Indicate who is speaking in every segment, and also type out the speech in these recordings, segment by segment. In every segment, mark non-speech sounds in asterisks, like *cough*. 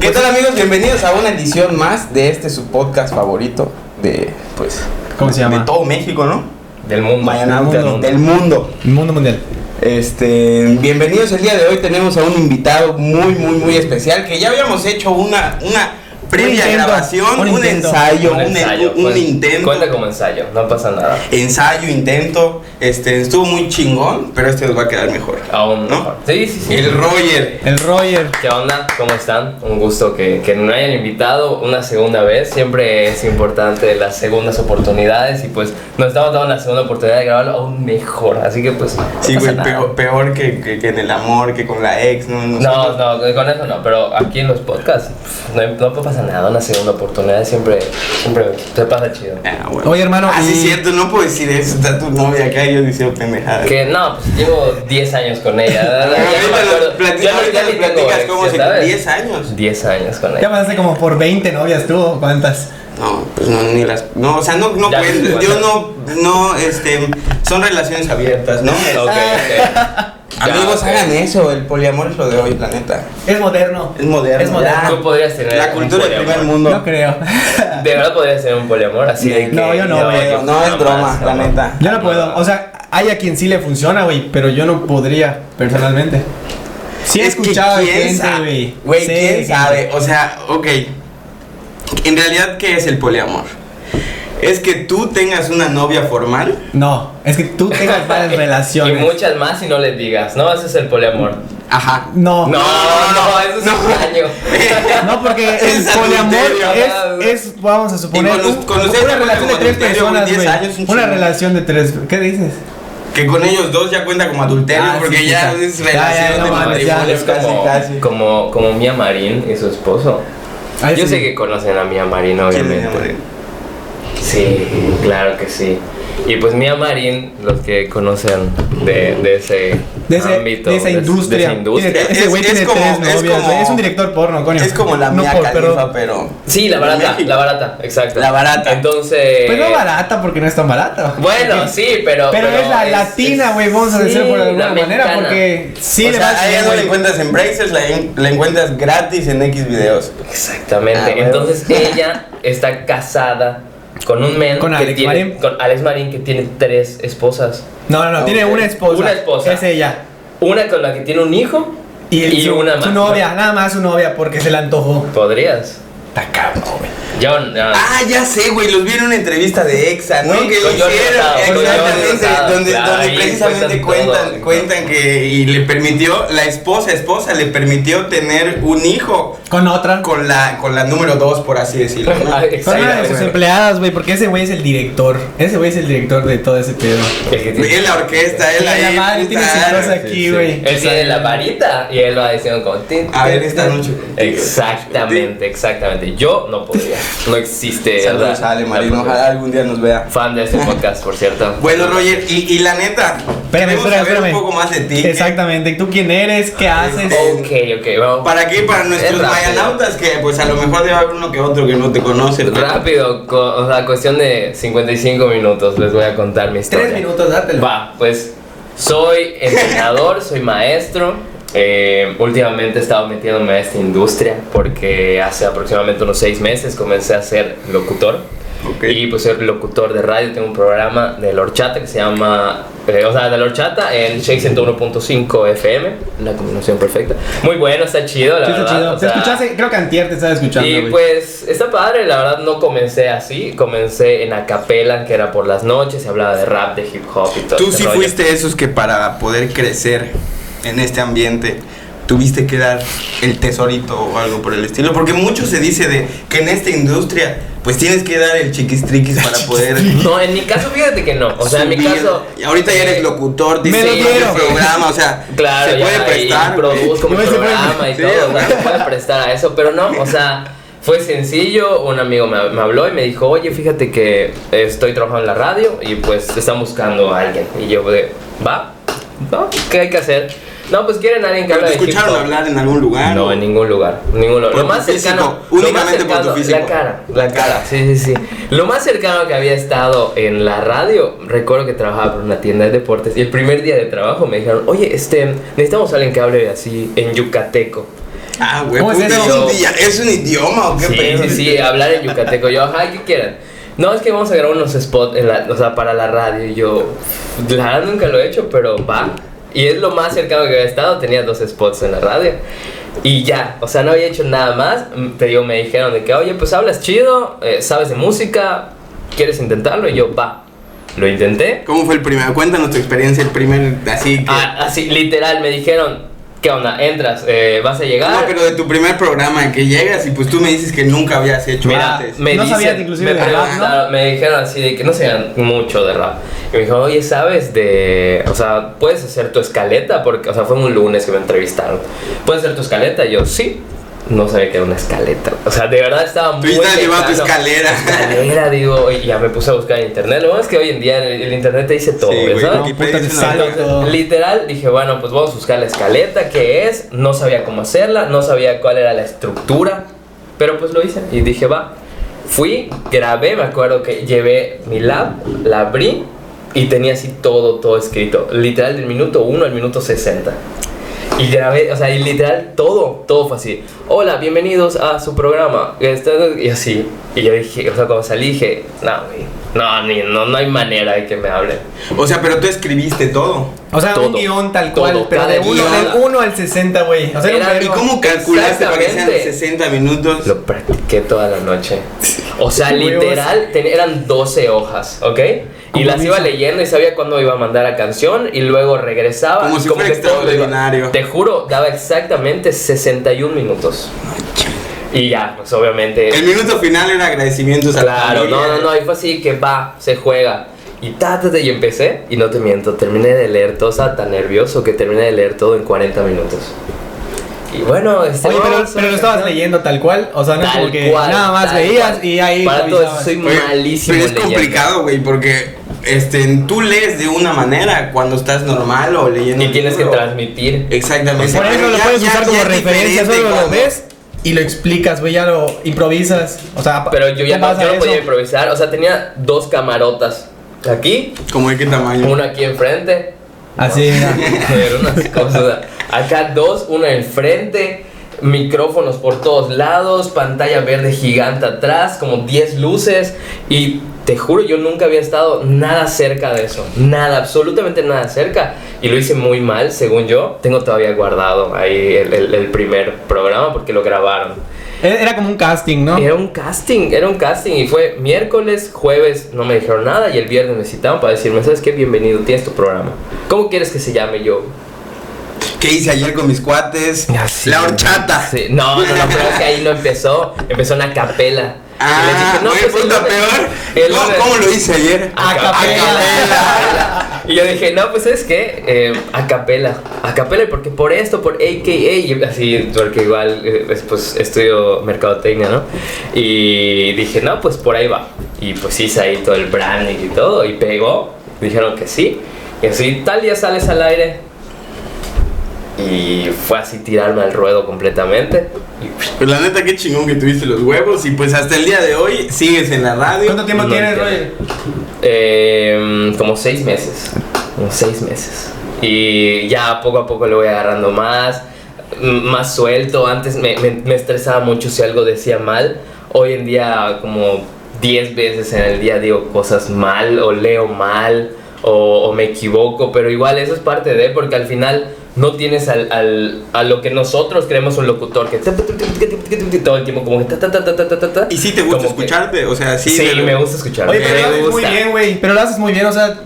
Speaker 1: ¿Qué tal amigos? Bienvenidos a una edición más de este su podcast favorito de pues
Speaker 2: ¿Cómo se
Speaker 1: de
Speaker 2: llama?
Speaker 1: todo México, ¿no?
Speaker 3: Del mundo.
Speaker 1: Mañana
Speaker 2: mundo.
Speaker 1: del mundo.
Speaker 2: Mundo Mundial.
Speaker 1: Este, bienvenidos el día de hoy tenemos a un invitado muy muy muy especial que ya habíamos hecho una una previa
Speaker 2: intento,
Speaker 1: grabación,
Speaker 2: un
Speaker 1: un,
Speaker 2: intento.
Speaker 1: ensayo,
Speaker 3: Un
Speaker 1: un,
Speaker 3: ensayo.
Speaker 1: un
Speaker 3: cuen-
Speaker 1: intento.
Speaker 3: Cuenta como ensayo, no pasa nada.
Speaker 1: Ensayo, intento, este estuvo muy chingón, pero este nos va a quedar mejor.
Speaker 3: Aún
Speaker 1: ¿No?
Speaker 3: mejor. Sí, sí, sí.
Speaker 1: El Roger.
Speaker 2: El Roger.
Speaker 3: ¿Qué onda? ¿Cómo están? Un gusto que, que me hayan invitado una segunda vez. Siempre es importante las segundas oportunidades y pues nos estamos dando la segunda oportunidad de grabarlo aún mejor. Así que pues... no
Speaker 1: Sí,
Speaker 3: pasa
Speaker 1: güey,
Speaker 3: nada.
Speaker 1: peor, peor que, que- que en el amor, que con la ex, no,
Speaker 3: No, no, con eso no, pero aquí en los podcasts pff, no, no pasa nada, una segunda oportunidad siempre, siempre se pasa chido.
Speaker 1: Ah, bueno.
Speaker 2: Oye, hermano,
Speaker 1: Ah, sí,
Speaker 2: y-
Speaker 1: es cierto, no puedo decir eso. Está tu novia acá y yo diciendo pendejadas.
Speaker 3: Que no, pues llevo 10 años con ella. Ya no me
Speaker 1: Ahorita
Speaker 3: acuerdo.
Speaker 1: nos plati-
Speaker 3: Ya no-
Speaker 1: ahorita
Speaker 3: ya
Speaker 1: nos
Speaker 3: ni tengo
Speaker 1: platicas
Speaker 3: ex,
Speaker 1: cómo
Speaker 3: ya
Speaker 1: se.
Speaker 3: sabes.
Speaker 1: 10 años.
Speaker 3: 10 años con
Speaker 2: Ya
Speaker 3: ella.
Speaker 2: pasaste como por 20 novias tú, ¿o ¿cuántas?
Speaker 1: No, pues no, ni las. No, o sea, no, no
Speaker 3: Ya,
Speaker 1: pueden-
Speaker 3: igual.
Speaker 1: Yo no, no, este. Son relaciones abiertas, ¿no?
Speaker 3: *laughs*
Speaker 1: Ah.
Speaker 3: Ok, ok.
Speaker 1: Amigos,
Speaker 3: Ya, ok.
Speaker 1: hagan eso. El poliamor es lo de hoy, la neta.
Speaker 2: Es moderno.
Speaker 1: Es moderno.
Speaker 2: Es moderno.
Speaker 3: Tú podrías tener
Speaker 1: La
Speaker 3: un
Speaker 1: cultura del
Speaker 3: poliamor.
Speaker 1: primer
Speaker 2: No,
Speaker 1: mundo.
Speaker 2: creo. *laughs*
Speaker 3: De verdad podrías tener un poliamor así de que.
Speaker 2: No, yo no, güey.
Speaker 3: que
Speaker 1: No, no, es
Speaker 3: jamás,
Speaker 1: broma, la
Speaker 3: jamás.
Speaker 1: neta.
Speaker 2: Yo no puedo. O sea, hay a quien sí le funciona, güey, pero yo no podría, personalmente. Sí he
Speaker 1: Es que
Speaker 2: escuchado de
Speaker 1: quién
Speaker 2: gente,
Speaker 1: sabe,
Speaker 2: güey.
Speaker 1: Güey,
Speaker 2: Sí,
Speaker 1: quién
Speaker 2: que-
Speaker 1: sabe. O sea, ok. En realidad, ¿qué es el poliamor? Es que tú tengas una novia formal.
Speaker 2: No, es que tú tengas
Speaker 1: *laughs*
Speaker 2: varias
Speaker 3: *laughs* Y
Speaker 2: relaciones.
Speaker 3: muchas más y no les digas, ¿no? Ese es el poliamor.
Speaker 1: Ajá. *laughs*
Speaker 2: No.
Speaker 3: No, no, no, eso es un daño.
Speaker 2: No,
Speaker 1: *laughs*
Speaker 2: porque el
Speaker 1: Es adulterio,
Speaker 2: poliamor
Speaker 3: ¿no?
Speaker 2: es, es, vamos a
Speaker 1: Y
Speaker 2: suponer,
Speaker 1: con los-
Speaker 2: un-
Speaker 1: con los-
Speaker 2: una relación de
Speaker 1: con
Speaker 2: tres
Speaker 1: adulterio,
Speaker 2: personas,
Speaker 1: güey, 10 años, un
Speaker 2: güey. Una
Speaker 1: chingo.
Speaker 2: relación de tres, ¿qué dices?
Speaker 1: Que con ellos dos ya cuenta como adulterio
Speaker 2: Ah,
Speaker 1: porque
Speaker 2: sí, sí,
Speaker 1: ya
Speaker 2: sí.
Speaker 1: es
Speaker 2: Ya,
Speaker 1: relación
Speaker 2: ya, no
Speaker 1: de
Speaker 2: mames, ya,
Speaker 1: matrimonio
Speaker 3: es como,
Speaker 1: casi, casi.
Speaker 3: como, como Mia Marín y su esposo.
Speaker 2: Ahí
Speaker 3: Yo
Speaker 2: sí.
Speaker 3: sé que conocen a Mia Marín,
Speaker 1: ¿Quién es
Speaker 3: obviamente.
Speaker 1: mi amor?
Speaker 3: Sí, claro que sí. Y pues Mia Marín, los que conocen de, de ese,
Speaker 2: De, ese-
Speaker 3: ámbito,
Speaker 2: de esa industria.
Speaker 3: de esa industria.
Speaker 2: Tiene- ese
Speaker 1: Es-
Speaker 2: güey
Speaker 1: es
Speaker 2: tiene
Speaker 1: como-
Speaker 2: tres
Speaker 1: es
Speaker 2: novias,
Speaker 1: como-
Speaker 2: güey. Es un director porno, coño.
Speaker 1: Es como la
Speaker 2: No
Speaker 1: mía
Speaker 2: por-
Speaker 1: califa, pero.
Speaker 3: Sí, la
Speaker 1: de
Speaker 3: barata,
Speaker 1: México.
Speaker 3: la barata, exacto.
Speaker 1: La barata.
Speaker 3: Entonces.
Speaker 2: Pues no barata, porque no es tan barata.
Speaker 3: Eh. Bueno, sí, pero.
Speaker 2: Pero, es la latina, güey, vamos a
Speaker 3: sí,
Speaker 2: decirlo por alguna
Speaker 3: la
Speaker 2: manera,
Speaker 3: mexicana.
Speaker 2: porque sí
Speaker 1: o
Speaker 2: le
Speaker 1: sea,
Speaker 2: vas
Speaker 1: a
Speaker 2: bien,
Speaker 1: ella no la
Speaker 2: güey.
Speaker 1: encuentras en Brazers, la, en- la encuentras gratis en X videos.
Speaker 3: Exactamente.
Speaker 1: Ah, bueno.
Speaker 3: Entonces ella está casada con un men.
Speaker 2: Con
Speaker 3: que
Speaker 2: Alex
Speaker 3: tiene-
Speaker 2: Marín.
Speaker 3: Con Alex Marín, que tiene tres esposas.
Speaker 2: No, no, no, tiene
Speaker 1: Ok.
Speaker 2: una esposa.
Speaker 3: Ah, Una esposa.
Speaker 2: Es ella.
Speaker 3: Una con la que tiene un hijo
Speaker 2: Y, el- su,
Speaker 3: una más.
Speaker 2: su novia, nada más su novia, porque se le antojó.
Speaker 3: Podrías.
Speaker 2: Está cabrón, güey.
Speaker 3: Yo. no.
Speaker 1: Ah, ya sé, güey, los vi en una entrevista de EXA, ¿no?
Speaker 3: Sí,
Speaker 1: que
Speaker 3: con Jordi
Speaker 1: hicieron,
Speaker 3: Rosado, con Jordi
Speaker 1: exactamente,
Speaker 3: Rosado,
Speaker 1: donde,
Speaker 3: claro,
Speaker 1: donde
Speaker 3: ahí
Speaker 1: precisamente
Speaker 3: cuentan
Speaker 1: cuentan,
Speaker 3: todo.
Speaker 1: cuentan que y le permitió, la esposa, esposa, le permitió tener un hijo
Speaker 2: Con otra. Con,
Speaker 1: con la, con la número dos, por así decirlo, ¿no?
Speaker 3: Ah, *laughs* exacto.
Speaker 2: una de sus empleadas, güey, porque ese güey es el director. Ese güey es el director de todo ese pedo.
Speaker 3: El que tiene-
Speaker 1: Es la orquesta, él
Speaker 2: Sí,
Speaker 1: ahí.
Speaker 2: la madre tiene
Speaker 1: puta,
Speaker 2: sus cosas
Speaker 1: güey.
Speaker 2: aquí, güey.
Speaker 3: Él tiene la varita y él va diciendo como. tin,
Speaker 1: A ver,
Speaker 3: tin,
Speaker 1: esta noche.
Speaker 3: Exactamente, exactamente. Yo no podría. No existe.
Speaker 1: Saludos
Speaker 3: ¿verdad?
Speaker 1: a Ale Marín,
Speaker 3: No
Speaker 1: ojalá algún día nos vea.
Speaker 3: podría. Fan de este podcast, por cierto.
Speaker 1: Bueno, Roger, y, y la neta,
Speaker 2: Espérame,
Speaker 1: queremos
Speaker 2: espérame,
Speaker 1: saber
Speaker 2: espérame.
Speaker 1: un poco más de ti. ¿eh? ¿qué- oh,
Speaker 2: Exactamente. ¿Tú quién eres? ¿Qué haces?
Speaker 3: Ok, ok, vamos.
Speaker 1: ¿Para qué? Para nuestros
Speaker 3: Es rápido.
Speaker 1: mayanautas, que pues a lo mejor debe haber uno que otro que no te conoce. ¿no?
Speaker 3: Rápido, co- o sea, cuestión de 55 minutos, les voy a contar mi historia.
Speaker 2: Tres minutos, dátelo.
Speaker 3: Va, pues soy
Speaker 2: *laughs*
Speaker 3: entrenador, soy maestro. Eh, últimamente he estado metiéndome a esta industria porque hace aproximadamente unos seis meses comencé a ser locutor.
Speaker 1: Ok.
Speaker 3: Y pues soy locutor de radio, tengo un programa de la horchata que se llama, eh, o sea, de la horchata en Shake 101.5 FM, la combinación perfecta. Muy bueno, está chido, la
Speaker 2: Sí, está
Speaker 3: verdad.
Speaker 2: chido.
Speaker 3: o
Speaker 2: Te
Speaker 3: sea,
Speaker 2: escuchaste, creo que antier te estaba escuchando,
Speaker 3: y
Speaker 2: güey.
Speaker 3: pues está padre, la verdad no comencé así, comencé en acapella, que era por las noches, se hablaba de rap, de hip hop y todo.
Speaker 1: Tú
Speaker 3: ese
Speaker 1: sí
Speaker 3: rollo.
Speaker 1: fuiste esos que para poder crecer en este ambiente tuviste que dar el tesorito o algo por el estilo. Porque mucho se dice de que en esta industria pues tienes que dar el chiquistriquis
Speaker 3: *laughs*
Speaker 1: para poder... *laughs*
Speaker 3: No, en mi caso fíjate que no, o sea, en mi
Speaker 1: subir.
Speaker 3: caso... eh,
Speaker 1: Y ahorita ya eres locutor,
Speaker 2: Me lo
Speaker 1: diseño
Speaker 2: quiero.
Speaker 1: de programa, o sea,
Speaker 3: *laughs* Claro,
Speaker 1: se
Speaker 3: ya,
Speaker 1: puede
Speaker 3: y
Speaker 1: prestar. güey.
Speaker 3: produzco mi
Speaker 2: Yo ese fue-
Speaker 3: programa y
Speaker 1: Sí,
Speaker 3: todo, o sea,
Speaker 1: güey.
Speaker 3: se puede prestar a eso, pero no, o sea, fue sencillo, un amigo me, me habló y me dijo, oye, fíjate que estoy trabajando en la radio y pues te están buscando a alguien. Y yo de, va, va, ¿qué hay que hacer? No, pues quieren a alguien que
Speaker 1: Pero te
Speaker 3: hable de hip
Speaker 1: escucharon
Speaker 3: hop.
Speaker 1: hablar en algún lugar.
Speaker 3: No,
Speaker 1: o-
Speaker 3: en ningún lugar. Ningún lugar.
Speaker 1: Por
Speaker 3: Lo
Speaker 1: tu
Speaker 3: más
Speaker 1: físico,
Speaker 3: cercano.
Speaker 1: únicamente
Speaker 3: lo
Speaker 1: por
Speaker 3: más
Speaker 1: tu
Speaker 3: cercano,
Speaker 1: físico.
Speaker 3: La cara, la cara. Sí, sí, sí. Lo más cercano que había estado en la radio, recuerdo que trabajaba por una tienda de deportes y el primer día de trabajo me dijeron, oye, este, necesitamos a alguien que hable así en yucateco.
Speaker 1: Ah, güey,
Speaker 2: ¿Cómo es
Speaker 1: puta, es,
Speaker 2: eso?
Speaker 1: un, dia- es un idioma o qué
Speaker 3: Sí,
Speaker 1: pedo?
Speaker 3: sí, sí, hablar en yucateco. Yo, ajá, ¿qué quieran? No, es que vamos a grabar unos spots, en la- o sea, para la radio. Y yo, la verdad nunca lo he hecho, pero va. Y es lo más cercano que he estado. Tenía dos spots en la radio. Y ya, o sea, no había hecho nada más. Mm, Te digo, me dijeron de que, oye, pues hablas chido, eh, sabes de música, ¿quieres intentarlo? Y yo, va. Lo intenté.
Speaker 1: ¿Cómo fue el primero? Cuéntanos tu experiencia, el primer, así que...
Speaker 3: Ah, así, literal, me dijeron, ¿qué onda? Entras, eh, vas a llegar.
Speaker 1: No, pero de tu primer programa que llegas y pues tú me dices que nunca habías hecho
Speaker 2: Mira,
Speaker 1: antes.
Speaker 3: Me
Speaker 2: No
Speaker 3: dicen-
Speaker 2: sabían inclusive
Speaker 3: me
Speaker 2: de rap,
Speaker 3: preguntaron, Me dijeron así de que no sabían mucho de rap. Y me dijeron, oye, ¿sabes de...? O sea, ¿puedes hacer tu escaleta? Porque, o sea, fue un lunes que me entrevistaron. ¿Puedes hacer tu escaleta? Y yo, sí. No sabía que era una escaleta. O sea, de verdad estaba
Speaker 1: Tú
Speaker 3: muy
Speaker 1: estás llevando tu
Speaker 3: lejano.
Speaker 1: escalera.
Speaker 3: Escalera, digo, y ya me puse a buscar en internet. Lo bueno es que hoy en día el, el internet te dice todo,
Speaker 1: Sí, güey,
Speaker 3: ¿sabes?
Speaker 2: No,
Speaker 1: Wikipedia
Speaker 2: puta,
Speaker 1: es
Speaker 2: te
Speaker 1: una
Speaker 2: sale
Speaker 1: verga.
Speaker 2: todo.
Speaker 3: Literal, dije, bueno, pues vamos a buscar la escaleta, ¿qué es? No sabía cómo hacerla, no sabía cuál era la estructura, pero pues lo hice y dije, va. Fui, grabé, me acuerdo que llevé mi lab, la abrí y tenía así todo, todo escrito, literal del minuto 1 al minuto 60. Y grabé, o sea, y literal todo, todo fue así. Hola, bienvenidos a su programa. Este- Y así. Y yo dije, o sea, cuando salí dije, no, güey, no, ni- no, no hay manera de que me hablen.
Speaker 1: O sea, pero tú escribiste todo.
Speaker 2: O sea, un
Speaker 3: Todo.
Speaker 2: guión tal
Speaker 3: Todo,
Speaker 2: cual, pero
Speaker 3: cada
Speaker 2: de 1
Speaker 3: guión.
Speaker 2: del uno al 60, güey. O sea, era un
Speaker 3: Era-
Speaker 1: ¿Y
Speaker 2: vergo.
Speaker 1: cómo calculaste para que sean
Speaker 3: Exactamente.
Speaker 1: 60 minutos?
Speaker 3: Lo practiqué toda la noche. O sea,
Speaker 2: Huevos.
Speaker 3: literal, ten- eran 12 hojas, ¿ok? Y
Speaker 2: ¿Cómo
Speaker 3: las iba
Speaker 2: hizo?
Speaker 3: leyendo y sabía cuándo iba a mandar la canción y luego regresaba.
Speaker 1: Como
Speaker 3: y
Speaker 1: si fuera
Speaker 3: que todo lo iba-
Speaker 1: extraordinario.
Speaker 3: Te juro, daba exactamente 61 minutos. Y ya, pues obviamente...
Speaker 1: El minuto final era agradecimientos a la
Speaker 3: Claro, no,
Speaker 1: familia.
Speaker 3: no, no, ahí fue así que va, se juega. Y ta, ta, ta, y empecé, y no te miento, terminé de leer todo, o sea, tan nervioso que terminé de leer todo en 40 minutos. Y bueno, este...
Speaker 2: Oye, pero,
Speaker 3: vamos a-
Speaker 2: pero lo estabas leyendo tal cual. O sea, no es
Speaker 3: Tal
Speaker 2: como que
Speaker 3: cual,
Speaker 2: nada más
Speaker 3: tal
Speaker 2: veías
Speaker 3: cual.
Speaker 2: y ahí.
Speaker 3: Para todo eso
Speaker 2: improvisabas.
Speaker 3: soy
Speaker 1: Oye,
Speaker 3: malísimo.
Speaker 1: Pero es
Speaker 3: leyendo.
Speaker 1: complicado, güey, porque este, tú lees de una manera cuando estás normal o leyendo.
Speaker 3: Y
Speaker 1: un
Speaker 3: tienes que
Speaker 1: libro.
Speaker 3: transmitir.
Speaker 1: Exactamente.
Speaker 2: Por eso
Speaker 1: Pero
Speaker 2: lo
Speaker 1: ya-
Speaker 2: puedes
Speaker 1: ya-
Speaker 2: usar
Speaker 1: ya
Speaker 2: como
Speaker 1: es
Speaker 2: referencia,
Speaker 1: diferente
Speaker 2: solo lo
Speaker 1: cuando-
Speaker 2: ves y lo explicas, güey, ya lo improvisas. O sea,
Speaker 3: Pero yo ya
Speaker 2: ¿cómo
Speaker 3: no,
Speaker 2: vas a
Speaker 3: yo no
Speaker 2: eso?
Speaker 3: podía improvisar. O sea, tenía dos camarotas. Aquí,
Speaker 1: ¿Cómo de qué tamaño?
Speaker 3: una aquí enfrente.
Speaker 2: Así era.
Speaker 3: Pero unas cosas. Acá dos, una enfrente. Micrófonos por todos lados. Pantalla verde gigante atrás. Como 10 luces. Y te juro, yo nunca había estado nada cerca de eso. Nada, absolutamente nada cerca. Y lo hice muy mal, según yo. Tengo todavía guardado ahí el, el- el primer programa porque lo grabaron.
Speaker 2: *laughs* Era era como un casting, ¿no?
Speaker 3: Era un casting, era un casting y fue miércoles, jueves, no me dijeron nada y el viernes me citaron para decirme, ¿sabes qué? Bienvenido, tienes tu programa. ¿Cómo quieres que se llame yo?
Speaker 1: ¿Qué hice ayer con mis cuates?
Speaker 3: Así.
Speaker 1: la horchata.
Speaker 3: Ah, Sí, No, no, no, pero es que ahí no empezó, empezó una capela.
Speaker 1: Ah, güey,
Speaker 3: pues,
Speaker 1: puta, peor. ¿Cómo, cómo lo hice ayer?
Speaker 2: A
Speaker 3: capela. Y yo dije, no, pues es que eh, a capela, a capela, porque por esto, por AKA, y así, porque igual eh, es- pues estudio mercadotecnia, ¿no? Y dije, no, pues por ahí va. Y pues hice ahí todo el branding y todo, y pegó, dijeron que sí, y así tal día sales al aire. Y fue así tirarme al ruedo completamente. Y,
Speaker 1: Pues la neta, qué chingón que tuviste los huevos. Y pues hasta el día de hoy sigues en la radio.
Speaker 2: ¿Cuánto tiempo
Speaker 3: No
Speaker 2: tienes,
Speaker 3: entiendo.
Speaker 2: Roger?
Speaker 3: Eh, como seis meses. Como seis meses. Y ya poco a poco le voy agarrando más. m- Más suelto. Antes me, me- me estresaba mucho si algo decía mal. Hoy en día como 10 veces en el día digo cosas mal o leo mal o, o me equivoco. Pero igual eso es parte de porque al final no tienes al, al- a lo que nosotros creemos un locutor que todo el tiempo como que ta, ta, ta, ta, ta, ta, ta, ta.
Speaker 1: ¿Y si te gusta
Speaker 3: Como que-
Speaker 1: escucharte? O sea, sí.
Speaker 3: Sí,
Speaker 1: de-
Speaker 3: me gusta escuchar.
Speaker 2: Oye, pero
Speaker 1: Me
Speaker 2: lo haces muy
Speaker 3: gusta.
Speaker 2: bien, güey. Pero lo haces muy bien, o sea,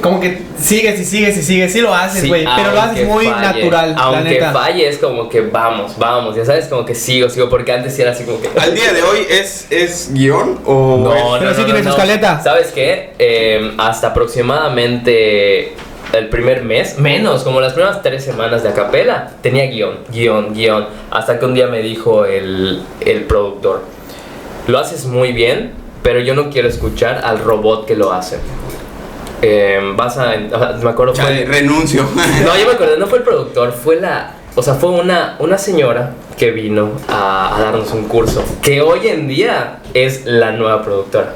Speaker 2: como que sigues y sigues y sigues. Sí lo haces,
Speaker 3: Sí,
Speaker 2: güey. pero lo haces
Speaker 3: aunque
Speaker 2: muy
Speaker 3: falle,
Speaker 2: natural, la
Speaker 3: Aunque
Speaker 2: neta.
Speaker 3: falle, es como que vamos, vamos. Ya sabes, como que sigo, sigo. Porque antes sí era así como que.
Speaker 1: ¿Al día de hoy es, es guión o.?
Speaker 3: No, no,
Speaker 2: Pero
Speaker 3: no,
Speaker 2: sí
Speaker 3: no,
Speaker 2: tiene
Speaker 3: no.
Speaker 2: su escaleta.
Speaker 3: ¿Sabes qué? Eh, hasta aproximadamente el primer mes, menos, como las primeras tres semanas de acapela, tenía guión, guión, guión. Hasta que un día me dijo el, el productor: Lo haces muy bien, pero yo no quiero escuchar al robot que lo hace. Eh, vas a. Me acuerdo. fue-
Speaker 1: Chale, renuncio.
Speaker 3: *laughs* No, yo me acordé, no fue el productor, fue la. O sea, fue una, una señora que vino a, a darnos un curso. Que hoy en día es la nueva productora.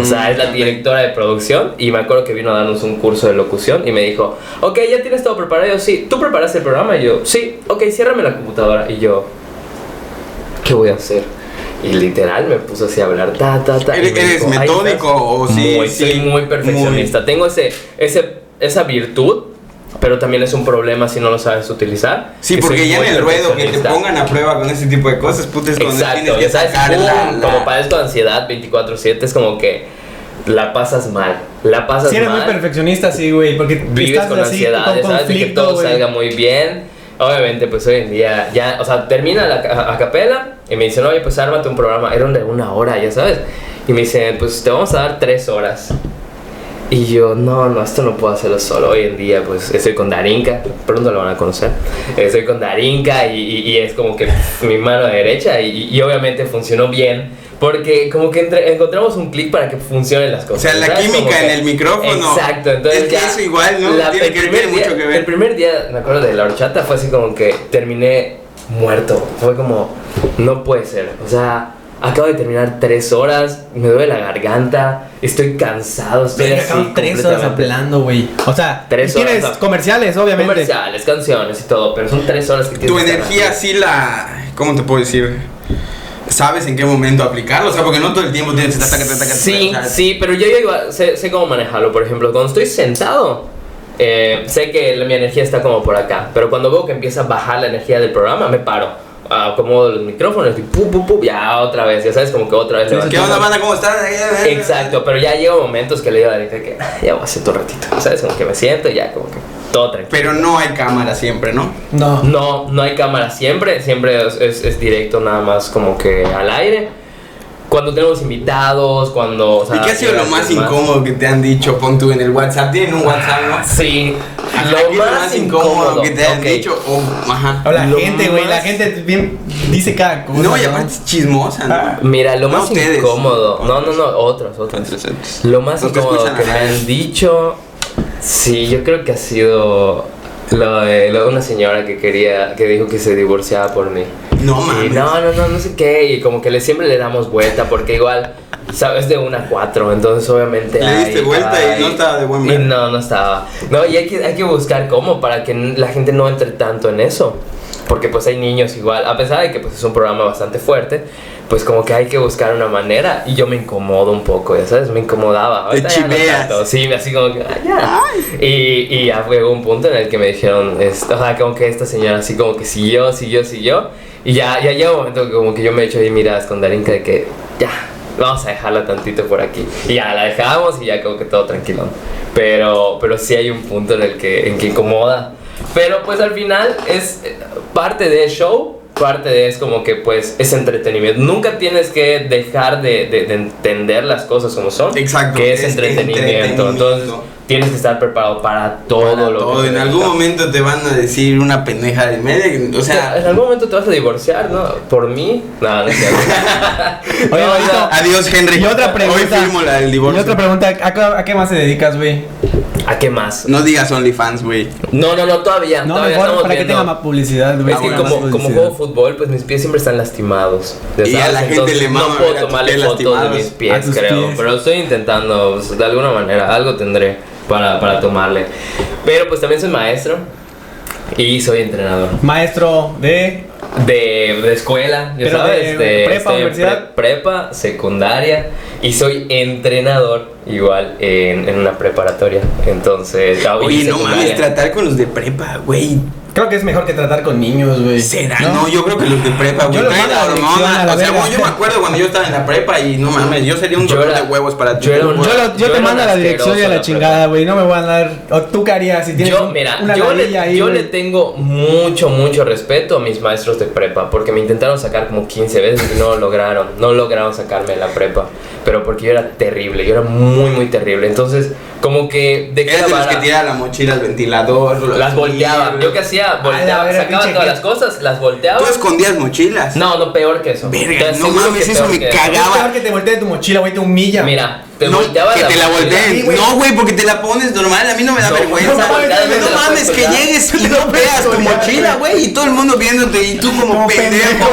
Speaker 3: O sea,
Speaker 1: Mm,
Speaker 3: es la directora de producción. Y me acuerdo que vino a darnos un curso de locución. Y me dijo, ok, ya tienes todo preparado. Y yo, sí. ¿Tú preparaste el programa? Y yo, sí. Ok, ciérrame la computadora. Y yo, ¿qué voy a hacer? Y literal me puse así a hablar, ta, ta, ta. y
Speaker 1: ¿Eres,
Speaker 3: me
Speaker 1: eres
Speaker 3: dijo, "Ahí
Speaker 1: metódico
Speaker 3: estás".
Speaker 1: o sí?
Speaker 3: muy,
Speaker 1: sí,
Speaker 3: soy muy perfeccionista. Tengo ese, ese, esa virtud, pero también es un problema si no lo sabes utilizar.
Speaker 1: Sí,
Speaker 3: que
Speaker 1: porque
Speaker 3: soy
Speaker 1: ya en
Speaker 3: muy
Speaker 1: el ruedo que te
Speaker 3: perfeccionista.
Speaker 1: pongan a prueba con ese tipo de cosas, puta, es cuando
Speaker 3: Exacto,
Speaker 1: tienes
Speaker 3: ya
Speaker 1: que
Speaker 3: sabes,
Speaker 1: sacar
Speaker 3: ¡pum!
Speaker 1: la, la-
Speaker 3: como padezco de ansiedad 24-7, es como que la pasas mal. La pasas
Speaker 2: Si eres
Speaker 3: mal.
Speaker 2: muy perfeccionista, sí, güey, porque
Speaker 3: vives
Speaker 2: estás
Speaker 3: con
Speaker 2: así,
Speaker 3: ansiedad,
Speaker 2: con
Speaker 3: ya sabes, de que
Speaker 2: conflicto,
Speaker 3: todo
Speaker 2: güey.
Speaker 3: salga muy bien. Obviamente, pues hoy en día, ya, o sea, termina la ca- a capela y me dicen, oye, pues ármate un programa. Era de una hora, ya sabes. Y me dicen, pues te vamos a dar tres horas. Y yo, no, no, esto no puedo hacerlo solo. Hoy en día, pues estoy con Darinka, pronto lo van a conocer. Estoy con Darinka y, y- y es como que mi mano derecha. Y, y obviamente funcionó bien, porque como que entre- encontramos un clic para que funcionen las
Speaker 1: O
Speaker 3: cosas.
Speaker 1: sea, la
Speaker 3: ¿sabes? Como
Speaker 1: química en
Speaker 3: que-
Speaker 1: el micrófono.
Speaker 3: Exacto, entonces.
Speaker 1: Es que
Speaker 3: ya
Speaker 1: eso igual, ¿no?
Speaker 3: la-
Speaker 1: Tiene
Speaker 3: el
Speaker 1: que- tiene
Speaker 3: primer día-
Speaker 1: mucho que ver.
Speaker 3: El primer día, me acuerdo de la horchata, fue así como que terminé muerto. Fue como, no puede ser. O sea, acabo de terminar tres horas, me duele la garganta, estoy cansado, estoy
Speaker 2: Verga,
Speaker 3: así
Speaker 2: son tres horas
Speaker 3: completamente-
Speaker 2: hablando, güey. O sea,
Speaker 3: Tres
Speaker 2: y tienes
Speaker 3: horas, ¿no?
Speaker 2: comerciales, obviamente.
Speaker 3: Comerciales, canciones y todo, pero son tres horas que tienes
Speaker 1: tu
Speaker 3: que estar
Speaker 1: energía
Speaker 3: hablando.
Speaker 1: sí la... ¿Cómo te puedo decir? ¿Sabes en qué momento aplicarlo? O sea, porque no todo el tiempo tienes... taca, taca, taca,
Speaker 3: Sí,
Speaker 1: taca, o sea,
Speaker 3: sí, pero yo, ya iba- sé, sé cómo manejarlo. Por ejemplo, cuando estoy sentado, eh, sé que la- mi energía está como por acá. Pero cuando veo que empieza a bajar la energía del programa, me paro. Ah, acomodo los micrófonos y pu, pu, pu, ya otra vez. Ya sabes, como que otra vez. le va-
Speaker 1: ¿Qué onda, banda? ¿Cómo estás?
Speaker 3: Exacto, pero ya llega momentos que le digo a Darinka que "Ah, ya voy a hacer tu ratito. ¿Sabes? Como que me siento y ya, como que todo tranquilo.
Speaker 1: Pero no hay cámara siempre, ¿no?
Speaker 2: No.
Speaker 3: No, no hay cámara siempre, siempre es, es- es directo nada más como que al aire. Cuando tenemos invitados, cuando... o sea,
Speaker 1: ¿Y qué ha sido lo
Speaker 3: llegan
Speaker 1: más
Speaker 3: los demás.
Speaker 1: incómodo que te han dicho? Pon tú en el WhatsApp. ¿Tienen un WhatsApp, no?
Speaker 3: Sí,
Speaker 1: ¿Qué
Speaker 3: lo
Speaker 1: es
Speaker 3: más, incómodo,
Speaker 1: que te han
Speaker 3: ok.
Speaker 1: dicho? O- ajá.
Speaker 2: O la
Speaker 3: Lo
Speaker 2: gente, güey, la
Speaker 3: más-
Speaker 2: gente bien dice cada cosa.
Speaker 1: No, y aparte es chismosa,
Speaker 2: Ah.
Speaker 1: ¿no?
Speaker 3: Mira, lo
Speaker 1: No,
Speaker 3: más
Speaker 1: ustedes.
Speaker 3: incómodo. No, no, no, otros, otros.
Speaker 1: Entonces, entonces.
Speaker 3: Lo más
Speaker 1: No te
Speaker 3: incómodo
Speaker 1: escuchan
Speaker 3: que
Speaker 1: a
Speaker 3: me
Speaker 1: nadie.
Speaker 3: han dicho. Sí, yo creo que ha sido lo de, lo de una señora que quería, que dijo que se divorciaba por mí.
Speaker 1: No,
Speaker 3: Y
Speaker 1: mames.
Speaker 3: no, no, no, no sé qué. Y como que le, siempre le damos vuelta, porque igual, sabes, de una a cuatro. Entonces, obviamente.
Speaker 1: Le diste
Speaker 3: ay,
Speaker 1: vuelta y
Speaker 3: ay.
Speaker 1: no estaba de buen
Speaker 3: Y
Speaker 1: ver.
Speaker 3: No, no estaba. No, y hay que, hay que buscar cómo para que n- la gente no entre tanto en eso. Porque pues hay niños igual, a pesar de que pues es un programa bastante fuerte, pues como que hay que buscar una manera y yo me incomodo un poco, ya sabes, me incomodaba.
Speaker 1: Te
Speaker 3: Ahorita ya no
Speaker 1: chiveas.
Speaker 3: tanto, Sí, así como que, "Ay, ya". Y, y ya fue un punto en el que me dijeron, esto, o sea, como que esta señora así como que siguió, siguió, siguió. Y ya, ya llega un momento que como que yo me echo ahí miradas con Darinka de que ya, vamos a dejarla tantito por aquí. Y ya la dejamos y ya como que todo tranquilo. Pero, pero sí hay un punto en el que, en que incomoda. Pero pues al final es eh, parte del show, parte de es como que pues es entretenimiento. Nunca tienes que dejar de, de- de entender las cosas como son.
Speaker 1: Exacto,
Speaker 3: Que es,
Speaker 1: es
Speaker 3: entretenimiento.
Speaker 1: entretenimiento.
Speaker 3: Entonces tienes que estar preparado para todo
Speaker 1: Para
Speaker 3: lo
Speaker 1: todo.
Speaker 3: que
Speaker 1: En
Speaker 3: te
Speaker 1: algún
Speaker 3: venga.
Speaker 1: momento te van a decir una pendeja de media. O
Speaker 3: en
Speaker 1: sea,
Speaker 3: algún momento te vas a divorciar, ¿no? ¿Por mí? No, no es
Speaker 1: *laughs*
Speaker 3: cierto.
Speaker 2: Oye,
Speaker 3: No,
Speaker 2: bonito.
Speaker 3: no.
Speaker 1: adiós, Henry.
Speaker 2: Y otra pregunta.
Speaker 1: Hoy firmo la del
Speaker 2: Y
Speaker 1: divorcio.
Speaker 2: otra pregunta, ¿a, qué- a qué más te dedicas, güey?
Speaker 3: ¿A qué más?
Speaker 1: No digas OnlyFans, güey.
Speaker 3: No, no, no, Ah, todavía.
Speaker 2: No,
Speaker 3: todavía
Speaker 2: mejor
Speaker 3: estamos
Speaker 2: para que
Speaker 3: viendo.
Speaker 2: tenga más publicidad, güey.
Speaker 3: Es que
Speaker 1: bueno,
Speaker 2: tenga más
Speaker 3: como, como
Speaker 2: publicidad.
Speaker 3: juego fútbol, pues mis pies siempre están lastimados. ya
Speaker 1: Y a la gente
Speaker 3: Entonces,
Speaker 1: le mama ver a
Speaker 3: No puedo
Speaker 1: tus
Speaker 3: tomarle
Speaker 1: pies
Speaker 3: fotos de
Speaker 1: lastimados.
Speaker 3: mis
Speaker 2: A
Speaker 3: pies,
Speaker 2: tus
Speaker 3: creo.
Speaker 2: pies.
Speaker 3: Pero estoy intentando, pues, de alguna manera, algo tendré para, para tomarle. Pero pues también soy maestro y soy entrenador.
Speaker 2: Maestro de.
Speaker 3: De, de escuela, ya
Speaker 2: Pero
Speaker 3: sabes, este,
Speaker 2: de prepa,
Speaker 3: estoy en
Speaker 2: universidad.
Speaker 3: prepa, secundaria y soy entrenador igual en, en una preparatoria. Entonces, ah, y
Speaker 1: Oye, no
Speaker 3: secundaria.
Speaker 1: mames, tratar con los de prepa, güey.
Speaker 2: Creo que es mejor que tratar con niños, güey.
Speaker 1: Será, no. yo creo que los de prepa, güey.
Speaker 2: Yo los
Speaker 1: traen
Speaker 2: mando
Speaker 1: la
Speaker 2: a la adicción, a
Speaker 1: hormona.
Speaker 2: la
Speaker 1: O sea,
Speaker 2: verga.
Speaker 1: güey, yo me acuerdo cuando yo estaba en la prepa y no mames, yo sería un
Speaker 3: Yo
Speaker 1: dolor
Speaker 3: era-
Speaker 1: de huevos para ti.
Speaker 3: yo era un-
Speaker 2: Yo, lo- yo
Speaker 3: Yo
Speaker 2: te
Speaker 3: era
Speaker 2: mando a la
Speaker 3: un
Speaker 2: dirección y a
Speaker 3: asqueroso
Speaker 2: la
Speaker 3: en la
Speaker 2: chingada, güey. No me voy a dar. O tú qué harías si tienes
Speaker 3: Yo,
Speaker 2: un-
Speaker 3: mira,
Speaker 2: una
Speaker 3: yo, le,
Speaker 2: ladrilla ahí,
Speaker 3: yo
Speaker 2: güey?
Speaker 3: le tengo mucho, mucho respeto a mis maestros de prepa, porque me intentaron sacar como 15 veces y no lo lograron, no lograron sacarme de la prepa, pero porque yo era terrible, yo era muy, muy terrible, entonces como que dejé
Speaker 1: Eres
Speaker 3: la
Speaker 1: de los que
Speaker 3: vara,
Speaker 1: tira la mochila al ventilador. los-
Speaker 3: las volteaba, yo qué hacía,
Speaker 2: A la
Speaker 3: volteaba,
Speaker 2: verga,
Speaker 3: sacaba
Speaker 2: pinche
Speaker 3: todas
Speaker 2: que-
Speaker 3: las cosas, las volteaba,
Speaker 1: ¿Tú escondías mochilas?
Speaker 3: no, no, peor que eso,
Speaker 1: Verga,
Speaker 3: Te
Speaker 1: no
Speaker 3: aseguro
Speaker 1: mames,
Speaker 3: que
Speaker 1: eso
Speaker 3: peor
Speaker 1: me
Speaker 3: que
Speaker 1: caga.
Speaker 2: Tú sabes que te voltea de tu mochila, güey, te humilla.
Speaker 3: Mira, te
Speaker 1: No,
Speaker 3: volteaba
Speaker 1: que te la
Speaker 3: mochila.
Speaker 1: volteen.
Speaker 2: güey.
Speaker 1: No, güey, porque te la pones normal. A mí no me da
Speaker 3: No,
Speaker 1: vergüenza.
Speaker 2: no,
Speaker 1: No,
Speaker 2: güey, cada vez te la
Speaker 1: mames,
Speaker 3: puedes
Speaker 1: que
Speaker 3: colgar.
Speaker 1: llegues
Speaker 3: *laughs*
Speaker 1: y no veas tu
Speaker 2: colgar,
Speaker 1: mochila, güey. Y todo el mundo viéndote y tú como
Speaker 2: Como pendejo.
Speaker 1: pendejo.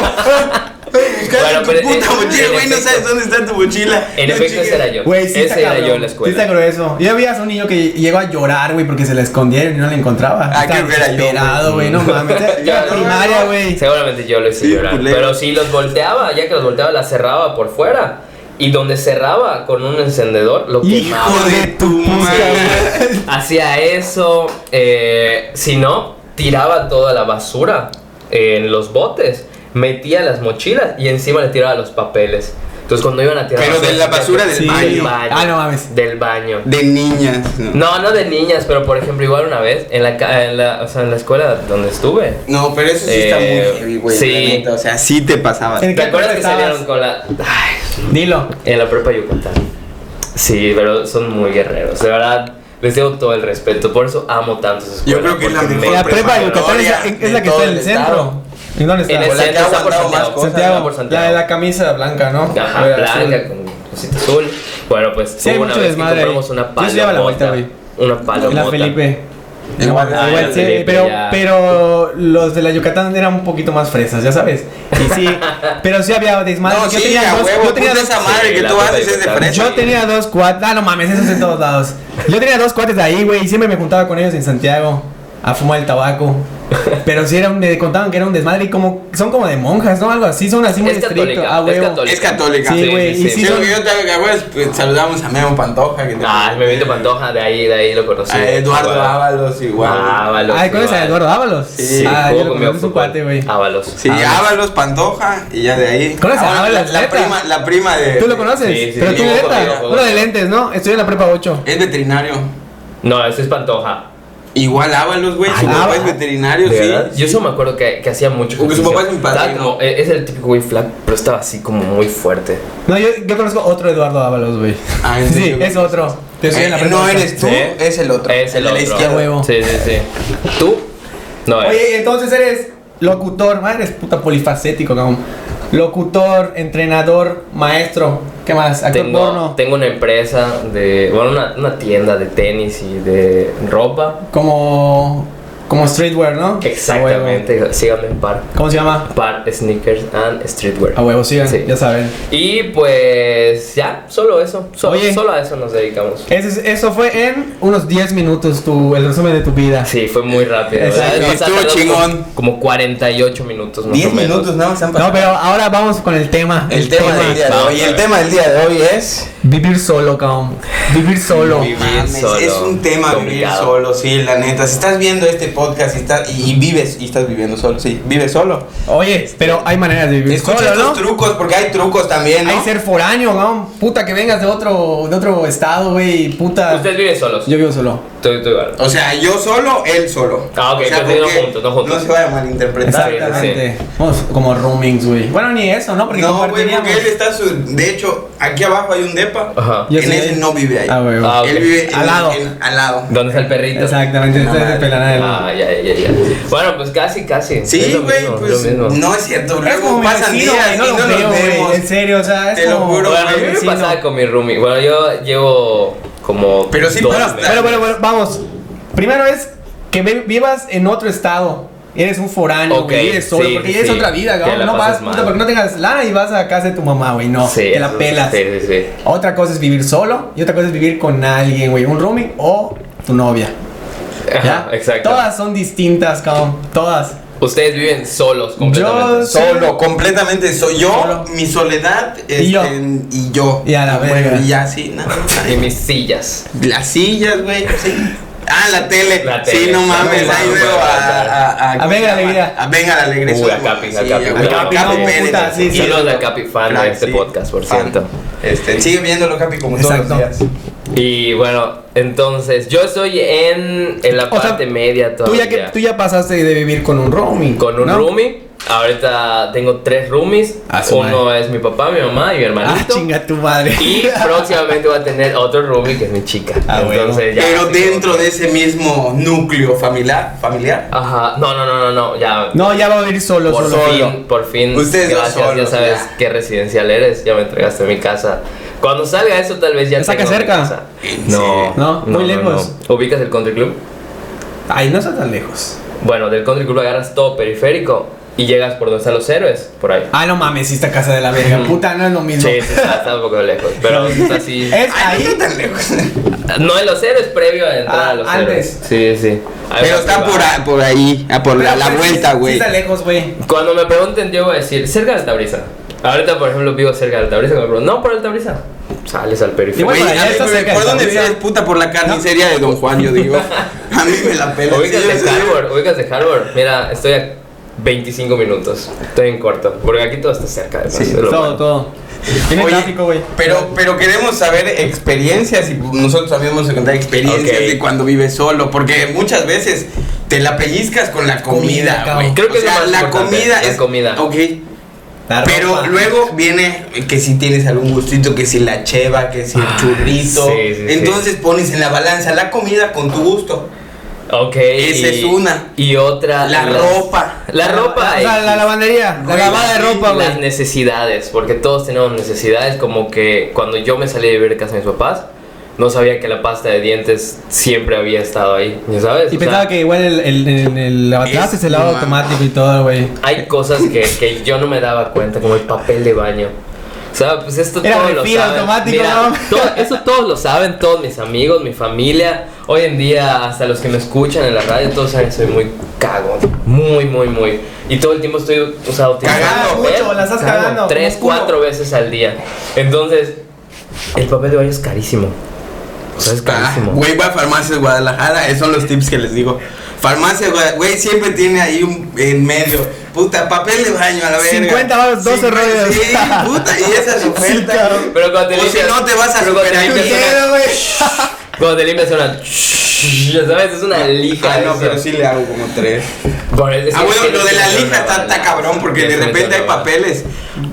Speaker 1: buscar
Speaker 3: Bueno,
Speaker 1: en tu
Speaker 3: pero
Speaker 1: puta
Speaker 3: en-
Speaker 1: mochila,
Speaker 3: en
Speaker 1: güey. No
Speaker 3: efecto-
Speaker 1: sabes dónde está tu mochila.
Speaker 3: En
Speaker 1: No
Speaker 3: efecto, ese
Speaker 1: chingues.
Speaker 3: era yo.
Speaker 2: Güey, sí
Speaker 3: ese
Speaker 2: está
Speaker 3: era
Speaker 2: cabrón,
Speaker 3: yo en la
Speaker 2: Sí está
Speaker 3: escuela.
Speaker 2: grueso. Yo había un niño que llegó a llorar, güey, porque se la escondieron y no la encontraba.
Speaker 1: Ah, creo que era yo,
Speaker 2: Desesperado, güey, no mames.
Speaker 3: Ya,
Speaker 2: Ya
Speaker 3: no,
Speaker 2: primaria,
Speaker 1: no.
Speaker 2: güey.
Speaker 3: Seguramente yo lo hice
Speaker 1: Sí,
Speaker 3: llorar.
Speaker 1: culero.
Speaker 3: Pero si los volteaba, ya que los volteaba, las cerraba por fuera. Y donde cerraba con un encendedor, lo quemaba.
Speaker 1: Hijo de tu
Speaker 2: puta,
Speaker 1: madre.
Speaker 2: güey.
Speaker 3: Hacía eso. eh, si no, tiraba toda la basura en los botes. Metía las mochilas y encima le tiraba los papeles. Entonces cuando iban a tirar...
Speaker 1: Pero de la basura del
Speaker 2: baño. Ah, no mames.
Speaker 3: Del baño.
Speaker 1: De niñas. No.
Speaker 3: No, no de niñas, pero por ejemplo, igual una vez, en la, ca- en la, o sea, en la escuela donde estuve,
Speaker 1: No, pero eso sí está muy
Speaker 3: Eh,
Speaker 1: heavy, güey.
Speaker 3: sí.
Speaker 1: la neta, O sea, sí te pasaba.
Speaker 2: En-
Speaker 3: ¿Te acuerdas que
Speaker 2: prepa
Speaker 3: salieron
Speaker 2: estabas?
Speaker 3: con la. Ay,
Speaker 2: Dilo.
Speaker 3: en la prepa Yucatán. Sí, pero son muy guerreros. De verdad, les debo todo el respeto. Por eso amo tanto sus
Speaker 1: Yo creo que es la mejor
Speaker 2: La prepa de Yucatán es la,
Speaker 1: Preparatoria
Speaker 2: es la que
Speaker 1: de todo
Speaker 2: está en el
Speaker 1: el estado.
Speaker 2: centro. ¿En dónde está?
Speaker 3: En el
Speaker 1: la que
Speaker 3: centro
Speaker 1: ha
Speaker 3: está por
Speaker 1: aguantado más
Speaker 3: Santiago.
Speaker 1: cosas,
Speaker 3: está
Speaker 2: Santiago,
Speaker 3: por
Speaker 2: la de
Speaker 3: Santiago.
Speaker 2: la camisa blanca, ¿no?
Speaker 3: Ajá,
Speaker 2: Era
Speaker 3: blanca
Speaker 2: azul.
Speaker 3: con cosita azul. Bueno, pues
Speaker 2: Sí, hay
Speaker 3: hubo una
Speaker 2: mucho
Speaker 3: vez que
Speaker 2: desmadre ahí.
Speaker 3: compramos una
Speaker 2: Yo sí daba la vuelta,
Speaker 3: palomota. Una
Speaker 2: En
Speaker 3: palomota.
Speaker 2: la Felipe.
Speaker 1: En
Speaker 2: No,
Speaker 1: Guadalajara,
Speaker 2: igual
Speaker 3: en
Speaker 2: sí,
Speaker 3: ah, Felipe,
Speaker 2: pero,
Speaker 3: ya.
Speaker 2: pero los de la Yucatán eran un poquito más fresas, ya sabes. Y
Speaker 3: *laughs*
Speaker 2: sí, pero sí había desmadre.
Speaker 1: No,
Speaker 2: yo
Speaker 1: sí,
Speaker 2: tenía
Speaker 1: a
Speaker 2: dos,
Speaker 1: huevo.
Speaker 2: yo tenía
Speaker 1: Puta
Speaker 2: dos,
Speaker 1: esa madre que
Speaker 3: la
Speaker 1: tú
Speaker 3: puta
Speaker 1: haces es de
Speaker 3: Yucatán.
Speaker 1: fresa.
Speaker 2: yo tenía dos cuates, ah no mames, eso es en todos lados. Yo tenía dos cuates de ahí, güey, y siempre me juntaba con ellos en Santiago a fumar el tabaco. Pero sí era un- me contaban que era un desmadre y como son como de monjas, ¿no? Algo así, son así muy
Speaker 3: Es
Speaker 2: estrictos,
Speaker 3: católica,
Speaker 2: ah,
Speaker 3: es
Speaker 2: huevo.
Speaker 3: católica.
Speaker 1: Es católica.
Speaker 2: Sí, güey, y sí
Speaker 1: Sí,
Speaker 2: son-
Speaker 1: que yo te hago, güey, pues, saludamos a Memo Pantoja. Que te-
Speaker 3: Ah, el bebito Pantoja, de ahí, de ahí lo conocí.
Speaker 1: A Ah, Eduardo Ábalos igual.
Speaker 3: Ábalos.
Speaker 2: Ay, ¿cuál es
Speaker 3: igual.
Speaker 2: Ah, Eduardo Ábalos?
Speaker 1: Sí,
Speaker 2: ah,
Speaker 3: jugó
Speaker 2: yo lo
Speaker 3: conmigo Ah,
Speaker 2: conozco, es un
Speaker 3: fútbol.
Speaker 2: cuate, güey.
Speaker 3: Ábalos.
Speaker 1: Sí, Ábalos, Pantoja y ya de ahí.
Speaker 2: ¿Cuál es
Speaker 1: Ahora,
Speaker 2: Ábalos,
Speaker 1: La, la
Speaker 2: neta?
Speaker 1: prima, la prima de.
Speaker 2: ¿Tú lo conoces?
Speaker 3: Sí, sí,
Speaker 2: pero
Speaker 3: sí,
Speaker 2: tú,
Speaker 3: yo
Speaker 2: neta,
Speaker 3: conmigo, juego
Speaker 2: uno de
Speaker 3: conmigo.
Speaker 2: lentes, ¿no? Estoy en la prepa 8.
Speaker 1: Es veterinario.
Speaker 3: No, ese es Pantoja.
Speaker 1: Igual Ábalos, güey. Su
Speaker 2: Ah,
Speaker 1: papá
Speaker 2: Ábalos.
Speaker 1: es veterinario,
Speaker 3: ¿De
Speaker 1: sí.
Speaker 3: verdad? Yo solo me acuerdo que, que hacía mucho
Speaker 1: Porque su
Speaker 3: ejercicio.
Speaker 1: papá es mi padrino.
Speaker 3: Estaba como- eh, es el típico güey flaco, pero estaba así como muy fuerte.
Speaker 2: No, yo, yo conozco otro Eduardo Ábalos, güey.
Speaker 1: Ah, ¿en
Speaker 2: Sí,
Speaker 1: serio?
Speaker 2: es otro. Yo soy en la
Speaker 1: Eh,
Speaker 2: prepa
Speaker 1: no
Speaker 2: ocho.
Speaker 1: eres tú,
Speaker 3: Sí.
Speaker 1: es el otro.
Speaker 3: Es el
Speaker 1: de la
Speaker 3: otro.
Speaker 1: izquierda.
Speaker 2: huevo. No.
Speaker 3: Sí, sí, sí. ¿Tú? No, eh.
Speaker 2: Oye, entonces eres locutor, madre, eres puta polifacético, cabrón. Locutor, entrenador, maestro, ¿qué más? Actor
Speaker 3: tengo,
Speaker 2: porno.
Speaker 3: tengo una empresa de. Bueno, una, una tienda de tenis y de ropa.
Speaker 2: Como como streetwear, ¿no? A huevo.
Speaker 3: Exactamente. Síganme en par.
Speaker 2: ¿Cómo se llama?
Speaker 3: Par Sneakers and Streetwear.
Speaker 2: A huevo, sigan,
Speaker 3: Sí.
Speaker 2: ya saben.
Speaker 3: Y pues ya, solo eso. so-
Speaker 2: Oye.
Speaker 3: Solo a eso nos dedicamos.
Speaker 2: Ese es- eso fue en unos 10 minutos tu, el resumen de tu vida.
Speaker 3: Sí, fue muy rápido. ¿verdad?
Speaker 2: Exacto.
Speaker 3: O sea,
Speaker 1: Estuvo
Speaker 3: tardó
Speaker 1: chingón.
Speaker 3: Como, como 48 minutos más o
Speaker 1: 10
Speaker 3: menos.
Speaker 1: minutos nada más han
Speaker 2: No,
Speaker 1: pasado.
Speaker 2: pero ahora vamos con el tema.
Speaker 1: El tema del día de
Speaker 3: Vamos,
Speaker 1: hoy. Y
Speaker 3: a ver.
Speaker 1: el tema del día de hoy es.
Speaker 2: Vivir solo, cabrón. Vivir solo.
Speaker 1: Vivir Mames,
Speaker 3: solo.
Speaker 1: Es un tema
Speaker 3: Complicado.
Speaker 1: vivir solo, sí, la neta. Si estás viendo este podcast y, estás, y, y vives y estás viviendo solo, sí, vives solo.
Speaker 2: Oye, pero hay maneras de vivir
Speaker 1: Escucha
Speaker 2: solo, ¿no?
Speaker 1: estos trucos, porque hay trucos también, ¿no?
Speaker 2: Hay ser foráneo, ¿no? Puta que vengas de otro, de otro estado, güey, puta.
Speaker 3: Ustedes viven solos.
Speaker 2: Yo vivo solo.
Speaker 3: Estoy, estoy igual.
Speaker 1: O sea, yo solo, él solo.
Speaker 3: Ah, ok,
Speaker 1: o sea,
Speaker 3: entonces no
Speaker 1: porque
Speaker 3: juntos, no juntos.
Speaker 1: se vaya a malinterpretar.
Speaker 3: bien, está
Speaker 2: Exactamente. Vamos como roomings, güey. Bueno, ni eso, ¿no? Porque
Speaker 1: No, güey,
Speaker 2: compartiríamos.
Speaker 1: porque él está su. De hecho, aquí abajo hay un depa.
Speaker 3: Ajá.
Speaker 2: Yo
Speaker 1: en
Speaker 2: soy
Speaker 1: ese
Speaker 2: ahí.
Speaker 1: no vive ahí.
Speaker 2: Ah, güey.
Speaker 3: Ah, ok.
Speaker 1: Él vive en-
Speaker 2: Al lado.
Speaker 1: en- al lado.
Speaker 3: ¿Dónde está el perrito?
Speaker 2: Exactamente,
Speaker 1: No,
Speaker 2: ustedes de
Speaker 1: madre.
Speaker 2: pelanada.
Speaker 3: Ah, ya, ya, ya. Bueno, pues casi, casi. Es
Speaker 1: Sí,
Speaker 3: lo
Speaker 1: güey,
Speaker 3: mismo,
Speaker 1: pues
Speaker 3: es lo mismo.
Speaker 1: no es cierto.
Speaker 2: Es como
Speaker 1: Luego
Speaker 2: mi
Speaker 1: pasan
Speaker 2: vecino,
Speaker 1: días
Speaker 2: güey,
Speaker 1: y
Speaker 2: no
Speaker 1: no
Speaker 2: lo
Speaker 1: nos
Speaker 2: veo,
Speaker 1: vemos.
Speaker 2: güey. En serio, o sea, es
Speaker 1: Te lo
Speaker 2: como...
Speaker 1: juro,
Speaker 3: Bueno, a mí
Speaker 1: güey,
Speaker 3: me
Speaker 2: vecino.
Speaker 3: pasaba con mi roomie. Bueno, yo llevo como.
Speaker 1: Pero sí
Speaker 3: dos
Speaker 1: para-
Speaker 3: meses.
Speaker 2: Bueno, bueno, bueno, vamos. Primero es que ve- vivas en otro estado. Eres un foráneo,
Speaker 3: Ok,
Speaker 2: güey, vives solo,
Speaker 3: sí,
Speaker 2: porque
Speaker 3: sí,
Speaker 2: es
Speaker 3: sí.
Speaker 2: otra vida,
Speaker 3: Que
Speaker 2: cabrón.
Speaker 3: la
Speaker 2: No
Speaker 3: pasas
Speaker 2: vas,
Speaker 3: mal.
Speaker 2: puta, porque no tengas lana y vas a casa de tu mamá, güey, no.
Speaker 3: Sí,
Speaker 2: te la
Speaker 3: eso-
Speaker 2: pelas.
Speaker 3: Sí, sí, sí.
Speaker 2: Otra cosa es vivir solo y otra cosa es vivir con alguien, güey. Un roomie o tu novia. ¿Ya?
Speaker 3: Ajá, *laughs* Exacto.
Speaker 2: Todas son distintas, cabrón. Todas.
Speaker 3: Ustedes viven solos completamente.
Speaker 2: Yo-
Speaker 1: Solo, completamente soy yo,
Speaker 2: Solo.
Speaker 1: mi soledad este,
Speaker 2: Y yo.
Speaker 1: y yo.
Speaker 2: Y a la
Speaker 1: Bueno,
Speaker 2: verga.
Speaker 1: Y ya, sí, nada.
Speaker 3: Y mis sillas.
Speaker 1: Las sillas, güey, sí. Ah, la tele.
Speaker 3: La
Speaker 1: Sí,
Speaker 3: tele.
Speaker 1: no mames,
Speaker 3: No
Speaker 1: ahí
Speaker 3: mames,
Speaker 1: veo a... A,
Speaker 2: A Venga la Alegría.
Speaker 1: A Venga la Alegría.
Speaker 3: Uy,
Speaker 1: solo.
Speaker 3: a Capi, a
Speaker 1: Sí,
Speaker 3: Capi.
Speaker 1: güey,
Speaker 2: Capi,
Speaker 1: Capi
Speaker 2: no,
Speaker 1: Pérez.
Speaker 2: puta, sí, sí.
Speaker 1: Saludos
Speaker 3: Saludos a Capi, fan de este
Speaker 1: sí.
Speaker 3: podcast, por
Speaker 1: Fan.
Speaker 3: cierto.
Speaker 1: Este, sigue viéndolo, Capi, como
Speaker 2: Exacto.
Speaker 1: todos los días.
Speaker 3: Y bueno, entonces yo estoy en, en la
Speaker 2: O sea,
Speaker 3: parte media
Speaker 2: Tú
Speaker 3: todavía.
Speaker 2: ya, que, tú ya pasaste de vivir con un roomie.
Speaker 3: Con un
Speaker 2: ¿no?
Speaker 3: roomie. Ahorita tengo tres roomies.
Speaker 2: Ah, su
Speaker 3: Uno es mi papá, mi mamá y mi
Speaker 2: Ah,
Speaker 3: hermanito.
Speaker 2: chinga tu madre. *laughs*
Speaker 3: y próximamente voy a tener otro roomie que es mi chica.
Speaker 2: Ah, bueno.
Speaker 3: Entonces ya.
Speaker 1: Pero dentro de ese mismo núcleo familiar, familiar.
Speaker 3: Ajá. No, no, no, no, no. Ya.
Speaker 2: No, ya va a vivir solo,
Speaker 3: por
Speaker 2: solo.
Speaker 3: fin, por fin.
Speaker 1: Ustedes dos
Speaker 3: gracias, ya
Speaker 1: solos,
Speaker 3: sabes
Speaker 1: ya.
Speaker 3: qué residencial eres. Ya me entregaste mi casa. Cuando salga eso, tal vez ya
Speaker 2: ¿Está acá
Speaker 3: tengo mi
Speaker 2: cerca?
Speaker 3: casa.
Speaker 1: ¿En
Speaker 3: No,
Speaker 1: serio?
Speaker 2: No, muy lejos.
Speaker 3: no. ¿Ubicas el country club?
Speaker 2: Ay, no está tan lejos.
Speaker 3: Bueno, del country club agarras todo periférico y llegas por donde están los héroes, por ahí.
Speaker 2: Ah, no mames, sí está casa de la verga.
Speaker 3: Ujú.
Speaker 2: Puta, no es lo mismo.
Speaker 3: Sí, sí, está, está un poco lejos,
Speaker 1: *laughs*
Speaker 3: pero está así.
Speaker 2: Es
Speaker 1: Ahí
Speaker 2: ahí.
Speaker 1: no tan lejos.
Speaker 3: No en los héroes, previo a entrar
Speaker 2: Ah,
Speaker 3: a los
Speaker 2: antes.
Speaker 3: héroes. Sí, sí. Ahí
Speaker 1: Pero
Speaker 3: va
Speaker 1: está
Speaker 3: arriba.
Speaker 1: por, a- por ahí, ah, por la,
Speaker 2: Pero,
Speaker 1: la
Speaker 2: pues,
Speaker 1: vuelta,
Speaker 2: sí- sí
Speaker 1: güey.
Speaker 2: está lejos, güey.
Speaker 3: Cuando me pregunten, yo voy a decir, cerca de Altabrisa. Ahorita, por ejemplo, vivo cerca de Altabrisa. Me preguntan, no, por Altabrisa. Sales al periférico.
Speaker 1: Güey,
Speaker 2: Bueno,
Speaker 1: a
Speaker 2: ya
Speaker 1: mí
Speaker 2: está
Speaker 1: me-
Speaker 2: cerca
Speaker 1: ¿Por
Speaker 2: de
Speaker 1: dónde
Speaker 2: Sabrina.
Speaker 1: vives, puta? Por la carnicería de Don Juan, yo digo. *laughs* A mí me la pela.
Speaker 3: Ubicas
Speaker 1: Sí, yo
Speaker 3: de
Speaker 1: sé.
Speaker 3: Harbor, ubicas de Harbor. Mira, estoy a 25 minutos. Estoy en corto. Porque aquí todo está cerca. además,
Speaker 1: Sí,
Speaker 3: es lo
Speaker 2: Todo,
Speaker 3: bueno.
Speaker 2: todo. Tiene
Speaker 1: Oye,
Speaker 2: gráfico, güey.
Speaker 1: Pero, pero queremos saber experiencias y nosotros también vamos a contar experiencias
Speaker 3: Ok.
Speaker 1: de cuando vives solo, porque muchas veces te la pellizcas con la
Speaker 2: Comida,
Speaker 1: comida,
Speaker 2: cabrón.
Speaker 1: güey.
Speaker 3: Creo que
Speaker 1: O
Speaker 3: es lo
Speaker 1: sea,
Speaker 3: más
Speaker 1: la
Speaker 3: importante,
Speaker 1: comida
Speaker 3: la
Speaker 1: es
Speaker 3: comida.
Speaker 1: Ok.
Speaker 2: La
Speaker 1: Pero
Speaker 2: ropa.
Speaker 1: luego viene que si tienes algún gustito, que si la cheva, que si el
Speaker 3: Ah,
Speaker 1: churrito.
Speaker 3: sí, sí,
Speaker 1: Entonces pones en la balanza la comida con tu gusto.
Speaker 3: Ok.
Speaker 1: Esa es una.
Speaker 3: Y otra.
Speaker 1: La
Speaker 3: las-
Speaker 1: ropa.
Speaker 3: La ropa.
Speaker 2: O sea, la lavandería. La
Speaker 1: Güey,
Speaker 2: lavada de
Speaker 1: sí,
Speaker 2: ropa,
Speaker 3: Las
Speaker 2: güey.
Speaker 3: necesidades, porque todos tenemos necesidades, como que cuando yo me salí de vivir de casa de mis papás, no sabía que la pasta de dientes siempre había estado ahí, ¿ya sabes?
Speaker 2: Y
Speaker 3: O sea,
Speaker 2: pensaba que igual el, el, el, el lavatrastes, el lavado
Speaker 1: Es-
Speaker 2: automático y todo, güey.
Speaker 3: Hay cosas que, que yo no me daba cuenta, como el papel de baño. O sea, pues esto
Speaker 2: Era
Speaker 3: todos lo
Speaker 2: refil
Speaker 3: saben.
Speaker 2: automático,
Speaker 3: Mira,
Speaker 2: ¿no?
Speaker 3: todo- esto todos lo saben, todos mis amigos, mi familia. Hoy en día, hasta los que me escuchan en la radio, todos saben que soy muy cagón. Muy, muy, muy. Y todo el tiempo estoy, o sea, utilizando
Speaker 1: Cagando
Speaker 3: papel.
Speaker 2: mucho, la estás
Speaker 3: Cago
Speaker 2: cagando,
Speaker 3: Tres,
Speaker 2: como culo.
Speaker 3: cuatro veces al día. Entonces, el papel de baño es carísimo. O sea, es
Speaker 1: Ah,
Speaker 3: carísimo.
Speaker 1: Güey, va a Farmacias Guadalajara, esos son los tips que les digo. Farmacias Guadalajara, güey, siempre tiene ahí un en medio. Puta, papel de baño a la verga.
Speaker 2: 50 varos, 12
Speaker 1: Cincu-
Speaker 2: rollos.
Speaker 1: Sí, puta, y esas
Speaker 2: *laughs* Sí,
Speaker 1: ofertas.
Speaker 2: cabrón.
Speaker 3: Pero cuando te
Speaker 1: o si
Speaker 3: limpias-
Speaker 1: no te vas a
Speaker 3: pero cuando te
Speaker 1: superar.
Speaker 3: limpias-
Speaker 2: Pero, güey.
Speaker 3: Cuando te limpias una... Ya sabes, es una lija.
Speaker 1: Ah, no,
Speaker 3: eso.
Speaker 1: pero sí le hago como tres.
Speaker 3: Por el-
Speaker 1: Ah, bueno, lo de la
Speaker 3: sí,
Speaker 1: lija
Speaker 3: sí, sí,
Speaker 1: está,
Speaker 3: sí,
Speaker 1: está
Speaker 3: sí,
Speaker 1: cabrón porque
Speaker 3: sí,
Speaker 1: de
Speaker 3: sí,
Speaker 1: repente
Speaker 3: sí,
Speaker 1: hay
Speaker 3: sí.
Speaker 1: papeles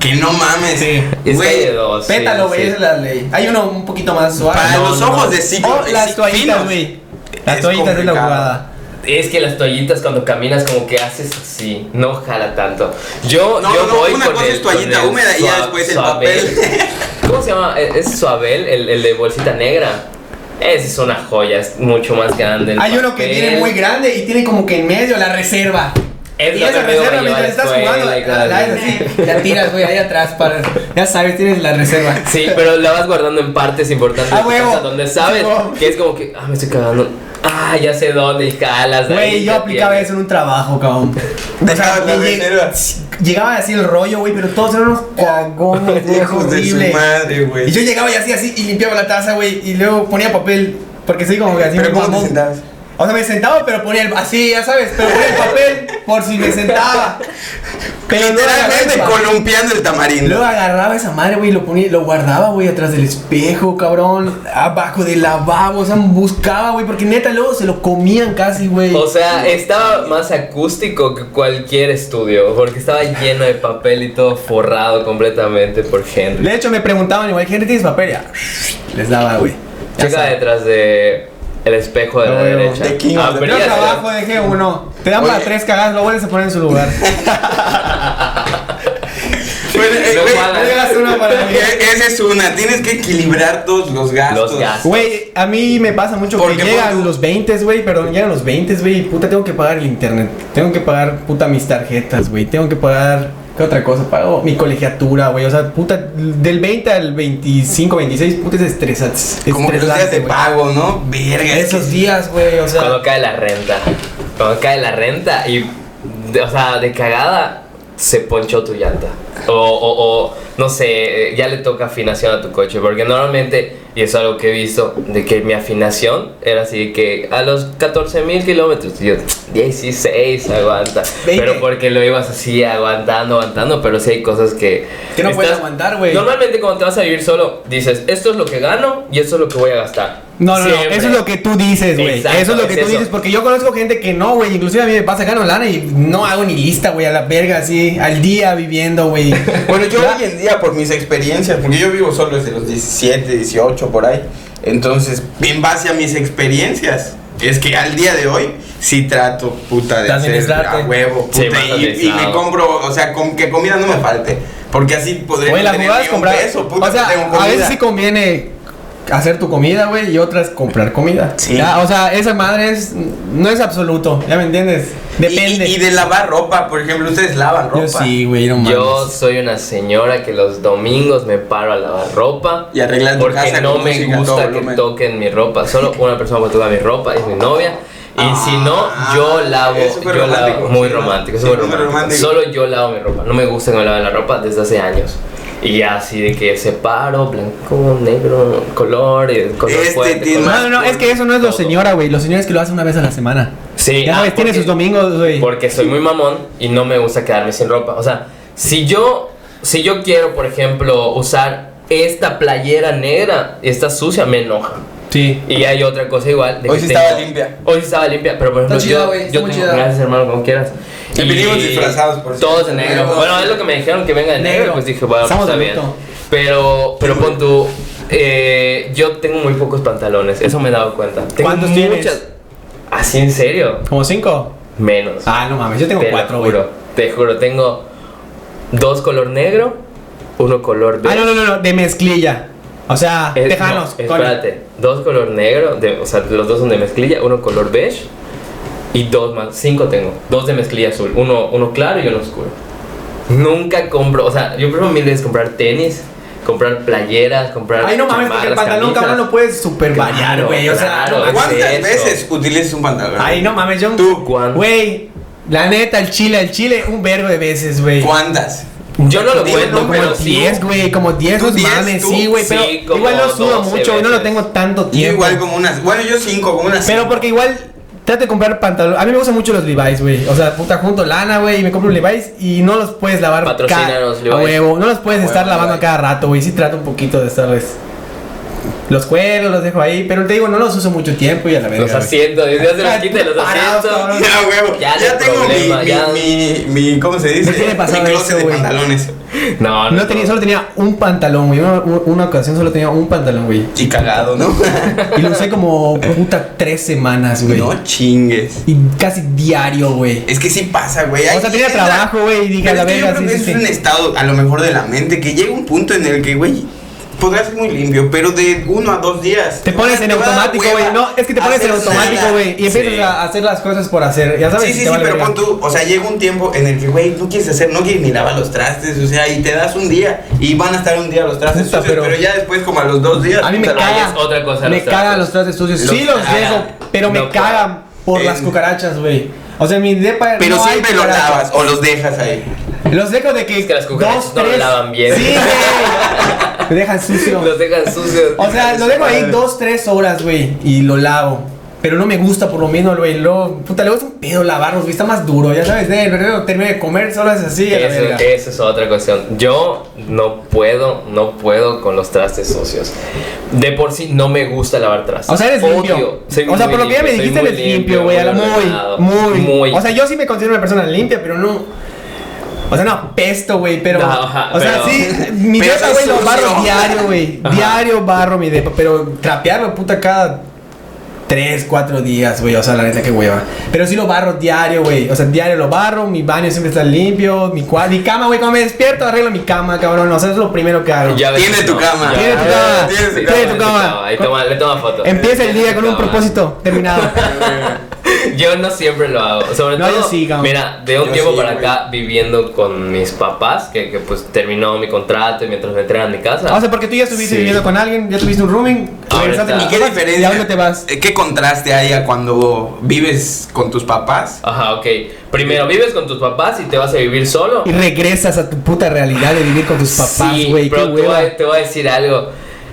Speaker 1: que no mames.
Speaker 2: Sí.
Speaker 3: Es que hay
Speaker 1: Güey,
Speaker 3: de dos, sí,
Speaker 2: Pétalo,
Speaker 3: sí.
Speaker 2: güey, esa es la ley. Hay uno un poquito más suave.
Speaker 1: para
Speaker 3: no,
Speaker 1: los
Speaker 3: no.
Speaker 1: ojos de ciclo.
Speaker 2: O
Speaker 1: de
Speaker 2: las
Speaker 1: ciclo
Speaker 2: toallitas,
Speaker 1: finos.
Speaker 2: güey. Las
Speaker 1: Es
Speaker 2: toallitas es la
Speaker 1: complicado.
Speaker 2: jugada.
Speaker 3: Es que las toallitas cuando caminas como que haces así, no jala tanto. Yo,
Speaker 1: No,
Speaker 3: yo
Speaker 1: no,
Speaker 3: voy
Speaker 1: una
Speaker 3: con
Speaker 1: cosa
Speaker 3: el,
Speaker 1: es toallita
Speaker 3: con el
Speaker 1: húmeda y ya
Speaker 3: sua-
Speaker 1: después el
Speaker 3: suabel.
Speaker 1: papel.
Speaker 3: *laughs* ¿Cómo se llama? ¿E- ¿Es suabel? El, el de bolsita negra. Ese es una joya, es mucho más grande. el
Speaker 2: Hay uno que
Speaker 3: papel.
Speaker 2: tiene muy grande y tiene como que en medio la reserva.
Speaker 3: Es
Speaker 2: y
Speaker 3: lo
Speaker 2: esa
Speaker 3: que me voy a
Speaker 2: reserva
Speaker 3: llevar
Speaker 2: mientras estás
Speaker 3: a la escuela
Speaker 2: jugando,
Speaker 3: y cosas
Speaker 2: la, la-
Speaker 3: así.
Speaker 2: así, la tiras, güey, ahí atrás para. Ya sabes, tienes la reserva.
Speaker 3: *laughs* Sí, pero la vas guardando en partes importantes.
Speaker 2: A
Speaker 3: de tu
Speaker 2: huevo.
Speaker 3: casa Donde sabes
Speaker 2: Simón.
Speaker 3: que es como que, ah, me estoy cagando. Ah, ya sé dónde y jalas. de ahí
Speaker 2: Güey, yo
Speaker 3: ya
Speaker 2: aplicaba
Speaker 3: tienes.
Speaker 2: eso en un trabajo,
Speaker 3: *laughs*
Speaker 2: cabrón.
Speaker 1: Dejaba la
Speaker 2: lleg-
Speaker 1: reserva.
Speaker 2: Llegaba así el rollo, güey, pero todos eran unos cagones, güey,
Speaker 1: *laughs* Hijos de su
Speaker 2: horrible.
Speaker 1: madre, güey.
Speaker 2: Y yo llegaba y así, así, y limpiaba la taza, güey, y luego ponía papel, porque soy como que así
Speaker 1: Pero
Speaker 2: muy
Speaker 1: ¿cómo te
Speaker 2: mamón.
Speaker 1: sentabas?
Speaker 2: O sea, me sentaba, pero ponía el, así, ya sabes, pero ponía el papel por si me sentaba. Pero
Speaker 1: *laughs*
Speaker 2: luego
Speaker 1: Literalmente
Speaker 2: agarraba, esa-
Speaker 1: columpiando el tamarindo.
Speaker 2: luego agarraba esa madre, güey, y lo ponía, lo guardaba, güey, atrás del espejo, cabrón, abajo del lavabo, o sea, buscaba, güey, porque neta luego se lo comían casi, güey.
Speaker 3: O sea, estaba más acústico que cualquier estudio, porque estaba lleno de papel y todo forrado completamente por Henry.
Speaker 2: De hecho, me preguntaban igual, ¿quién tienes papel? Ya, Les daba, güey. Ya
Speaker 3: Checa
Speaker 2: sabes.
Speaker 3: detrás de el espejo de la
Speaker 2: No, no,
Speaker 3: derecha. Ah,
Speaker 1: de King of the
Speaker 3: pero
Speaker 2: Yo
Speaker 3: ya se-
Speaker 2: trabajo, dejé uno. Te dan para
Speaker 1: Oye.
Speaker 2: tres cagadas, lo vuelves a poner en su
Speaker 3: *laughs*
Speaker 2: lugar.
Speaker 1: Bueno, eh,
Speaker 3: No
Speaker 1: güey,
Speaker 3: cuadra.
Speaker 2: Llegas uno para mí.
Speaker 1: e- Esa es una, tienes que equilibrar todos los gastos.
Speaker 3: Los gastos.
Speaker 2: Güey, a mí me pasa mucho
Speaker 1: Porque
Speaker 2: que llegan
Speaker 1: pon tú-
Speaker 2: los 20, güey, pero llegan los 20, güey, y puta, tengo que pagar el internet. Tengo que pagar, puta, mis tarjetas, güey. Tengo que pagar, ¿qué otra cosa? Pago mi colegiatura, güey. O sea, puta, del 20 al 25, 26, puta, es estresante.
Speaker 1: Como que los días
Speaker 2: estresante,
Speaker 1: de
Speaker 2: güey.
Speaker 1: pago, ¿no? Verga. es
Speaker 2: Esos
Speaker 1: que-
Speaker 2: días, güey, o sea.
Speaker 3: Pues Cuando cae la renta. Cuando cae la renta y, de- o sea, de cagada se ponchó tu llanta. O, o, o, no sé, ya le toca afinación a tu coche. Porque normalmente, y eso es algo que he visto, de que mi afinación era así de que a los 14 mil kilómetros, y yo 16, aguanta.
Speaker 2: Veinte.
Speaker 3: Pero porque lo ibas así aguantando, aguantando. Pero sí hay cosas que.
Speaker 2: Que no puedes
Speaker 3: estás-
Speaker 2: aguantar, güey.
Speaker 3: Normalmente, cuando te vas a vivir solo, dices, esto es lo que gano y esto es lo que voy a gastar.
Speaker 2: No, no, no,
Speaker 3: Siempre.
Speaker 2: eso es lo que tú dices, güey. Eso
Speaker 3: Exacto,
Speaker 2: es lo que
Speaker 3: es
Speaker 2: tú
Speaker 3: eso.
Speaker 2: dices, porque yo conozco gente que no, güey. Inclusive a mí me pasa gano lana y no hago ni lista, güey, a la verga, así, al día viviendo,
Speaker 1: *laughs*
Speaker 2: güey.
Speaker 1: Bueno, yo
Speaker 2: Ya.
Speaker 1: hoy en día, por mis experiencias, porque yo vivo solo desde los 17, 18, por ahí. Entonces, en base a mis experiencias, es que al día de hoy sí trato, puta, de
Speaker 2: De
Speaker 1: hacer
Speaker 2: administrarte.
Speaker 1: a huevo,
Speaker 3: Sí,
Speaker 1: puta,
Speaker 3: más
Speaker 1: y- y,
Speaker 3: administrado.
Speaker 1: me compro, o sea, con que comida no me falte. Porque así podré
Speaker 2: Oye,
Speaker 1: no
Speaker 2: la
Speaker 1: tener
Speaker 2: jugada es
Speaker 1: ni un
Speaker 2: comprar.
Speaker 1: peso, puta,
Speaker 2: o sea,
Speaker 1: tengo
Speaker 2: a
Speaker 1: comida.
Speaker 2: veces sí conviene hacer tu comida, güey, y otra es comprar comida.
Speaker 1: Sí.
Speaker 2: Ya, o sea, esa madre es, no es absoluto, ¿ya me entiendes? Depende.
Speaker 1: Y, y de lavar ropa, por ejemplo, ustedes lavan ropa.
Speaker 2: Yo sí, güey, no mames.
Speaker 3: Yo soy una señora que los domingos me paro a lavar ropa.
Speaker 1: Y arreglas tu
Speaker 3: Porque
Speaker 1: casa
Speaker 3: no
Speaker 1: con
Speaker 3: me
Speaker 1: música a todo
Speaker 3: gusta que
Speaker 1: volumen.
Speaker 3: toquen mi ropa. Solo una persona puede tocar mi ropa, es mi novia. Y si no,
Speaker 1: Ah,
Speaker 3: yo lavo,
Speaker 1: es súper
Speaker 3: yo lavo-
Speaker 1: romántico,
Speaker 3: muy
Speaker 1: sí,
Speaker 3: romántico,
Speaker 1: sí,
Speaker 3: súper
Speaker 1: súper
Speaker 3: romántico.
Speaker 1: romántico.
Speaker 3: Solo yo lavo mi ropa. No me gusta que me laven la ropa desde hace años. Y así de que separo blanco, negro, color, y color
Speaker 1: Este
Speaker 3: fuerte,
Speaker 1: tiene
Speaker 3: color-
Speaker 1: más-
Speaker 2: No, no, no, es que eso no es lo
Speaker 3: Todo.
Speaker 2: señora, güey. Los señores que lo hacen una vez a la semana.
Speaker 3: Sí,
Speaker 2: Ya
Speaker 3: ah,
Speaker 2: sabes, tiene
Speaker 3: porque-
Speaker 2: sus domingos, güey.
Speaker 3: Porque soy muy mamón y no me gusta quedarme sin ropa. O sea, si yo, si yo quiero, por ejemplo, usar esta playera negra y está sucia, me enoja.
Speaker 2: Sí.
Speaker 3: Y hay otra cosa igual. de
Speaker 1: Hoy
Speaker 3: que
Speaker 1: sí estaba limpia.
Speaker 3: Hoy sí estaba limpia, pero por ejemplo,
Speaker 4: Está chida,
Speaker 3: yo,
Speaker 4: güey, está
Speaker 3: yo
Speaker 4: muy
Speaker 3: tengo-
Speaker 4: chida.
Speaker 3: Gracias, hermano, como quieras.
Speaker 1: Y venimos disfrazados, por cierto.
Speaker 3: Todos de negro. Bueno, es lo que me dijeron que venga de negro.
Speaker 2: Negro.
Speaker 3: Pues dije, bueno, pues,
Speaker 2: Estamos
Speaker 3: está
Speaker 2: de
Speaker 3: bien.
Speaker 2: luto.
Speaker 3: Pero, pero pon tú. eh, yo tengo muy pocos pantalones, eso me he dado cuenta. Tengo
Speaker 2: ¿Cuántos
Speaker 3: muchas-
Speaker 2: tienes?
Speaker 3: Así en serio,
Speaker 2: ¿Como cinco?
Speaker 3: menos.
Speaker 2: Ah, no mames, yo tengo
Speaker 3: Te lo
Speaker 2: cuatro, güey.
Speaker 3: juro, Te juro, tengo dos color negro, uno color
Speaker 2: Ah,
Speaker 3: beige.
Speaker 2: no, no, no, no, de mezclilla. O sea,
Speaker 3: Es-
Speaker 2: tejanos.
Speaker 3: no,
Speaker 2: con-
Speaker 3: espérate, dos color negro, de- o sea, los dos son de mezclilla, uno color beige y dos más, cinco tengo, dos de mezclilla azul, uno, uno claro y uno oscuro. Nunca compro, o sea, yo prefiero mil veces comprar tenis, comprar playeras, comprar.
Speaker 2: Ay, no mames, porque el
Speaker 3: chamarras,
Speaker 2: pantalón,
Speaker 3: camisas.
Speaker 2: cabrón, lo puedes super
Speaker 3: Claro,
Speaker 2: variar, güey. O sea,
Speaker 3: claro.
Speaker 2: no mames.
Speaker 1: ¿Cuántas
Speaker 3: eso.
Speaker 1: veces utilizas un pantalón?
Speaker 2: Ay, no mames, yo.
Speaker 1: ¿Tú
Speaker 3: cuántas?
Speaker 2: Güey, la neta, el chile, el chile, un vergo de veces, güey.
Speaker 1: ¿Cuántas?
Speaker 3: Yo no lo
Speaker 1: Digo,
Speaker 3: cuento,
Speaker 1: no,
Speaker 3: pero
Speaker 2: Como
Speaker 3: sí.
Speaker 2: 10, güey, como 10,
Speaker 1: ¿Tú
Speaker 2: no
Speaker 1: 10,
Speaker 2: mames,
Speaker 1: tú?
Speaker 2: sí, güey,
Speaker 3: Sí,
Speaker 2: pero
Speaker 3: como
Speaker 2: igual lo sudo
Speaker 3: 12
Speaker 2: mucho, güey, no lo
Speaker 3: veces.
Speaker 2: tengo tanto
Speaker 1: Yo
Speaker 2: tiempo.
Speaker 1: igual como unas. Bueno, yo cinco, como unas.
Speaker 2: Pero porque igual trate de comprar pantalón. A mí me gustan mucho los Levi's, güey. O sea, puta, junto lana, güey, y me compro un Levi's y no los puedes lavar ca-
Speaker 3: Patrocínanos, Levi's.
Speaker 2: a huevo. No los puedes
Speaker 1: A huevo,
Speaker 2: estar lavando a
Speaker 1: Levi's.
Speaker 2: cada rato, güey. Sí trato un poquito de estarles. Los cueros los dejo ahí, pero te digo, no los uso mucho tiempo y a la verga.
Speaker 3: Los
Speaker 2: güey.
Speaker 3: asientos, Dios se los quite, los
Speaker 2: Parados,
Speaker 3: asientos.
Speaker 1: *laughs*
Speaker 2: cabrón.
Speaker 1: Ya, huevo.
Speaker 3: Ya
Speaker 1: Ya,
Speaker 3: no hay
Speaker 1: tengo mi-
Speaker 3: problema,
Speaker 1: mi,
Speaker 3: ya.
Speaker 1: mi, mi- ¿Cómo se dice?
Speaker 2: Me tiene pasado
Speaker 1: mi closet
Speaker 2: eso,
Speaker 1: de
Speaker 2: güey.
Speaker 1: pantalones.
Speaker 3: No,
Speaker 2: No tenía, solo tenía un pantalón, güey. Una, una ocasión solo tenía un pantalón, güey.
Speaker 1: Y cagado, ¿no?
Speaker 2: Y lo usé como puta tres semanas, *laughs* güey.
Speaker 1: no chingues.
Speaker 2: Y casi diario, güey.
Speaker 1: Es que sí pasa, güey.
Speaker 2: O sea, tenía trabajo, güey, y dije,
Speaker 1: Pero
Speaker 2: a la
Speaker 1: es que yo
Speaker 2: verga,
Speaker 1: creo
Speaker 2: sí,
Speaker 1: que
Speaker 2: sí,
Speaker 1: es
Speaker 2: sí.
Speaker 1: un estado, a lo mejor de la mente, que llega un punto en el que, güey, podrás ser muy limpio, pero de uno a dos días.
Speaker 2: Te pones
Speaker 1: va-
Speaker 2: en
Speaker 1: va a dar
Speaker 2: automático,
Speaker 1: hueva
Speaker 2: güey. No, es que te pones
Speaker 1: hacer
Speaker 2: en automático,
Speaker 1: nada.
Speaker 2: güey. Y empiezas
Speaker 3: Sí.
Speaker 2: a hacer las cosas por hacer. Ya sabes,
Speaker 1: Sí,
Speaker 2: y
Speaker 1: sí,
Speaker 2: te
Speaker 1: sí,
Speaker 2: vale
Speaker 1: pero
Speaker 2: verga.
Speaker 1: pon tú, o sea, llega un tiempo en el que, güey, no quieres hacer, no quieres ni lavar los trastes, o sea, y te das un día, y van a estar un día los trastes
Speaker 2: Puta,
Speaker 1: sucios, pero,
Speaker 2: pero-
Speaker 1: ya después, como a los dos días.
Speaker 2: A mí me
Speaker 1: puta,
Speaker 3: Ahí
Speaker 2: caga.
Speaker 3: es otra cosa,
Speaker 2: me
Speaker 3: los
Speaker 2: cagan
Speaker 3: trastes.
Speaker 2: los trastes sucios.
Speaker 1: Los
Speaker 2: sí, los
Speaker 1: cagan.
Speaker 2: dejo, pero
Speaker 3: No
Speaker 2: me
Speaker 3: puedo.
Speaker 2: cagan por
Speaker 1: En-
Speaker 2: las cucarachas, güey. O sea, en mi depa
Speaker 1: Pero
Speaker 2: no hay
Speaker 1: siempre los
Speaker 2: cucarachas.
Speaker 1: lavas o los dejas ahí.
Speaker 2: Los dejo de que,
Speaker 3: Es que las cucarachas
Speaker 2: dos,
Speaker 3: no lo
Speaker 2: tres-
Speaker 3: lavan bien.
Speaker 2: Sí,
Speaker 3: *laughs*
Speaker 2: güey. Me dejan sucio.
Speaker 3: Los dejan sucios.
Speaker 2: O sea, lo dejo ahí dos, tres horas, güey, y lo lavo. Pero no me gusta por lo menos, güey. Luego, puta, luego es un pedo lavarlos, güey. Está más duro, ya sabes. Eh, luego termino de comer, solo es así. a la verga.
Speaker 3: Eso, eso es otra cuestión. Yo no puedo, no puedo con los trastes sucios. De por sí no me gusta lavar trastes.
Speaker 2: O sea, eres
Speaker 3: Odio.
Speaker 2: limpio.
Speaker 3: Soy
Speaker 2: o sea,
Speaker 3: muy
Speaker 2: por lo que ya me dijiste,
Speaker 3: limpio, soy muy
Speaker 2: eres limpio, güey. a la-
Speaker 3: ordenado,
Speaker 2: Muy, muy,
Speaker 3: muy.
Speaker 2: O sea, yo sí me considero una persona limpia, pero no. O sea, no apesto, güey, pero.
Speaker 3: No, ajá,
Speaker 2: o sea,
Speaker 3: pero-
Speaker 2: sí, mi
Speaker 1: pero
Speaker 2: depa,
Speaker 1: es
Speaker 2: güey, lo
Speaker 1: sucio.
Speaker 2: barro diario, güey.
Speaker 3: Ajá.
Speaker 2: Diario barro mi depa, pero trapearlo, puta, cada. Tres, cuatro días, güey. O sea, la neta que hueva. Pero sí lo barro diario, güey. O sea, diario lo barro. Mi baño siempre está limpio. Mi, cua- mi cama, güey. Cuando me despierto, arreglo mi cama, cabrón. O sea, es lo primero que hago.
Speaker 3: Ya ves
Speaker 1: Tiene
Speaker 3: que
Speaker 1: tu cama.
Speaker 3: ya
Speaker 2: Tiene tu
Speaker 3: ves.
Speaker 2: cama.
Speaker 3: Sí,
Speaker 1: Tiene tu
Speaker 2: cama.
Speaker 3: Ahí toma, le toma foto.
Speaker 2: Empieza el día
Speaker 3: Tiene
Speaker 2: con
Speaker 3: tu
Speaker 2: un
Speaker 3: cama.
Speaker 2: propósito
Speaker 3: *laughs*
Speaker 2: terminado.
Speaker 3: Yo no siempre lo hago. Sobre
Speaker 2: No,
Speaker 3: todo,
Speaker 2: yo sí, cabrón.
Speaker 3: mira, de un
Speaker 1: Yo
Speaker 3: tiempo
Speaker 1: sí,
Speaker 3: para
Speaker 1: güey.
Speaker 3: acá viviendo con mis papás, que, que, pues terminó mi contrato y mientras me entregan a mi casa.
Speaker 2: O sea, porque tú ya estuviste
Speaker 3: Sí.
Speaker 2: viviendo con alguien, ya tuviste un rooming,
Speaker 3: Ahora
Speaker 2: regresaste
Speaker 3: está.
Speaker 1: ¿Y
Speaker 2: con tus
Speaker 1: qué
Speaker 2: papás, ¿Y
Speaker 1: diferencia? eh,
Speaker 2: a dónde te vas?
Speaker 1: ¿Qué contraste hay a cuando vives con tus papás?
Speaker 3: Ajá, ok. Primero, vives con tus papás y te vas a vivir solo.
Speaker 2: Y regresas a tu puta realidad de vivir con tus papás,
Speaker 3: sí,
Speaker 2: güey. qué
Speaker 3: pero eh, te
Speaker 2: hueva.
Speaker 3: voy, a- te voy a decir algo.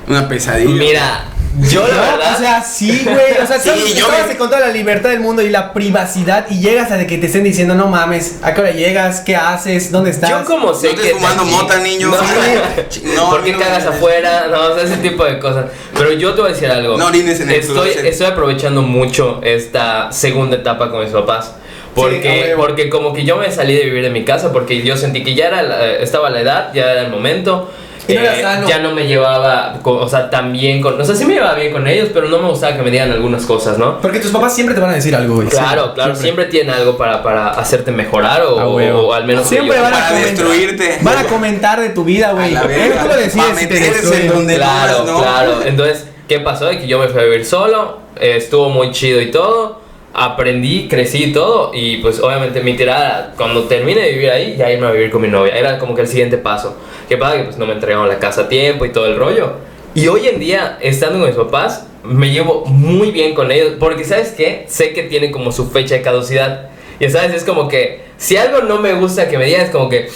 Speaker 1: Una pesadilla.
Speaker 3: Mira, yo la
Speaker 2: No, *laughs*
Speaker 3: verdad.
Speaker 2: O sea, sí, güey. O sea,
Speaker 1: Sí,
Speaker 2: sabes,
Speaker 1: yo
Speaker 2: estabas
Speaker 1: me-
Speaker 2: con toda la libertad del mundo y la privacidad y llegas a de que te estén diciendo, no mames, ¿a qué hora llegas? ¿Qué haces? ¿Dónde estás?
Speaker 3: yo como sé
Speaker 1: No estés
Speaker 3: que
Speaker 1: fumando mota, niño.
Speaker 3: No, *laughs*
Speaker 1: No,
Speaker 3: ¿Por qué
Speaker 1: no,
Speaker 3: cagas
Speaker 1: no, no.
Speaker 3: afuera? No, o sea, ese tipo de cosas. Pero yo te voy a decir algo.
Speaker 1: No orines en el
Speaker 3: estoy,
Speaker 1: closet.
Speaker 3: estoy aprovechando mucho esta segunda etapa con mis papás.
Speaker 2: a
Speaker 3: Porque,
Speaker 2: huevo.
Speaker 3: porque como que yo me salí de vivir de mi casa porque yo sentí que ya era la- eh, estaba la edad, ya era el momento.
Speaker 2: Y
Speaker 3: Eh,
Speaker 2: no era sano.
Speaker 3: Ya no me llevaba, co- o sea, tan bien con... O sea, sí me llevaba bien con ellos, pero no me gustaba que me dieran algunas cosas, ¿no?
Speaker 2: Porque tus papás siempre te van a decir algo, güey.
Speaker 3: Claro, claro, siempre tienen algo para, para hacerte mejorar o,
Speaker 2: A huevo.
Speaker 3: o al menos
Speaker 2: Siempre
Speaker 3: que yo-
Speaker 2: van a
Speaker 1: Para
Speaker 2: comentar-
Speaker 1: destruirte.
Speaker 2: Van a comentar de tu vida,
Speaker 1: A
Speaker 2: güey.
Speaker 1: la
Speaker 2: Eso
Speaker 1: verga.
Speaker 2: tú lo decides
Speaker 1: Pa'
Speaker 2: si te
Speaker 1: meterse en
Speaker 2: destruyen.
Speaker 1: donde- de
Speaker 3: Claro,
Speaker 1: *laughs* nomás, ¿no?
Speaker 3: claro. Entonces, ¿Qué pasó? De que yo me fui a vivir solo, eh, estuvo muy chido y todo, aprendí, crecí y todo, y pues obviamente mi tirada, cuando termine de vivir ahí, ya irme a vivir con mi novia, era como que el siguiente paso. ¿Qué pasa? Que pues no me entregaron la casa a tiempo y todo el rollo. Y hoy en día, estando con mis papás, me llevo muy bien con ellos, porque ¿sabes qué? Sé que tienen como su fecha de caducidad. Y sabes, es como que si algo no me gusta que me digan, es como que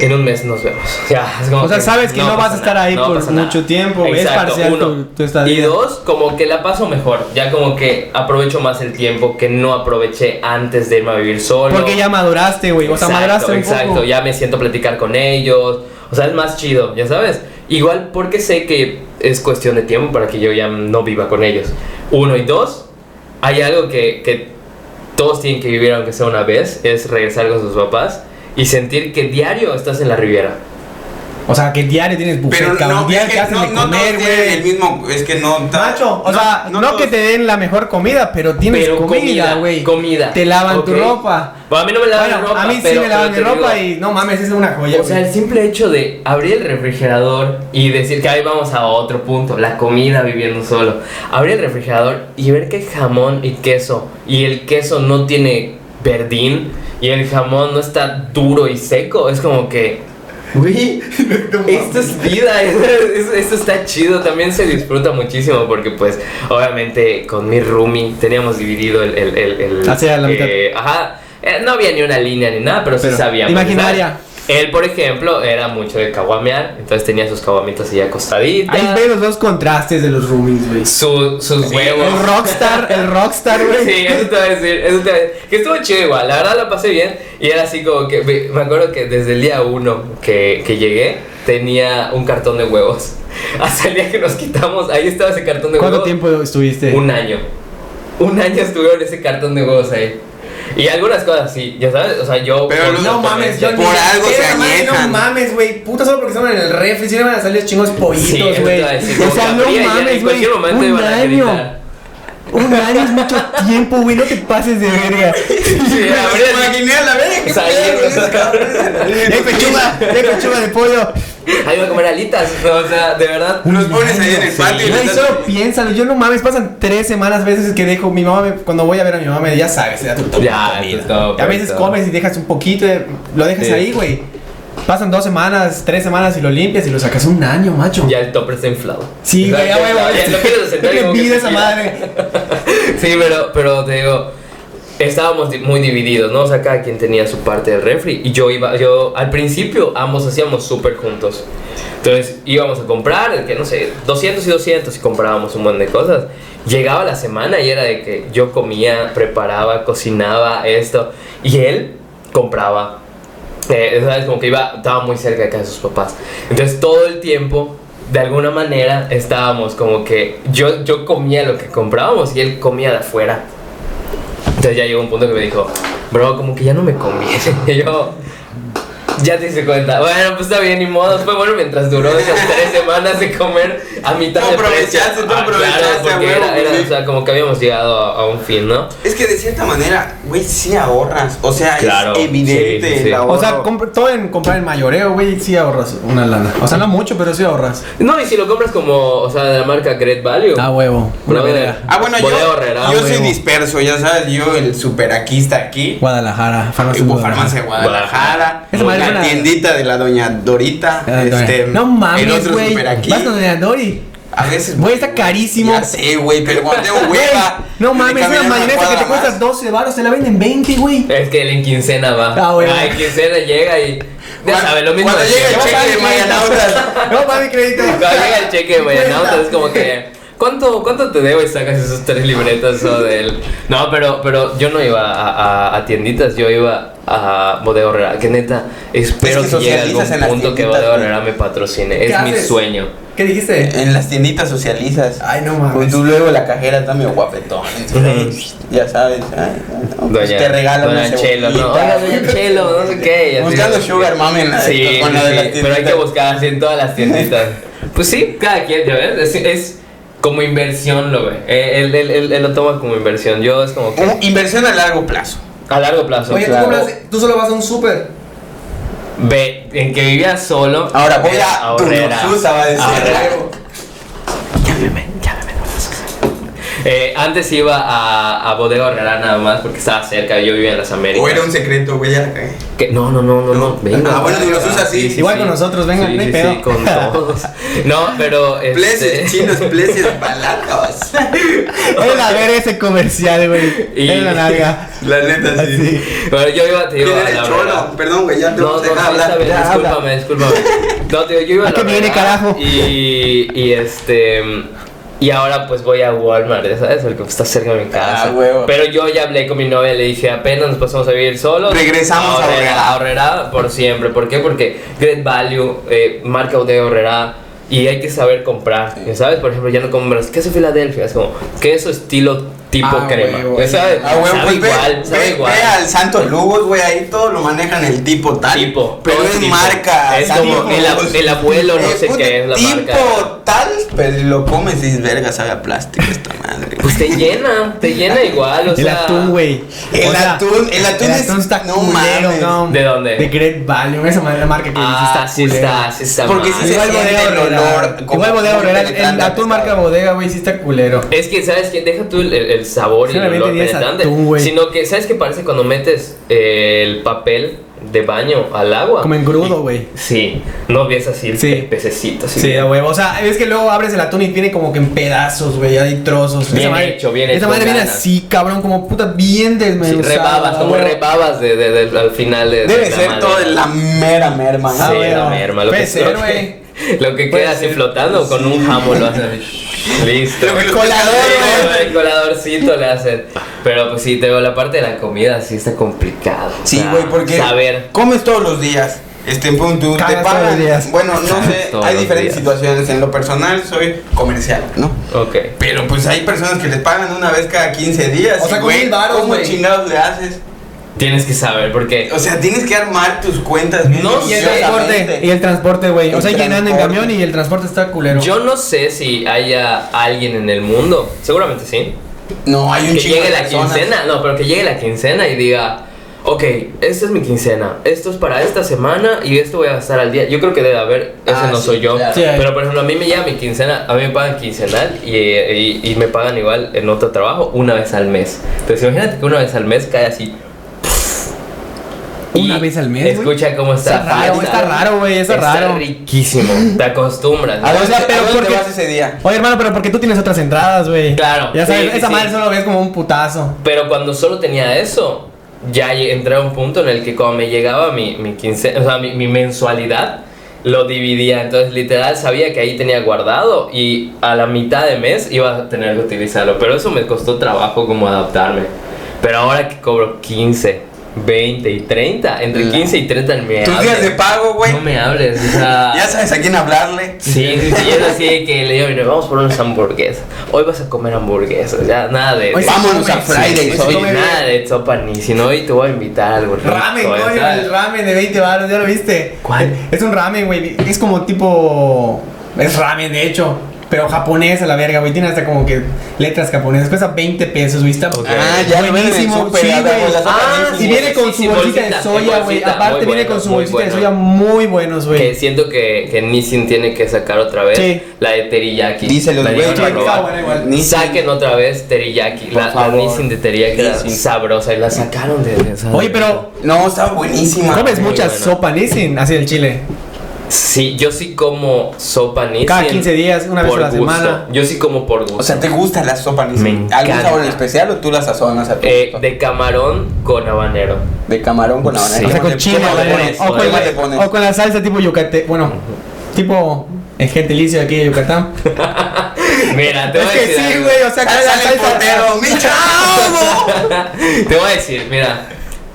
Speaker 3: en un mes nos vemos. *laughs* Ya, es como
Speaker 2: O sea, sabes que no vas a
Speaker 3: pasa
Speaker 2: estar ahí por
Speaker 3: pasa
Speaker 2: mucho tiempo, es
Speaker 3: Exacto,
Speaker 2: parcial
Speaker 3: uno.
Speaker 2: tu- tu estadía.
Speaker 3: Y dos, como que la paso mejor. Ya como que aprovecho más el tiempo que no aproveché antes de irme a vivir solo.
Speaker 2: Porque ya maduraste, güey. O sea,
Speaker 3: Exacto,
Speaker 2: maduraste un
Speaker 3: Exacto,
Speaker 2: poco.
Speaker 3: ya me siento a platicar con ellos. O sea, es más chido, ya sabes. Igual porque sé que es cuestión de tiempo para que yo ya no viva con ellos. Uno y dos, hay algo que, que todos tienen que vivir aunque sea una vez, es regresar con sus papás y sentir que diario estás en la Riviera.
Speaker 2: O sea, que diario tienes buffet,
Speaker 1: Pero
Speaker 2: cabrón.
Speaker 1: no, es
Speaker 2: diario
Speaker 1: que
Speaker 2: te hacen
Speaker 1: no,
Speaker 2: de
Speaker 1: no
Speaker 2: comer,
Speaker 1: todos tienen el
Speaker 2: güey.
Speaker 1: mismo, es que no... ta-
Speaker 2: Macho, o sea, no, que
Speaker 1: todos-
Speaker 2: te den la mejor comida, pero tienes
Speaker 3: Pero
Speaker 2: comida, güey.
Speaker 3: Comida.
Speaker 2: Te lavan tu
Speaker 3: ok.
Speaker 2: ropa.
Speaker 3: Bueno, a mí no me lavan
Speaker 2: Bueno,
Speaker 3: mi ropa.
Speaker 2: a mí sí
Speaker 3: pero-
Speaker 2: me lavan mi
Speaker 3: pero te
Speaker 2: ropa
Speaker 3: digo,
Speaker 2: y no mames, es una joya.
Speaker 3: O sea, el
Speaker 2: güey.
Speaker 3: simple hecho de abrir el refrigerador y decir que ahí vamos a otro punto, la comida viviendo solo. Abrir el refrigerador y ver que hay jamón y queso y el queso no tiene verdín y el jamón no está duro y seco, es como que... *laughs* Güey, esto es vida, *laughs* es- es- esto está chido, también se disfruta muchísimo porque pues obviamente con mi roomie teníamos dividido el... el, el, el-
Speaker 2: Así Ah, a la mitad.
Speaker 3: eh, ajá, eh, no había ni una línea ni nada, pero,
Speaker 2: Pero,
Speaker 3: sí sabíamos.
Speaker 2: imaginaria.
Speaker 3: Él, por ejemplo, era mucho de caguamear, entonces tenía sus caguamitas ahí acostaditas.
Speaker 2: Ahí ves los dos contrastes de los roomies, güey.
Speaker 3: su- sus
Speaker 1: Sí,
Speaker 3: huevos.
Speaker 2: El rockstar, el rockstar, güey.
Speaker 3: Sí, eso te voy a decir, eso te voy a decir. Que estuvo chido igual, la verdad la pasé bien. Y era así como que, me me acuerdo que desde el día uno que, que llegué, tenía un cartón de huevos. *laughs* Hasta el día que nos quitamos, ahí estaba ese cartón de
Speaker 2: ¿Cuánto
Speaker 3: huevos.
Speaker 2: tiempo estuviste?
Speaker 3: Un año. Un año estuvieron ese cartón de huevos ahí. Y algunas cosas sí, ya sabes, o sea, yo...
Speaker 1: Pero
Speaker 3: por-
Speaker 1: no
Speaker 2: No mames, yo
Speaker 1: ni-
Speaker 2: ni
Speaker 1: Por algo se
Speaker 2: Era, madre,
Speaker 1: añejan.
Speaker 2: No mames, güey. Puta solo porque estaban en el refri. Si le van a salir chingos
Speaker 3: Sí,
Speaker 2: pollitos,
Speaker 3: eso
Speaker 2: güey.
Speaker 3: te iba a decir,
Speaker 2: o sea,
Speaker 3: como
Speaker 2: no
Speaker 3: que abría y ya
Speaker 2: mames,
Speaker 3: en
Speaker 2: güey.
Speaker 3: cualquier momento
Speaker 2: Un
Speaker 3: iban a
Speaker 2: año.
Speaker 3: gritar.
Speaker 2: Un año es mucho tiempo, güey. No te pases de verga.
Speaker 3: Sí,
Speaker 1: Me
Speaker 3: abría-
Speaker 1: imaginé a *laughs* la verga, qué
Speaker 3: Salí,
Speaker 1: pedo,
Speaker 3: o sea,
Speaker 1: esos *laughs*
Speaker 2: *laughs*
Speaker 1: cabrones.
Speaker 2: ¡Eh, pechuga! ¡Eh, pechuga de pollo!
Speaker 3: Ahí iba a comer alitas, no, o sea, de verdad.
Speaker 1: Los pones ahí en el
Speaker 2: Sí.
Speaker 1: patio y les
Speaker 2: Güey,
Speaker 1: das-
Speaker 2: solo piénsalo. Yo no mames, pasan tres semanas a veces que dejo. Mi mamá, me- cuando voy a ver a mi mamá, me ya sabes, ya tu tope de
Speaker 3: Ya,
Speaker 2: comida.
Speaker 3: tu tope,
Speaker 2: a veces
Speaker 3: tu tope.
Speaker 2: comes y dejas un poquito, eh, lo dejas
Speaker 3: Sí.
Speaker 2: ahí, güey. Pasan dos semanas, tres semanas y lo limpias y lo sacas un año, macho.
Speaker 3: Ya el topper está inflado.
Speaker 2: Sí, güey, este,
Speaker 3: ya,
Speaker 2: ya, güey,
Speaker 3: ya, ya, lo
Speaker 2: *laughs*
Speaker 3: quieres sentar y
Speaker 2: Qué
Speaker 3: como que
Speaker 2: envidia
Speaker 3: te
Speaker 2: esa
Speaker 3: tira.
Speaker 2: madre.
Speaker 3: *laughs* Sí, pero, pero te digo, estábamos di- muy divididos, ¿no? O sea, cada quien tenía su parte del refri. Y yo iba, yo, al principio, ambos hacíamos súper juntos. Entonces íbamos a comprar, de que no sé, 200 y 200 y comprábamos un montón de cosas. Llegaba la semana y era de que yo comía, preparaba, cocinaba esto. Y él compraba. Eh, ¿sabes? Como que iba, estaba muy cerca de casa de sus papás. Entonces todo el tiempo, de alguna manera, estábamos como que yo, yo comía lo que comprábamos y él comía de afuera. Entonces ya llegó un punto que me dijo, bro, como que ya no me conviene. *laughs* Y yo, ya te hice cuenta. Bueno, pues está bien, ni modo. Fue bueno mientras duró esas tres semanas de comer a mitad
Speaker 1: Tú
Speaker 3: de precio.
Speaker 1: aprovechaste, tú
Speaker 3: Ah, claro,
Speaker 1: aprovechaste,
Speaker 3: porque
Speaker 1: huevo,
Speaker 3: era, era,
Speaker 1: sí.
Speaker 3: o sea, como que habíamos llegado a, a un fin, ¿no?
Speaker 1: Es que de cierta manera, güey, sí ahorras. O sea,
Speaker 3: Claro,
Speaker 1: es evidente
Speaker 3: sí, sí, sí.
Speaker 1: el ahorro.
Speaker 2: O sea, comp- todo en comprar en mayoreo, güey, sí ahorras una lana. O sea, no mucho, pero sí ahorras.
Speaker 3: No, y si lo compras como, o sea, de la marca Great Value.
Speaker 2: Ah, huevo. Una
Speaker 3: Brother.
Speaker 2: verga.
Speaker 1: Ah, bueno, yo,
Speaker 3: Voy a ahorrar, ah,
Speaker 1: yo soy
Speaker 2: huevo.
Speaker 1: disperso, ya sabes, yo el superaquista aquí.
Speaker 2: Guadalajara, farmacia.
Speaker 1: Hubo
Speaker 2: Guadalajara.
Speaker 1: farmacia de Guadalajara,
Speaker 2: Esa madre es
Speaker 1: la
Speaker 2: una-
Speaker 1: tiendita de la doña Dorita, este,
Speaker 2: Ah, no
Speaker 1: el
Speaker 2: mames,
Speaker 1: otro
Speaker 2: güey.
Speaker 1: super aquí.
Speaker 2: Vas con Doña Dori.
Speaker 1: A veces,
Speaker 2: Güey, está carísimo.
Speaker 1: Ya sé, güey, pero cuando tengo
Speaker 2: *laughs* Güey,
Speaker 1: hueva.
Speaker 2: No
Speaker 1: de
Speaker 2: mames,
Speaker 1: caminar
Speaker 2: una mayonesa que
Speaker 1: cuadra
Speaker 2: te cuesta
Speaker 1: más.
Speaker 2: 12 baros, te la venden 20, güey.
Speaker 3: Es que él en quincena va.
Speaker 2: Ah, bueno.
Speaker 3: en quincena llega y. Ya
Speaker 1: Cuando-
Speaker 3: sabes, lo mismo.
Speaker 1: cuando
Speaker 3: de
Speaker 1: llega el
Speaker 3: siempre.
Speaker 1: cheque
Speaker 2: *laughs*
Speaker 1: de Mayanautas.
Speaker 2: No mames, crédito.
Speaker 3: Cuando llega el cheque, güey,
Speaker 2: Cuenta.
Speaker 3: ¿no? Entonces es como que. ¿Cuánto, ¿Cuánto te debo? Y sacas esos tres libretas o del... No, pero, pero yo no iba a, a- a tienditas, yo iba a Bodega Horrera. Que neta, espero
Speaker 1: Es que
Speaker 3: que, llegue algún
Speaker 1: socializas en las
Speaker 3: punto que
Speaker 1: tienditas,
Speaker 3: Bodega
Speaker 1: güey.
Speaker 3: Horrera me patrocine.
Speaker 2: ¿Qué
Speaker 3: Es mi
Speaker 2: haces?
Speaker 3: sueño.
Speaker 2: ¿Qué dijiste?
Speaker 1: En las tienditas socializas.
Speaker 2: Ay, no mames.
Speaker 1: Pues tú luego la cajera está medio guapetón. ya sabes. ay, no, pues te regalan
Speaker 3: Doña
Speaker 1: una
Speaker 3: Chelo, no,
Speaker 1: cebollita.
Speaker 3: oiga, Doña Chelo, no sé qué. y así.
Speaker 1: Buscando sugar mami en la-
Speaker 3: Sí,
Speaker 1: con la de
Speaker 3: sí,
Speaker 1: las
Speaker 3: sí, pero hay que
Speaker 1: tienditas.
Speaker 3: buscar así en todas las tienditas. *laughs* pues sí, cada quien, ya ves, es, es como inversión lo ve. Eh, Él, él, él- él lo toma como inversión, yo es como que
Speaker 1: Un- Inversión a largo plazo.
Speaker 3: a largo plazo.
Speaker 2: Oye,
Speaker 1: claro.
Speaker 2: tú, compras- tú solo vas a un súper.
Speaker 3: Ve, en que vivía solo.
Speaker 1: Ahora voy
Speaker 3: era
Speaker 1: a tu
Speaker 3: ahorrera.
Speaker 1: Noxusa, va a decir.
Speaker 3: Ahorrera.
Speaker 1: Llámeme,
Speaker 3: Eh, antes iba a, a Bodega Horrera nada más porque estaba cerca, yo vivía en las Américas.
Speaker 1: O era un secreto, güey, ya la cagué.
Speaker 3: ¿Qué? No, no, no, no,
Speaker 1: No.
Speaker 3: no. Venga.
Speaker 1: Ah, bueno, si los usas, sí.
Speaker 2: Igual con nosotros, venga,
Speaker 3: Sí,
Speaker 2: no hay
Speaker 3: sí,
Speaker 2: pedo.
Speaker 3: sí, con
Speaker 2: *laughs*
Speaker 3: todos. No, pero. este,
Speaker 1: Pleses, chinos, pleses,
Speaker 3: *laughs*
Speaker 1: palacas.
Speaker 2: Ven a ver ese comercial, güey.
Speaker 3: Y-
Speaker 2: En la nalga.
Speaker 1: La neta, sí.
Speaker 2: Así.
Speaker 3: Bueno, yo iba, te
Speaker 1: ¿Quién
Speaker 3: iba a
Speaker 1: era el
Speaker 3: la
Speaker 1: cholo?
Speaker 3: verdad.
Speaker 1: Perdón, güey, ya te
Speaker 3: No, no,
Speaker 1: vamos a
Speaker 3: sí,
Speaker 1: dejar hablar.
Speaker 3: está
Speaker 1: Ah,
Speaker 3: bien,
Speaker 2: Ya habla.
Speaker 3: discúlpame, discúlpame. No, te digo, yo iba a
Speaker 2: ¿A
Speaker 3: la
Speaker 2: qué viene,
Speaker 3: verdad
Speaker 2: carajo?
Speaker 3: Y, y este. Y ahora pues voy a Walmart, ya ¿sabes? El que está cerca de mi casa.
Speaker 1: Ah, huevo.
Speaker 3: Pero yo ya hablé con mi novia, le dije, apenas nos pasamos a vivir solos.
Speaker 1: Regresamos a Aurrera.
Speaker 3: Aurrera. Aurrera por siempre. ¿Por qué? Porque Great Value, eh, marca de Aurrera. Y hay que saber comprar, ya ¿sabes? Por ejemplo, ya no compras queso Filadelfia, es como queso estilo tipo
Speaker 2: Ah,
Speaker 3: crema.
Speaker 2: huevo,
Speaker 3: ya ¿Sabes?
Speaker 1: Ah, güey,
Speaker 3: sabe
Speaker 1: pues ve,
Speaker 3: igual, sabe
Speaker 1: ve-
Speaker 3: igual.
Speaker 1: ve al Santos Lugos, güey, ahí todo lo manejan el tipo tal.
Speaker 3: Tipo,
Speaker 1: pero
Speaker 3: todo
Speaker 1: es
Speaker 3: tipo.
Speaker 1: marca.
Speaker 3: Es
Speaker 1: Santos
Speaker 3: como el ab-
Speaker 1: Lugos.
Speaker 3: el abuelo, no
Speaker 1: Eh,
Speaker 3: sé
Speaker 1: puta,
Speaker 3: qué es la marca.
Speaker 1: Tipo tal, pero lo comes y es verga, sabe a plástico esta madre. güey.
Speaker 3: Pues te llena, te llena igual, o
Speaker 2: Ah, El
Speaker 3: sea.
Speaker 2: atún, güey.
Speaker 1: El atún- el atún es-
Speaker 2: está
Speaker 1: no
Speaker 2: culero,
Speaker 1: mames.
Speaker 2: no.
Speaker 3: ¿De dónde?
Speaker 2: De Great Value, esa madre, la marca que
Speaker 3: Ah, sí
Speaker 2: culera.
Speaker 3: está, sí está.
Speaker 1: Porque
Speaker 3: mal.
Speaker 1: sí se
Speaker 2: Igual
Speaker 1: siente
Speaker 2: bodega
Speaker 1: el
Speaker 2: horrera.
Speaker 1: olor como
Speaker 2: Igual bodega
Speaker 1: muy
Speaker 2: horrera. El
Speaker 1: penetrante,
Speaker 2: atún marca
Speaker 1: pesado.
Speaker 2: bodega, güey, sí está culero.
Speaker 3: Es que, ¿sabes qué? Deja tú el, el- el sabor y el
Speaker 2: Solamente
Speaker 3: olor
Speaker 2: dices
Speaker 3: penetrante.
Speaker 2: atún, güey.
Speaker 3: sino que, ¿sabes qué parece cuando metes eh, el papel de baño al agua?
Speaker 2: Como en grudo, güey.
Speaker 3: Sí, no ves así el
Speaker 2: Sí.
Speaker 3: pe- pececito. así.
Speaker 2: Sí, a huevo. O sea, es que luego abres el atún y viene como que en pedazos, güey. Hay trozos.
Speaker 3: Bien
Speaker 2: esa madre,
Speaker 3: hecho, bien
Speaker 2: Esa
Speaker 3: hecho,
Speaker 2: madre
Speaker 3: con
Speaker 2: viene
Speaker 3: ganas.
Speaker 2: así, cabrón, como puta, bien
Speaker 3: Sí,
Speaker 2: desmenuzada.
Speaker 3: rebabas, como
Speaker 2: güey.
Speaker 3: rebabas de, de- de- al final de. de
Speaker 1: Debe
Speaker 3: la
Speaker 1: ser
Speaker 3: madera.
Speaker 1: todo en la mera merma.
Speaker 3: Sí,
Speaker 2: Ah,
Speaker 1: ¿no?
Speaker 2: bueno.
Speaker 3: la merma, lo que,
Speaker 2: Puede ser,
Speaker 3: lo
Speaker 2: güey.
Speaker 3: que, lo que
Speaker 2: Puede
Speaker 3: queda así
Speaker 2: ser.
Speaker 3: flotando con un jamón
Speaker 1: *laughs*
Speaker 3: lo hacen. Listo.
Speaker 1: Creo que lo
Speaker 2: Colador,
Speaker 1: estoy-
Speaker 2: güey.
Speaker 3: El coladorcito le hacen. Pero pues sí, te digo, la parte de la comida sí está complicado.
Speaker 1: Sí,
Speaker 3: O sea,
Speaker 1: güey, porque
Speaker 3: Ah, Saber.
Speaker 1: comes todos los días. Este, pum, tú te
Speaker 2: Cagas
Speaker 1: pagan.
Speaker 2: todos los días.
Speaker 1: Bueno, no
Speaker 3: Cagas
Speaker 1: sé,
Speaker 3: todos
Speaker 1: hay
Speaker 3: los
Speaker 1: diferentes
Speaker 3: días.
Speaker 1: situaciones. En lo personal soy comercial, ¿no?
Speaker 3: Ok.
Speaker 1: Pero pues hay personas que les pagan una vez cada 15 días.
Speaker 2: O sea,
Speaker 1: y,
Speaker 2: con
Speaker 1: güey,
Speaker 2: mil varos,
Speaker 1: ¿Cómo
Speaker 2: güey.
Speaker 1: chingados le haces?
Speaker 3: Tienes que saber, porque.
Speaker 1: O sea, tienes que armar tus cuentas bien
Speaker 3: No,
Speaker 2: Y el
Speaker 1: minuciosamente.
Speaker 2: transporte, y el transporte, güey. O
Speaker 1: El
Speaker 2: sea, llenan en
Speaker 1: transporte.
Speaker 2: camión y el transporte está culero.
Speaker 3: Yo no sé si haya alguien en el mundo, seguramente sí,
Speaker 1: No, hay un
Speaker 3: que
Speaker 1: chingo
Speaker 3: llegue
Speaker 1: de
Speaker 3: la
Speaker 1: personas.
Speaker 3: quincena, no, pero que llegue la quincena y diga, ok, esta es mi quincena, esto es para esta semana y esto voy a gastar al día. Yo creo que debe haber, ese
Speaker 1: Ah,
Speaker 3: no
Speaker 1: sí,
Speaker 3: soy yo,
Speaker 1: claro.
Speaker 2: Sí, hay.
Speaker 3: pero por ejemplo a mí me llega mi quincena, a mí me pagan quincenal y, y- y me pagan igual en otro trabajo una vez al mes. Entonces imagínate que una vez al mes cae así.
Speaker 2: Una vez al mes, güey.
Speaker 3: Escucha cómo está.
Speaker 2: Está raro, está raro, güey, está raro.
Speaker 3: riquísimo. Te acostumbras.
Speaker 1: ¿A
Speaker 2: O
Speaker 1: dónde,
Speaker 2: sea, pero
Speaker 1: a dónde
Speaker 2: porque-
Speaker 1: te vas ese día?
Speaker 2: Oye, hermano, pero porque tú tienes otras entradas, güey.
Speaker 3: Claro,
Speaker 2: Ya sabes,
Speaker 3: sí, sí,
Speaker 2: esa
Speaker 3: sí.
Speaker 2: madre solo ves como un putazo.
Speaker 3: Pero cuando solo tenía eso, ya lle- entré a un punto en el que cuando me llegaba mi, mi quince- o sea, mi, mi mensualidad, lo dividía. Entonces, literal, sabía que ahí tenía guardado y a la mitad de mes iba a tener que utilizarlo. Pero eso me costó trabajo como adaptarme. Pero ahora que cobro 15, 20 y 30, entre
Speaker 1: La-
Speaker 3: 15 y 30 en mi
Speaker 1: Tus días de pago, güey.
Speaker 3: No me hables, o sea...
Speaker 1: *laughs* Ya sabes a quién hablarle.
Speaker 3: Sí, sí, sí, es así que le digo, "Mira, vamos por unas hamburguesas. Hoy vas a comer hamburguesas, ya nada de.
Speaker 2: Hoy
Speaker 3: de-
Speaker 2: sí
Speaker 1: Vámonos
Speaker 2: come,
Speaker 1: a
Speaker 2: sí,
Speaker 1: Fridays,
Speaker 2: hoy sí
Speaker 1: soy
Speaker 2: come
Speaker 3: Hoy nada
Speaker 2: bien.
Speaker 3: de sopa ni, sino hoy te voy a invitar algo. rico,
Speaker 2: Ramen,
Speaker 3: ya
Speaker 2: coño,
Speaker 3: sabes.
Speaker 2: el ramen de 20 baros, ¿ya lo viste?
Speaker 3: ¿Cuál?
Speaker 2: Es un ramen, güey. Es como tipo. Es ramen, de hecho. Pero japonés a la verga, güey. Tiene hasta como que letras japonesas. Cuesta 20 pesos, güey. Está
Speaker 3: Ok.
Speaker 1: Ah, ya lo ven en el
Speaker 2: buenísimo.
Speaker 1: súper,
Speaker 2: Sí,
Speaker 1: a ver,
Speaker 2: güey.
Speaker 1: las sopas
Speaker 3: Ah,
Speaker 1: Disney.
Speaker 2: Y
Speaker 3: sí,
Speaker 2: viene con
Speaker 3: sí,
Speaker 2: su bolsita de
Speaker 3: bolsitas,
Speaker 2: soya,
Speaker 3: en
Speaker 2: güey.
Speaker 3: bolsita,
Speaker 2: Aparte
Speaker 3: muy
Speaker 2: viene con
Speaker 3: bueno,
Speaker 2: su
Speaker 3: muy
Speaker 2: bolsita de
Speaker 3: bueno.
Speaker 2: soya muy buenos,
Speaker 3: Que
Speaker 2: güey.
Speaker 3: siento que, que Nissin tiene que sacar otra vez
Speaker 2: Sí.
Speaker 3: la de teriyaki.
Speaker 1: Díselos,
Speaker 3: La
Speaker 1: güey.
Speaker 3: llegaron a
Speaker 1: Sí,
Speaker 3: robar.
Speaker 2: está buena igual.
Speaker 1: Nissin.
Speaker 3: Saquen otra vez teriyaki. La, la
Speaker 1: favor.
Speaker 3: Nissin de teriyaki era
Speaker 1: Nissin.
Speaker 3: sabrosa y la sacaron de. de esa-
Speaker 2: Oye, pero
Speaker 1: No, está buenísima.
Speaker 2: comes
Speaker 3: muy
Speaker 2: mucha
Speaker 3: buena.
Speaker 2: sopa, Nissin, así del chile.
Speaker 3: Sí, yo sí como sopa Nissin.
Speaker 2: Cada 15 días, una vez
Speaker 3: por
Speaker 2: a la
Speaker 3: gusto.
Speaker 2: semana.
Speaker 3: Yo sí como por gusto.
Speaker 1: O sea, ¿te gusta la sopa
Speaker 3: Me
Speaker 1: Nissin?
Speaker 3: encanta.
Speaker 1: ¿Algún sabor en especial o tú la sazonas a tu
Speaker 3: Eh,
Speaker 1: gusto?
Speaker 3: de camarón con habanero.
Speaker 1: De camarón con
Speaker 3: Sí.
Speaker 1: habanero.
Speaker 2: O sea,
Speaker 1: ¿Cómo
Speaker 2: con
Speaker 1: le-
Speaker 2: chile,
Speaker 1: ¿Cómo le
Speaker 2: güey.
Speaker 1: pones?
Speaker 2: o,
Speaker 1: ¿Cómo
Speaker 2: con
Speaker 3: güey.
Speaker 1: le
Speaker 2: la, o
Speaker 1: pones?
Speaker 2: con la salsa tipo yucate, bueno, tipo el gentilicio de aquí de Yucatán.
Speaker 3: Mira, te voy
Speaker 2: es
Speaker 3: a
Speaker 2: que
Speaker 3: decir.
Speaker 2: sí,
Speaker 3: algo.
Speaker 2: güey, o sea, con la
Speaker 1: Sale el
Speaker 2: salsa.
Speaker 1: portero, mi chavo.
Speaker 3: Te voy a decir, mira,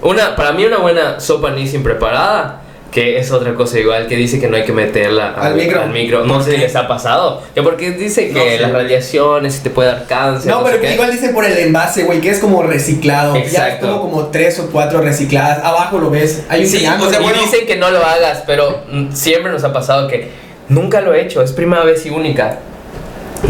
Speaker 3: una, para mí una buena sopa Nissin preparada, que es otra cosa igual, que dice que no hay que meterla
Speaker 2: Al micro.
Speaker 3: No sé si les ha pasado. Que porque dice que
Speaker 1: No sé.
Speaker 3: las radiaciones te puede dar cáncer.
Speaker 2: No,
Speaker 3: sé
Speaker 2: pero
Speaker 3: qué.
Speaker 2: igual dicen por el envase, güey, que es como reciclado. Ya es
Speaker 3: Exacto.
Speaker 2: como, como tres o cuatro recicladas. Abajo lo ves. Hay un
Speaker 1: Sí,
Speaker 2: triángulo.
Speaker 1: o sea,
Speaker 3: Y
Speaker 1: bueno.
Speaker 3: dicen que no lo hagas, pero mm, siempre nos ha pasado que nunca lo he hecho, es primera vez y única.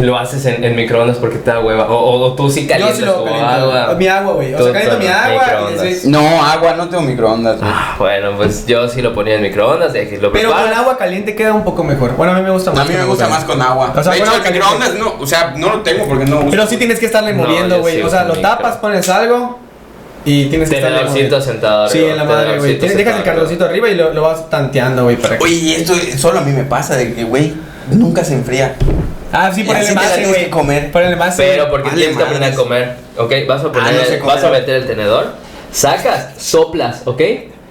Speaker 3: Lo haces en, en microondas porque te da hueva. O, o- o tú sí
Speaker 2: Yo
Speaker 3: calientas
Speaker 2: sí lo
Speaker 3: tu
Speaker 2: caliento.
Speaker 3: agua.
Speaker 2: Mi agua, güey. O
Speaker 3: Tú
Speaker 2: sea, caliento mi
Speaker 3: con
Speaker 2: agua. y
Speaker 3: microondas.
Speaker 2: les doy-
Speaker 1: No, agua, no tengo microondas. güey.
Speaker 3: Ah, bueno, pues yo sí lo ponía en microondas y aquí lo
Speaker 2: Pero con
Speaker 3: preparas.
Speaker 2: agua caliente queda un poco mejor. Bueno, a mí me gusta más.
Speaker 1: A mí
Speaker 2: con
Speaker 1: me
Speaker 2: agua
Speaker 1: gusta más
Speaker 2: caliente.
Speaker 1: con agua.
Speaker 2: O sea,
Speaker 1: de hecho,
Speaker 2: con
Speaker 1: el
Speaker 2: agua
Speaker 1: microondas no, o sea, no lo tengo porque no uso.
Speaker 2: Pero sí tienes que estarle
Speaker 3: No,
Speaker 2: moviendo,
Speaker 3: yo
Speaker 2: güey.
Speaker 3: sí
Speaker 2: o sea,
Speaker 3: uso
Speaker 2: lo
Speaker 3: micro.
Speaker 2: tapas, pones algo y tienes que estarle
Speaker 3: Tenedorcito
Speaker 2: moviendo.
Speaker 3: sentado
Speaker 2: Sí,
Speaker 3: arriba,
Speaker 2: en la madre, güey.
Speaker 3: tenedorcito
Speaker 2: Tienes- Dejas el
Speaker 3: sentado
Speaker 2: calorcito arriba y lo, lo vas tanteando, güey. para que-
Speaker 1: Oye, y esto solo a mí me pasa de que, güey, nunca se enfría.
Speaker 2: Ah, sí,
Speaker 1: Y
Speaker 2: por el
Speaker 1: así te la
Speaker 2: envase,
Speaker 1: tienes que
Speaker 2: güey.
Speaker 1: comer.
Speaker 2: Por el envase.
Speaker 3: Pero porque
Speaker 1: Vale
Speaker 3: tienes que aprender a
Speaker 1: madres.
Speaker 3: comer, ¿ok? Vas a, poner,
Speaker 1: Ah, no sé comer.
Speaker 3: vas a meter el tenedor, sacas, soplas, ¿ok?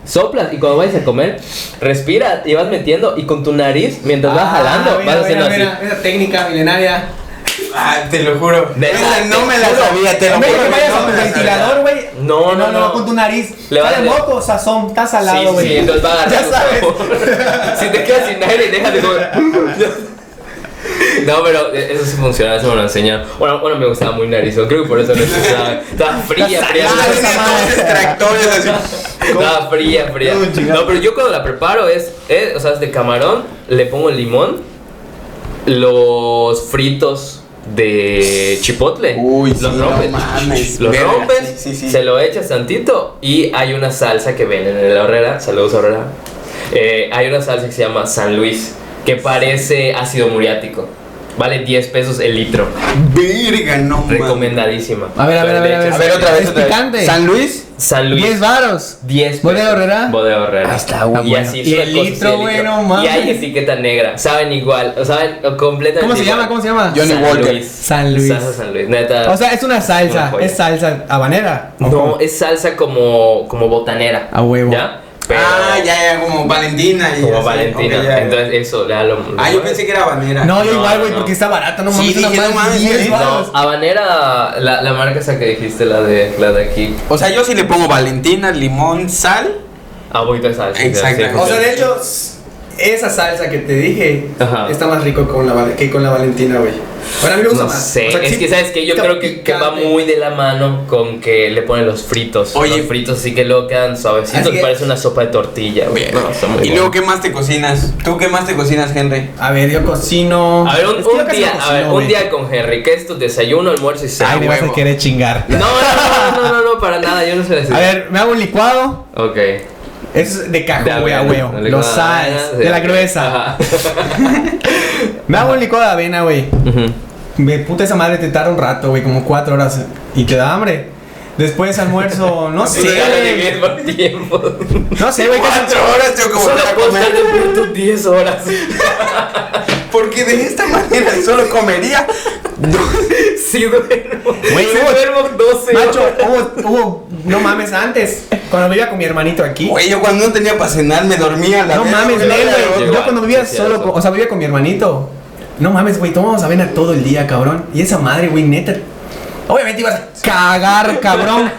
Speaker 3: Soplas y cuando vayas a comer, respira y vas metiendo y con tu nariz, mientras vas
Speaker 2: Ah,
Speaker 3: jalando,
Speaker 2: mira,
Speaker 3: vas haciendo
Speaker 2: mira,
Speaker 3: así.
Speaker 2: mira, Esa técnica milenaria.
Speaker 1: Ah, te lo juro.
Speaker 3: De
Speaker 1: Esa
Speaker 3: esa-
Speaker 1: no me la
Speaker 3: te juro.
Speaker 1: sabía, te lo
Speaker 2: En vez de
Speaker 1: juro.
Speaker 2: que vayas a
Speaker 1: no
Speaker 2: tu
Speaker 1: me la sabía.
Speaker 2: ventilador, güey.
Speaker 3: No,
Speaker 2: que
Speaker 3: no, no.
Speaker 2: Con tu nariz.
Speaker 3: Le
Speaker 2: Le
Speaker 3: vas
Speaker 2: de
Speaker 3: a-
Speaker 2: moco, sazón. Está
Speaker 3: Sí,
Speaker 2: salado, güey.
Speaker 3: sí, entonces va
Speaker 2: *laughs*
Speaker 3: a agarrar
Speaker 2: Ya
Speaker 3: tu
Speaker 2: sabes.
Speaker 3: sabor. *laughs* si te quedas sin aire, déjate comer. *laughs* No, pero eh, eso sí funcionaba, eso me lo enseñaron. Bueno, bueno, me gustaba muy narizón, creo que por eso lo escuchaba. Estaba fría, fría.
Speaker 1: Ah,
Speaker 2: Esa
Speaker 1: tiene
Speaker 2: madre.
Speaker 1: dos extractores así.
Speaker 3: Estaba fría, fría.
Speaker 1: No, chingada.
Speaker 3: No, pero yo cuando la preparo es, es, o sea, es de camarón, le pongo el limón, los fritos de chipotle,
Speaker 1: Uy,
Speaker 3: los
Speaker 1: sí, no
Speaker 3: rompes,
Speaker 1: mames,
Speaker 3: los
Speaker 1: verga,
Speaker 3: rompes,
Speaker 1: sí, sí, sí.
Speaker 3: se lo echas tantito y hay una salsa que venden en la horrera, saludos horrera, Eh, hay una salsa que se llama San Luis, que parece ácido muriático, vale 10 pesos el litro,
Speaker 1: Verga, no mames.
Speaker 3: recomendadísima.
Speaker 2: A ver, a ver, a ver, a ver.
Speaker 1: A ver, otra vez.
Speaker 2: Es
Speaker 1: otra vez.
Speaker 2: picante.
Speaker 1: San Luis.
Speaker 3: San Luis.
Speaker 2: 10 varos.
Speaker 3: 10 pesos.
Speaker 2: ¿Bodega Herrera?
Speaker 3: Bodega Herrera.
Speaker 1: Ahí está, güey.
Speaker 2: Ah,
Speaker 3: Y
Speaker 2: bueno.
Speaker 3: así
Speaker 2: Y
Speaker 3: son
Speaker 2: el
Speaker 3: las cosas,
Speaker 2: litro,
Speaker 3: sí, el
Speaker 2: güey,
Speaker 3: litro.
Speaker 2: no mames.
Speaker 3: Y hay etiqueta negra. Saben igual. O saben o completamente.
Speaker 2: ¿Cómo se llama? ¿Cómo se llama?
Speaker 1: Yo- Johnny Walker.
Speaker 2: San Luis.
Speaker 3: Salsa San Luis. Neta.
Speaker 2: O sea, es una
Speaker 3: Una
Speaker 2: salsa.
Speaker 3: joya.
Speaker 2: Es salsa habanera.
Speaker 3: no, es salsa como, como botanera.
Speaker 2: A huevo.
Speaker 3: ¿Ya?
Speaker 1: Ah, ya, ya, como Valentina. y
Speaker 3: Como
Speaker 1: así.
Speaker 3: Valentina.
Speaker 1: Ok, ya, ya.
Speaker 3: Entonces, eso le da lo.
Speaker 1: Ah, yo pensé que era habanera.
Speaker 2: No, yo
Speaker 3: No,
Speaker 2: igual, güey,
Speaker 3: no.
Speaker 2: porque está barata. No
Speaker 1: Sí,
Speaker 2: mames, ¿eh? una
Speaker 1: dije, no
Speaker 2: madre,
Speaker 1: mames,
Speaker 2: 10
Speaker 1: sí,
Speaker 3: No,
Speaker 2: varos.
Speaker 3: habanera, la, la marca esa que dijiste, la de, la de aquí.
Speaker 1: O sea, yo sí le pongo Valentina, limón, sal.
Speaker 3: Ah, poquito de salsa.
Speaker 1: Exacto.
Speaker 2: O sea, de hecho, s- esa salsa que te dije
Speaker 3: Ajá.
Speaker 2: está más rico con la, val- que con la Valentina, güey. Bueno, a mí me gusta
Speaker 3: No
Speaker 2: más.
Speaker 3: sé,
Speaker 2: O sea,
Speaker 3: es
Speaker 2: sí
Speaker 3: que sabes que yo
Speaker 2: está
Speaker 3: creo que, que va
Speaker 2: picante.
Speaker 3: muy de la mano con que le ponen los fritos.
Speaker 1: Oye.
Speaker 3: los fritos así que luego quedan suavecitos,
Speaker 2: Así
Speaker 3: que
Speaker 2: es.
Speaker 3: parece una sopa de tortilla. güey. No, está muy
Speaker 1: y luego,
Speaker 3: bueno.
Speaker 1: ¿qué más te cocinas? ¿Tú qué más te cocinas, Henry?
Speaker 2: A ver, yo cocino.
Speaker 3: A ver, un,
Speaker 2: Es que yo
Speaker 3: un
Speaker 2: casi
Speaker 3: día,
Speaker 2: no
Speaker 3: a ver,
Speaker 2: cocino,
Speaker 3: un
Speaker 2: güey.
Speaker 3: día con Henry, ¿qué es tu desayuno, almuerzo
Speaker 2: Ay,
Speaker 3: y
Speaker 2: me
Speaker 3: cena?
Speaker 2: vas a
Speaker 1: huevo.
Speaker 2: querer chingar.
Speaker 3: No, no, no, no, no, no, para nada, yo no sé decir.
Speaker 2: A ver, me hago un licuado.
Speaker 3: Ok.
Speaker 2: Es de
Speaker 3: De
Speaker 2: cajón, güey, a
Speaker 3: avena,
Speaker 2: huevo.
Speaker 3: de
Speaker 2: Los
Speaker 3: licuado de avena,
Speaker 2: sals, de la gruesa. *laughs*
Speaker 3: Ajá.
Speaker 2: Me hago un licuado de avena, güey.
Speaker 3: Ujú.
Speaker 2: Me puta esa madre te tarda un rato, güey, como cuatro horas. Y te da hambre. Después almuerzo, no sé.
Speaker 3: *laughs* Sí, gana de
Speaker 2: güey.
Speaker 3: bien por tiempo.
Speaker 2: No sé, güey, casi.
Speaker 1: Cuatro horas tengo que
Speaker 3: Solo
Speaker 1: volver a
Speaker 3: puedo estar
Speaker 1: comer.
Speaker 3: de pronto
Speaker 2: *laughs*
Speaker 3: 10 horas.
Speaker 1: Porque de esta *laughs* manera solo comería.
Speaker 3: Sí, duermo.
Speaker 2: Güey,
Speaker 3: Sí,
Speaker 2: hubo-
Speaker 3: duermo 12 horas.
Speaker 2: Macho, hubo, hubo, no mames, antes, cuando vivía con mi hermanito aquí.
Speaker 1: Güey, yo cuando no tenía para cenar me dormía a la
Speaker 2: No
Speaker 1: verga,
Speaker 2: mames,
Speaker 1: güey,
Speaker 2: nel,
Speaker 1: la
Speaker 2: güey.
Speaker 1: verga.
Speaker 2: Yo cuando vivía
Speaker 3: Sí,
Speaker 2: solo,
Speaker 3: cierto.
Speaker 2: con- o sea, vivía con mi hermanito. No mames, güey, tomábamos avena todo el día, cabrón. Y esa madre, güey, neta. Obviamente ibas a cagar, cabrón.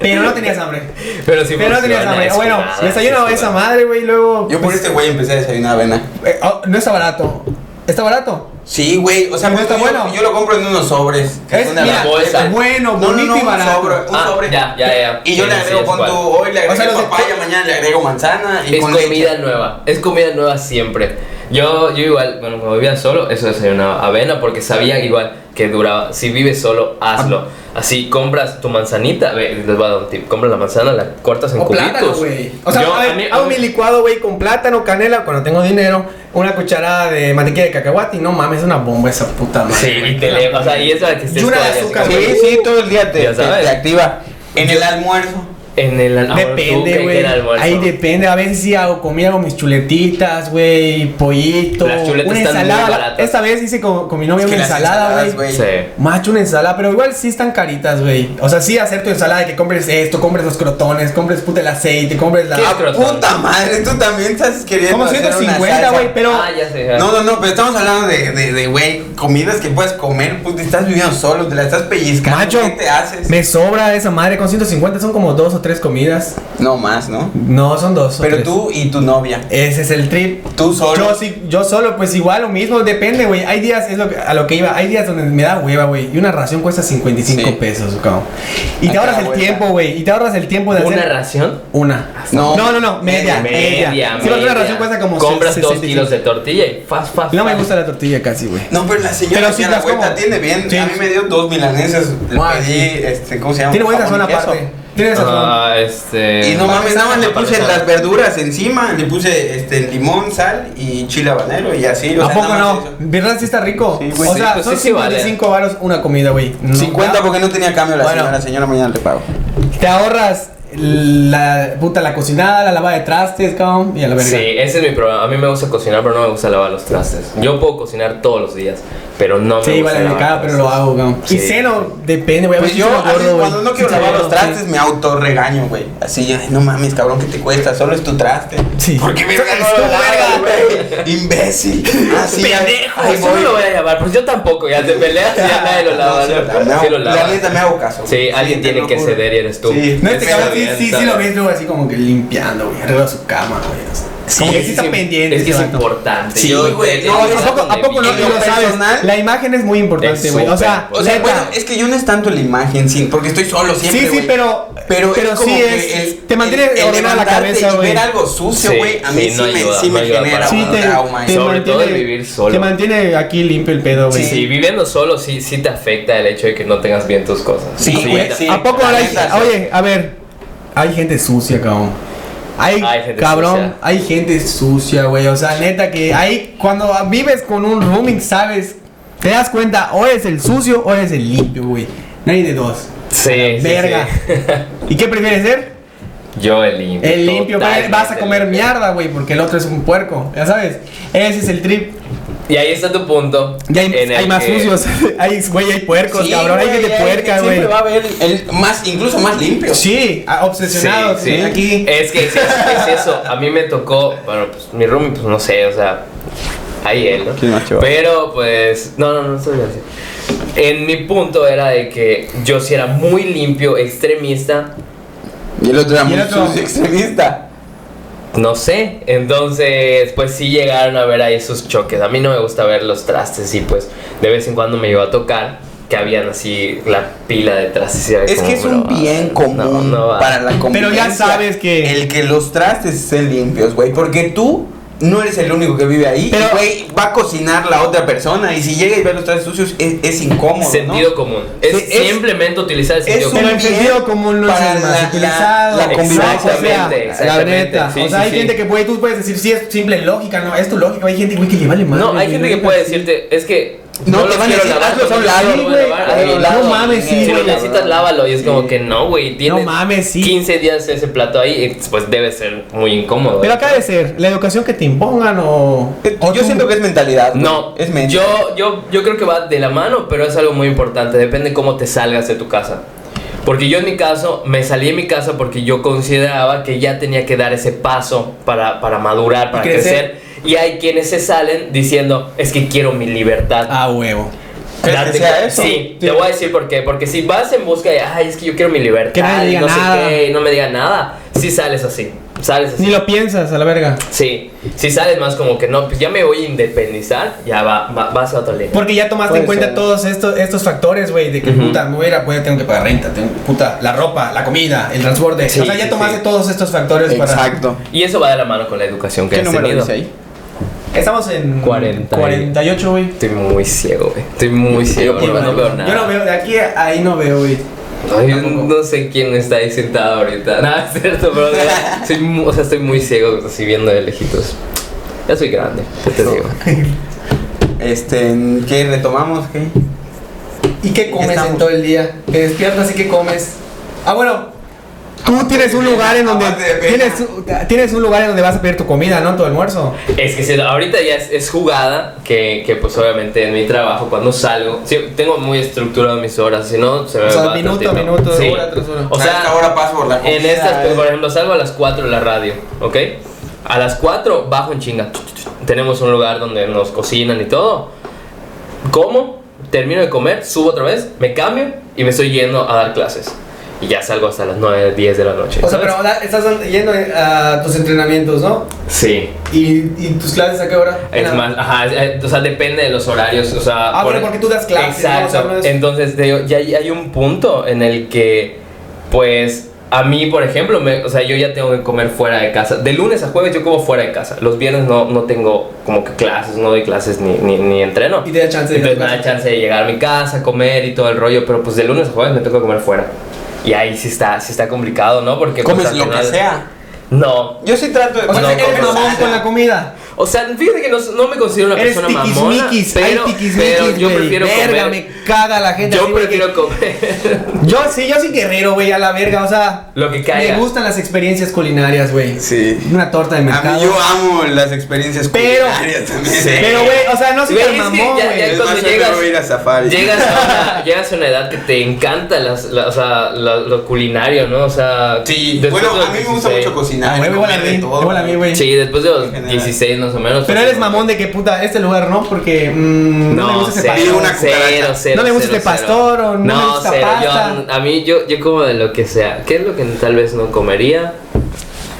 Speaker 2: Pero no tenías hambre.
Speaker 3: Pero si
Speaker 2: Pero no tenías hambre. Bueno, desayunaba esa madre, güey, luego. pues,
Speaker 1: Yo por este güey empecé a desayunar avena.
Speaker 2: eh, oh, no está barato. ¿Está barato?
Speaker 1: Sí, güey. O sea,
Speaker 2: ¿No
Speaker 1: pues,
Speaker 2: está
Speaker 1: yo,
Speaker 2: bueno?
Speaker 1: yo lo compro en unos sobres. que
Speaker 2: Es,
Speaker 1: son de
Speaker 2: mira,
Speaker 1: la-
Speaker 3: bolsa.
Speaker 2: es bueno,
Speaker 1: No, no,
Speaker 2: bonito
Speaker 1: no,
Speaker 2: y
Speaker 1: un
Speaker 2: barato.
Speaker 1: sobre. un
Speaker 3: Ah,
Speaker 1: sobre.
Speaker 3: ya, ya, ya.
Speaker 1: Y yo
Speaker 3: Sí,
Speaker 1: le
Speaker 3: sí,
Speaker 1: agrego
Speaker 3: es
Speaker 1: con
Speaker 3: igual.
Speaker 1: tu. Hoy le agrego
Speaker 2: sea, los de-
Speaker 1: papaya, mañana le agrego manzana. Y
Speaker 3: Es
Speaker 1: con
Speaker 3: comida
Speaker 1: leche.
Speaker 3: nueva, es comida nueva siempre. Yo, yo igual, bueno, cuando vivía solo, eso desayunaba avena porque sabía igual que duraba. Si vives solo, hazlo.
Speaker 2: Ah.
Speaker 3: Así compras tu manzanita, ve, les voy a dar un tip. Compras la manzana, la cortas en
Speaker 2: O
Speaker 3: cubitos.
Speaker 2: plátano, güey. O sea,
Speaker 3: Yo-
Speaker 2: a ver,
Speaker 3: a mí-
Speaker 2: hago mi licuado, güey, con plátano, canela, cuando tengo dinero, una cucharada de mantequilla de cacahuate y no mames, es una bomba esa puta madre.
Speaker 3: Sí, y te le, o sea, y es para que estés
Speaker 2: Y una de
Speaker 3: todavía así
Speaker 2: azúcar,
Speaker 3: como-
Speaker 1: Sí, sí, todo el día te,
Speaker 3: Ya
Speaker 1: te-
Speaker 3: sabes.
Speaker 1: te activa. En el almuerzo.
Speaker 3: En el ahora tú, ¿qué-
Speaker 2: Depende,
Speaker 3: qué
Speaker 2: güey.
Speaker 3: era el almuerzo?
Speaker 2: Ahí depende. A veces sí hago comida con mis chuletitas, güey, pollito,
Speaker 3: Las chuletas
Speaker 2: una
Speaker 3: están muy
Speaker 2: ensalada.
Speaker 3: baratas.
Speaker 2: Esta vez hice con, con mi novia
Speaker 1: Es que
Speaker 2: una
Speaker 1: las
Speaker 2: ensalada,
Speaker 1: ensaladas,
Speaker 2: güey.
Speaker 1: güey.
Speaker 3: Sí.
Speaker 2: Macho, una ensalada, pero igual sí están caritas, güey. O sea, sí hacer tu ensalada, que compres esto, compres los crotones, compres puta el aceite, compres la.
Speaker 3: ¿Qué?
Speaker 1: Ah,
Speaker 3: crotones.
Speaker 1: puta madre, tú también estás queriendo.
Speaker 2: Como
Speaker 1: hacer una
Speaker 2: 150,
Speaker 1: salsa.
Speaker 2: güey, pero.
Speaker 3: Ah, ya sé. ya.
Speaker 1: No, no, no, pero estamos hablando de, de, de, güey, comidas que puedes comer, pues, puta, estás viviendo solo, te la estás pellizcando.
Speaker 2: Macho,
Speaker 1: ¿Qué te haces?
Speaker 2: me sobra esa madre con 150, son como dos o tres comidas.
Speaker 1: No más, ¿no?
Speaker 2: No, son dos. son
Speaker 1: Pero
Speaker 2: tres.
Speaker 1: tú y tu novia.
Speaker 2: Ese es el trip.
Speaker 1: Tú solo.
Speaker 2: Yo, sí, yo solo, pues igual lo mismo, depende, güey. Hay días, es lo que- a lo que iba, hay días donde me da hueva, güey. Y una ración cuesta 55
Speaker 1: Sí.
Speaker 2: pesos, cabrón. Y te
Speaker 1: Acá,
Speaker 2: ahorras el
Speaker 1: güey.
Speaker 2: tiempo, güey. Y te ahorras el tiempo de
Speaker 3: ¿Una
Speaker 2: hacer.
Speaker 3: ración?
Speaker 2: Una.
Speaker 1: No.
Speaker 2: no, no, no, media, media. Sí, porque una ración cuesta como
Speaker 3: Compras
Speaker 2: se-
Speaker 3: dos
Speaker 2: 65.
Speaker 3: kilos de tortilla y fast, fast.
Speaker 2: No me
Speaker 3: fast.
Speaker 2: gusta la tortilla casi, güey.
Speaker 1: No, pero la señora
Speaker 2: Pero
Speaker 1: que
Speaker 2: sí
Speaker 1: a la
Speaker 2: las
Speaker 1: vuelta
Speaker 2: como.
Speaker 1: atiende bien.
Speaker 2: Sí.
Speaker 1: A mí me dio dos milanesas. Le
Speaker 2: Ah,
Speaker 1: pedí, este, ¿cómo se llama?
Speaker 2: Tiene buena
Speaker 1: Jamón
Speaker 2: sazón
Speaker 1: y queso.
Speaker 2: aparte. Tiene sazón.
Speaker 3: Ah, este.
Speaker 1: Y no mames, nada más le puse
Speaker 3: Parmesano.
Speaker 1: las verduras encima, le puse este limón, sal y chile habanero y así. o
Speaker 2: ¿A
Speaker 1: sea,
Speaker 2: poco
Speaker 1: nada más
Speaker 2: no?
Speaker 1: eso.
Speaker 2: ¿Verdad sí está rico?
Speaker 1: Sí, güey.
Speaker 2: o
Speaker 1: Sí,
Speaker 2: sea,
Speaker 3: pues
Speaker 2: son
Speaker 3: sí, sí vale.
Speaker 2: 55 varos una comida, güey. No,
Speaker 1: 50 porque no tenía cambio la
Speaker 2: Bueno.
Speaker 1: señora, la señora mañana le pago.
Speaker 2: Te ahorras la puta la cocinada, la lavada de trastes, cabrón, y a la verga.
Speaker 3: Sí, ese es mi problema. A mí me gusta cocinar, pero no me gusta lavar los trastes. Yo puedo cocinar todos los días, pero no me
Speaker 2: Sí,
Speaker 3: gusta.
Speaker 2: vale de
Speaker 3: lavar
Speaker 2: cara, pero lo
Speaker 3: trastes.
Speaker 2: hago, cabrón.
Speaker 3: Sí.
Speaker 2: Y ceno, depende, güey. a
Speaker 1: Pues
Speaker 2: veces
Speaker 1: yo,
Speaker 2: ceno
Speaker 1: a veces
Speaker 2: gordo, güey.
Speaker 1: cuando no quiero
Speaker 2: Sí,
Speaker 1: lavar los
Speaker 2: sí.
Speaker 1: trastes, me autorregaño, güey. Así, ay, no mames, cabrón, que te cuesta, solo es tu traste.
Speaker 2: Sí.
Speaker 1: Porque me verga,
Speaker 2: Es tu
Speaker 1: no lo lavo,
Speaker 3: verga.
Speaker 1: güey.
Speaker 2: *laughs*
Speaker 1: Imbécil. Así,
Speaker 3: Pendejo,
Speaker 1: ahí
Speaker 3: eso no
Speaker 1: voy.
Speaker 3: lo voy a lavar, pues yo tampoco, ya te peleas
Speaker 1: *laughs*
Speaker 3: y ya nadie lo lava.
Speaker 1: No, sí,
Speaker 3: ¿no?
Speaker 1: me hago-
Speaker 3: Sí lo lava.
Speaker 1: La neta me hago caso.
Speaker 3: Sí,
Speaker 1: güey.
Speaker 3: alguien
Speaker 1: te
Speaker 3: tiene
Speaker 1: lo
Speaker 3: que
Speaker 1: juro.
Speaker 3: ceder y eres tú.
Speaker 1: Sí,
Speaker 2: No, este
Speaker 1: me
Speaker 2: cabrón
Speaker 1: cedo,
Speaker 2: sí,
Speaker 1: ya
Speaker 2: sí,
Speaker 1: está.
Speaker 2: sí lo ves luego así como que limpiando, güey, arriba de su cama, güey. o sea,
Speaker 1: Sí,
Speaker 2: como que sí
Speaker 1: sí,
Speaker 2: está
Speaker 3: Sí,
Speaker 2: pendiente.
Speaker 3: Es que es
Speaker 2: ese vato.
Speaker 3: importante.
Speaker 1: Sí,
Speaker 3: Yo-
Speaker 1: güey,
Speaker 3: yo-
Speaker 1: no,
Speaker 3: yo-
Speaker 1: ¿a
Speaker 2: poco- a poco no-
Speaker 1: Y
Speaker 3: yo-
Speaker 1: lo personal-
Speaker 2: La imagen es muy importante,
Speaker 3: Es
Speaker 2: güey. O sea,
Speaker 3: súper.
Speaker 1: O sea,
Speaker 2: neta,
Speaker 1: bueno, es que yo no es tanto la imagen, sí, porque estoy solo siempre.
Speaker 2: Sí, sí,
Speaker 1: güey.
Speaker 2: pero-
Speaker 1: pero,
Speaker 2: pero
Speaker 1: es como
Speaker 2: sí
Speaker 1: que
Speaker 2: es- te mantiene ordenada la
Speaker 1: levantarte
Speaker 2: cabeza,
Speaker 1: y
Speaker 2: güey.
Speaker 1: Ver algo sucio,
Speaker 3: Sí,
Speaker 1: güey, a mí sí,
Speaker 3: sí, no
Speaker 1: me,
Speaker 3: ayuda,
Speaker 1: sí
Speaker 3: no
Speaker 1: me
Speaker 3: ayuda
Speaker 1: genera
Speaker 3: para
Speaker 2: Sí,
Speaker 1: un
Speaker 2: te,
Speaker 1: trauma.
Speaker 2: te
Speaker 1: eso.
Speaker 3: Sobre todo
Speaker 2: mantiene-
Speaker 3: el vivir solo.
Speaker 2: Te mantiene aquí limpio el pedo, güey.
Speaker 1: Sí.
Speaker 3: Sí, viviendo solo sí, sí te afecta el hecho de que no tengas bien tus cosas.
Speaker 1: Sí, güey,
Speaker 3: te-
Speaker 1: sí.
Speaker 2: ¿A poco
Speaker 1: la
Speaker 2: ahora hay,
Speaker 1: neta, sí.
Speaker 2: Oye, a ver. Hay gente sucia, cabrón. Hay,
Speaker 3: Hay gente
Speaker 2: cabrón,
Speaker 3: sucia.
Speaker 2: hay gente sucia, güey. O sea, neta que hay cuando vives con un rooming, sabes, te das cuenta, o eres el sucio o eres el limpio, güey. No hay de dos.
Speaker 3: Sí, *laughs* sí,
Speaker 2: Verga. ¿Y qué prefieres ser?
Speaker 3: sí. Yo el limpio.
Speaker 2: El limpio, pero
Speaker 3: totalmente
Speaker 2: vas a comer
Speaker 3: limpio.
Speaker 2: mierda, güey, porque el otro es un puerco, ya sabes. Ese es el trip.
Speaker 3: Y ahí está tu punto.
Speaker 2: Y hay,
Speaker 3: en el
Speaker 2: hay más
Speaker 3: que-
Speaker 2: sucios. *laughs* Hay, güey, hay puercos,
Speaker 1: Sí,
Speaker 2: cabrón. Hay
Speaker 1: güey,
Speaker 2: gente
Speaker 1: hay-
Speaker 2: puerca, güey.
Speaker 1: Siempre va a haber el más, incluso más limpio.
Speaker 2: Sí, ah, obsesionados.
Speaker 3: Sí, Eh, sí.
Speaker 2: ¿no? Aquí.
Speaker 3: Es que es, es eso. A mí me tocó. Bueno, pues mi roomie, pues no sé, o sea. Ahí él, ¿no?
Speaker 1: ¿Quién más, chaval?
Speaker 3: Pero pues. No, no, no estoy así. En mi punto era de que yo sí era muy limpio, extremista.
Speaker 1: Y el otro era
Speaker 2: Y
Speaker 1: muy
Speaker 2: el otro-
Speaker 1: sucio, extremista.
Speaker 3: No sé, entonces pues sí llegaron a ver ahí esos choques. A mí no me gusta ver los trastes y pues de vez en cuando me iba a tocar que habían así la pila de trastes. y era
Speaker 1: Es
Speaker 3: como,
Speaker 1: que es un
Speaker 3: "Bro,
Speaker 1: bien
Speaker 3: no,
Speaker 1: común
Speaker 3: no va".
Speaker 1: para la convivencia.
Speaker 2: Pero ya sabes que-
Speaker 1: El que los trastes estén limpios, güey. Porque tú no eres el único que vive ahí.
Speaker 2: Pero-
Speaker 1: Y, güey, va a cocinar la otra persona. Y si llega y ve los trastes sucios, es, es incómodo,
Speaker 3: Sentido
Speaker 1: ¿no?
Speaker 3: común. Es,
Speaker 1: Sí, es-
Speaker 3: simplemente utilizar el
Speaker 1: Es
Speaker 3: sentido común.
Speaker 2: Pero el
Speaker 1: bien
Speaker 2: sentido común no es
Speaker 1: para
Speaker 2: el más
Speaker 1: la-
Speaker 2: utilizado.
Speaker 1: la- la convivencia.
Speaker 2: O sea,
Speaker 3: Exactamente,
Speaker 2: la
Speaker 3: exactamente.
Speaker 2: neta.
Speaker 3: Sí,
Speaker 2: o sea,
Speaker 3: sí,
Speaker 2: hay
Speaker 3: sí.
Speaker 2: gente que puede, tú puedes decir, sí, es simple lógica, no, es tu lógica. Hay gente, güey, que le vale más.
Speaker 3: No, hay gente que puede decirte, es que
Speaker 1: No,
Speaker 3: no,
Speaker 1: te
Speaker 3: los
Speaker 1: van a
Speaker 3: quiero
Speaker 1: decir,
Speaker 3: lavar,
Speaker 1: hazlos a un
Speaker 3: no
Speaker 1: lado,
Speaker 3: los voy
Speaker 2: güey,
Speaker 3: a lavar,
Speaker 1: hazlo a un
Speaker 3: hazlo.
Speaker 1: lado.
Speaker 2: No mames, sí,
Speaker 3: Si lo
Speaker 2: güey,
Speaker 3: necesitas, lávalo. Y es como que no, güey. Tienes
Speaker 2: mames, sí.
Speaker 3: 15 días ese plato ahí, y, pues debe ser muy incómodo.
Speaker 2: Pero acá de ser, la educación que te impongan o. o
Speaker 1: Yo
Speaker 2: tú-
Speaker 1: siento que es mentalidad. güey.
Speaker 3: No,
Speaker 1: es mentalidad.
Speaker 3: yo, yo, yo creo que va de la mano, pero es algo muy importante. Depende cómo te salgas de tu casa. Porque yo en mi caso, me salí de mi casa porque yo consideraba que ya tenía que dar ese paso para, para madurar, para
Speaker 2: crecer.
Speaker 3: crecer. Y hay quienes se salen diciendo, es que quiero mi libertad.
Speaker 2: Ah, huevo.
Speaker 1: ¿Crees que
Speaker 3: Date
Speaker 1: sea
Speaker 3: cuenta.
Speaker 1: eso?
Speaker 3: Sí,
Speaker 2: Sí.
Speaker 3: te voy a decir por qué. Porque si vas en busca de, ay, es que yo quiero mi libertad,
Speaker 2: Que nadie
Speaker 3: y
Speaker 2: diga
Speaker 3: no
Speaker 2: nada".
Speaker 3: sé qué, y no me diga nada, si sales así. Sales así.
Speaker 2: Ni lo piensas, a la verga.
Speaker 3: Sí, si sales más como que no, pues ya me voy a independizar, ya va, va- vas a otra ley.
Speaker 2: Porque ya tomaste
Speaker 1: Puede
Speaker 2: en cuenta
Speaker 1: ser.
Speaker 2: todos estos, estos factores, güey, de que
Speaker 3: Ujú.
Speaker 2: puta, me voy a ir a poder, tengo que pagar renta, tengo, puta, la ropa, la comida, el transporte.
Speaker 3: Sí,
Speaker 2: o sea, ya
Speaker 3: sí,
Speaker 2: tomaste
Speaker 3: sí.
Speaker 2: todos estos factores para.
Speaker 1: Exacto.
Speaker 3: Y eso va de la mano con la educación que
Speaker 1: ¿Qué
Speaker 3: has
Speaker 1: número
Speaker 3: tenido.
Speaker 1: dice ahí?
Speaker 2: Estamos en.
Speaker 3: 40 y-
Speaker 2: 48, güey.
Speaker 3: Estoy muy ciego, güey. Estoy muy ciego,
Speaker 1: por
Speaker 3: no,
Speaker 1: la
Speaker 3: no veo nada.
Speaker 2: Yo no veo, de aquí a ahí no veo, güey.
Speaker 3: Ay, yo
Speaker 2: Tampoco.
Speaker 3: no sé quién está ahí sentado ahorita. *laughs* Nada, es cierto, pero de verdad, soy mu- o sea, estoy muy ciego, así viendo de lejitos. Ya soy grande, ¿qué
Speaker 2: *laughs*
Speaker 3: te digo?
Speaker 1: Este, ¿qué retomamos? ¿Qué?
Speaker 2: ¿Y qué comes
Speaker 1: Estamos.
Speaker 2: en todo el día? Te despiertas y qué comes. Ah, bueno. Ah, Tú tienes un lugar en donde
Speaker 1: Aparte de pena.
Speaker 2: tienes, tienes un lugar en donde vas a pedir tu comida, ¿no? Tu almuerzo.
Speaker 3: Es que si- ahorita ya es, es jugada, que, que pues obviamente en mi trabajo cuando salgo, sí, tengo muy estructurado mis horas, si no se me
Speaker 2: O sea,
Speaker 3: va
Speaker 2: minuto a
Speaker 3: tantito.
Speaker 2: minuto,
Speaker 3: Sí.
Speaker 2: hora tras hora.
Speaker 3: O
Speaker 1: A
Speaker 3: sea,
Speaker 1: esta hora paso por la
Speaker 3: en
Speaker 1: comida,
Speaker 3: estas,
Speaker 1: eh.
Speaker 3: por ejemplo, salgo a las 4 de la radio, ¿ok? A las 4 bajo en chinga. Tenemos un lugar donde nos cocinan y todo. Como, termino de comer, subo otra vez, me cambio y me estoy yendo a dar clases. y ya salgo hasta las 9, 10 de la noche.
Speaker 2: O sea,
Speaker 3: ¿sabes?
Speaker 2: pero ahora estás yendo a tus entrenamientos, ¿no?
Speaker 3: Sí,
Speaker 2: ¿Y, y tus clases a qué hora?
Speaker 3: es
Speaker 2: Nada.
Speaker 3: más, ajá, es- eh, o sea, depende de los horarios, o sea...
Speaker 2: Ah, bueno, porque tú das clases, ¿no? O sea,
Speaker 3: Exacto,
Speaker 2: no es-
Speaker 3: entonces te digo, ya hay, hay un punto en el que, pues, a mí, por ejemplo, me- o sea, yo ya tengo que comer fuera de casa. De lunes a jueves yo como fuera de casa, los viernes no, no tengo como que clases, no doy clases ni, ni, ni entreno.
Speaker 2: Y te da chance de ir a
Speaker 3: Entonces
Speaker 2: tu
Speaker 3: me da
Speaker 2: casa.
Speaker 3: chance de llegar a mi casa, comer y todo el rollo, pero pues de lunes a jueves me toca comer fuera. Y ahí sí está, sí está complicado, ¿no? Porque pues,
Speaker 1: Comes
Speaker 3: al
Speaker 1: lo que
Speaker 3: final-
Speaker 1: sea.
Speaker 3: No.
Speaker 1: Yo sí trato de.
Speaker 2: O sea,
Speaker 3: No,
Speaker 2: eres
Speaker 3: como-
Speaker 2: mamón con la comida.
Speaker 3: O sea, fíjate que no, no me considero una
Speaker 2: Eres
Speaker 3: persona mamona,
Speaker 2: tiquismiquis,
Speaker 3: pero,
Speaker 2: hay tiquismiquis,
Speaker 3: pero yo
Speaker 2: güey.
Speaker 3: prefiero
Speaker 2: verga,
Speaker 3: comer.
Speaker 2: me caga la gente. así,
Speaker 3: Yo
Speaker 2: güey,
Speaker 3: prefiero comer *laughs*
Speaker 2: que- Yo sí, yo sí guerrero, güey, a la verga, o sea...
Speaker 3: lo que caiga.
Speaker 2: Me gustan las experiencias culinarias, güey.
Speaker 1: Sí.
Speaker 2: Una torta de
Speaker 1: A
Speaker 2: mercado.
Speaker 1: mí yo amo las experiencias
Speaker 2: Pero-
Speaker 1: culinarias también.
Speaker 3: Sí.
Speaker 2: Pero, güey, o sea, no soy
Speaker 3: Güey,
Speaker 2: tan
Speaker 3: es que
Speaker 2: mamón,
Speaker 3: ya-
Speaker 2: güey.
Speaker 3: ya
Speaker 1: Es
Speaker 3: cuando
Speaker 1: más, yo
Speaker 3: llegas-
Speaker 1: quiero ir a safari.
Speaker 3: Llegas a,
Speaker 1: *laughs*
Speaker 3: una, llegas a una edad que te encanta las, la- o sea, la- lo culinario, ¿no? O sea,
Speaker 1: Sí,
Speaker 3: después
Speaker 1: bueno,
Speaker 3: de los
Speaker 1: a mí me gusta
Speaker 3: 16.
Speaker 1: mucho cocinar.
Speaker 2: Ah, güey, igual a
Speaker 1: comer de
Speaker 2: mí,
Speaker 1: todo.
Speaker 2: igual a mí, güey.
Speaker 3: Sí, después de los
Speaker 1: general.
Speaker 3: 16 más o menos.
Speaker 2: Pero eres mamón de que puta, este lugar no, porque mm, no, me gusta ese
Speaker 3: cero,
Speaker 1: pastor.
Speaker 2: pastel.
Speaker 1: Una cucaracha.
Speaker 3: cero, cero,
Speaker 2: No me gusta
Speaker 3: cero,
Speaker 2: este
Speaker 3: cero.
Speaker 2: pastor, o no me gusta
Speaker 3: cero. Yo,
Speaker 2: pasta.
Speaker 3: a mí, yo, yo como de lo que sea. ¿Qué es lo que tal vez no comería?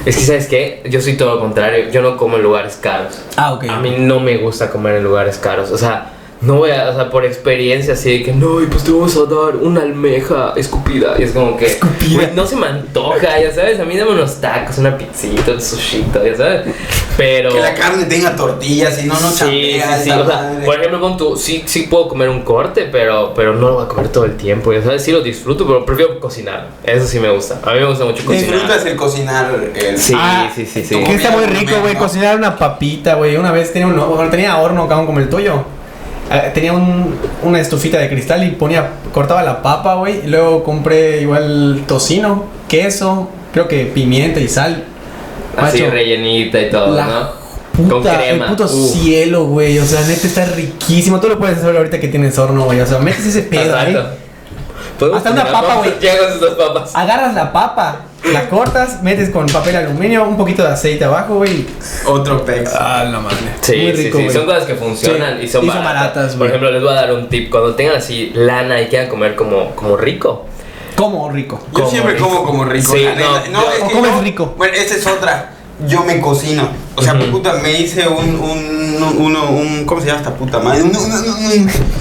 Speaker 3: Es que, ¿sabes qué? Yo soy todo lo contrario. Yo no como en lugares caros.
Speaker 2: Ah, ok.
Speaker 3: A mí no me gusta comer en lugares caros. O sea, no voy a, o sea, por experiencia así de que no, y pues te vamos a dar una almeja escupida. Y es como que.
Speaker 2: Escupida.
Speaker 3: güey, no se me antoja, ya sabes. A mí dame unos tacos, una pizzita, un sushito, ya sabes. Pero.
Speaker 1: Que la carne tenga tortillas y no, no
Speaker 3: Sí,
Speaker 1: chapea
Speaker 3: sí, sí.
Speaker 1: esa
Speaker 3: O sea,
Speaker 1: madre.
Speaker 3: por ejemplo, con tu, sí, sí puedo comer un corte, pero, pero no lo voy a comer todo el tiempo. Ya sabes, sí lo disfruto, pero prefiero cocinar. Eso sí me gusta. A mí me gusta mucho cocinar.
Speaker 1: Disfrutas el cocinar. El...
Speaker 3: Sí,
Speaker 2: Ah,
Speaker 3: sí, sí, sí.
Speaker 1: tú-
Speaker 2: Que está muy
Speaker 1: Comer,
Speaker 2: rico, güey,
Speaker 1: ¿no?
Speaker 2: cocinar una papita, güey. Una vez tenía un horno, tenía horno, cabrón, como el tuyo. Ah, Tenía un- una estufita de cristal y ponía, cortaba la papa, güey. Y luego compré igual tocino, queso, creo que pimienta y sal.
Speaker 3: Así
Speaker 2: Macho,
Speaker 3: rellenita y todo,
Speaker 2: la
Speaker 3: ¿no?
Speaker 2: Puta,
Speaker 3: con crema.
Speaker 2: el puto
Speaker 3: Uf.
Speaker 2: cielo, güey. O sea, neta está riquísimo. Tú lo puedes hacer ahorita que tienes horno, güey. O sea, metes ese pedo,
Speaker 3: Exacto.
Speaker 2: ahí ¿eh?
Speaker 3: Podemos
Speaker 2: Hasta una
Speaker 3: terminar,
Speaker 2: papa,
Speaker 3: vamos,
Speaker 2: güey.
Speaker 3: *laughs* ya con esas papas.
Speaker 2: Agarras la papa, la cortas, metes con papel aluminio, un poquito de aceite abajo, güey.
Speaker 1: Otro pex.
Speaker 2: Ah, la madre.
Speaker 3: Sí,
Speaker 2: Muy
Speaker 3: sí,
Speaker 2: rico,
Speaker 3: sí,
Speaker 2: güey.
Speaker 3: son cosas que funcionan
Speaker 2: Sí,
Speaker 3: y son
Speaker 2: y son
Speaker 3: baratas.
Speaker 2: baratas,
Speaker 3: Por
Speaker 2: güey.
Speaker 3: ejemplo, les voy a dar un tip. Cuando tengan así lana y quieran comer como, como rico,
Speaker 2: Como rico.
Speaker 1: Yo
Speaker 3: Como
Speaker 1: siempre
Speaker 3: rico.
Speaker 1: como como rico.
Speaker 3: Sí,
Speaker 1: la neta.
Speaker 3: no, yo-
Speaker 1: es
Speaker 2: o
Speaker 1: que
Speaker 2: comes
Speaker 1: yo-
Speaker 2: rico.
Speaker 1: Bueno, esa es otra. Yo me cocino. O sea,
Speaker 3: Ujú.
Speaker 1: puta, me hice un, un, uno, un, ¿cómo se llama esta puta madre? Un, un- un-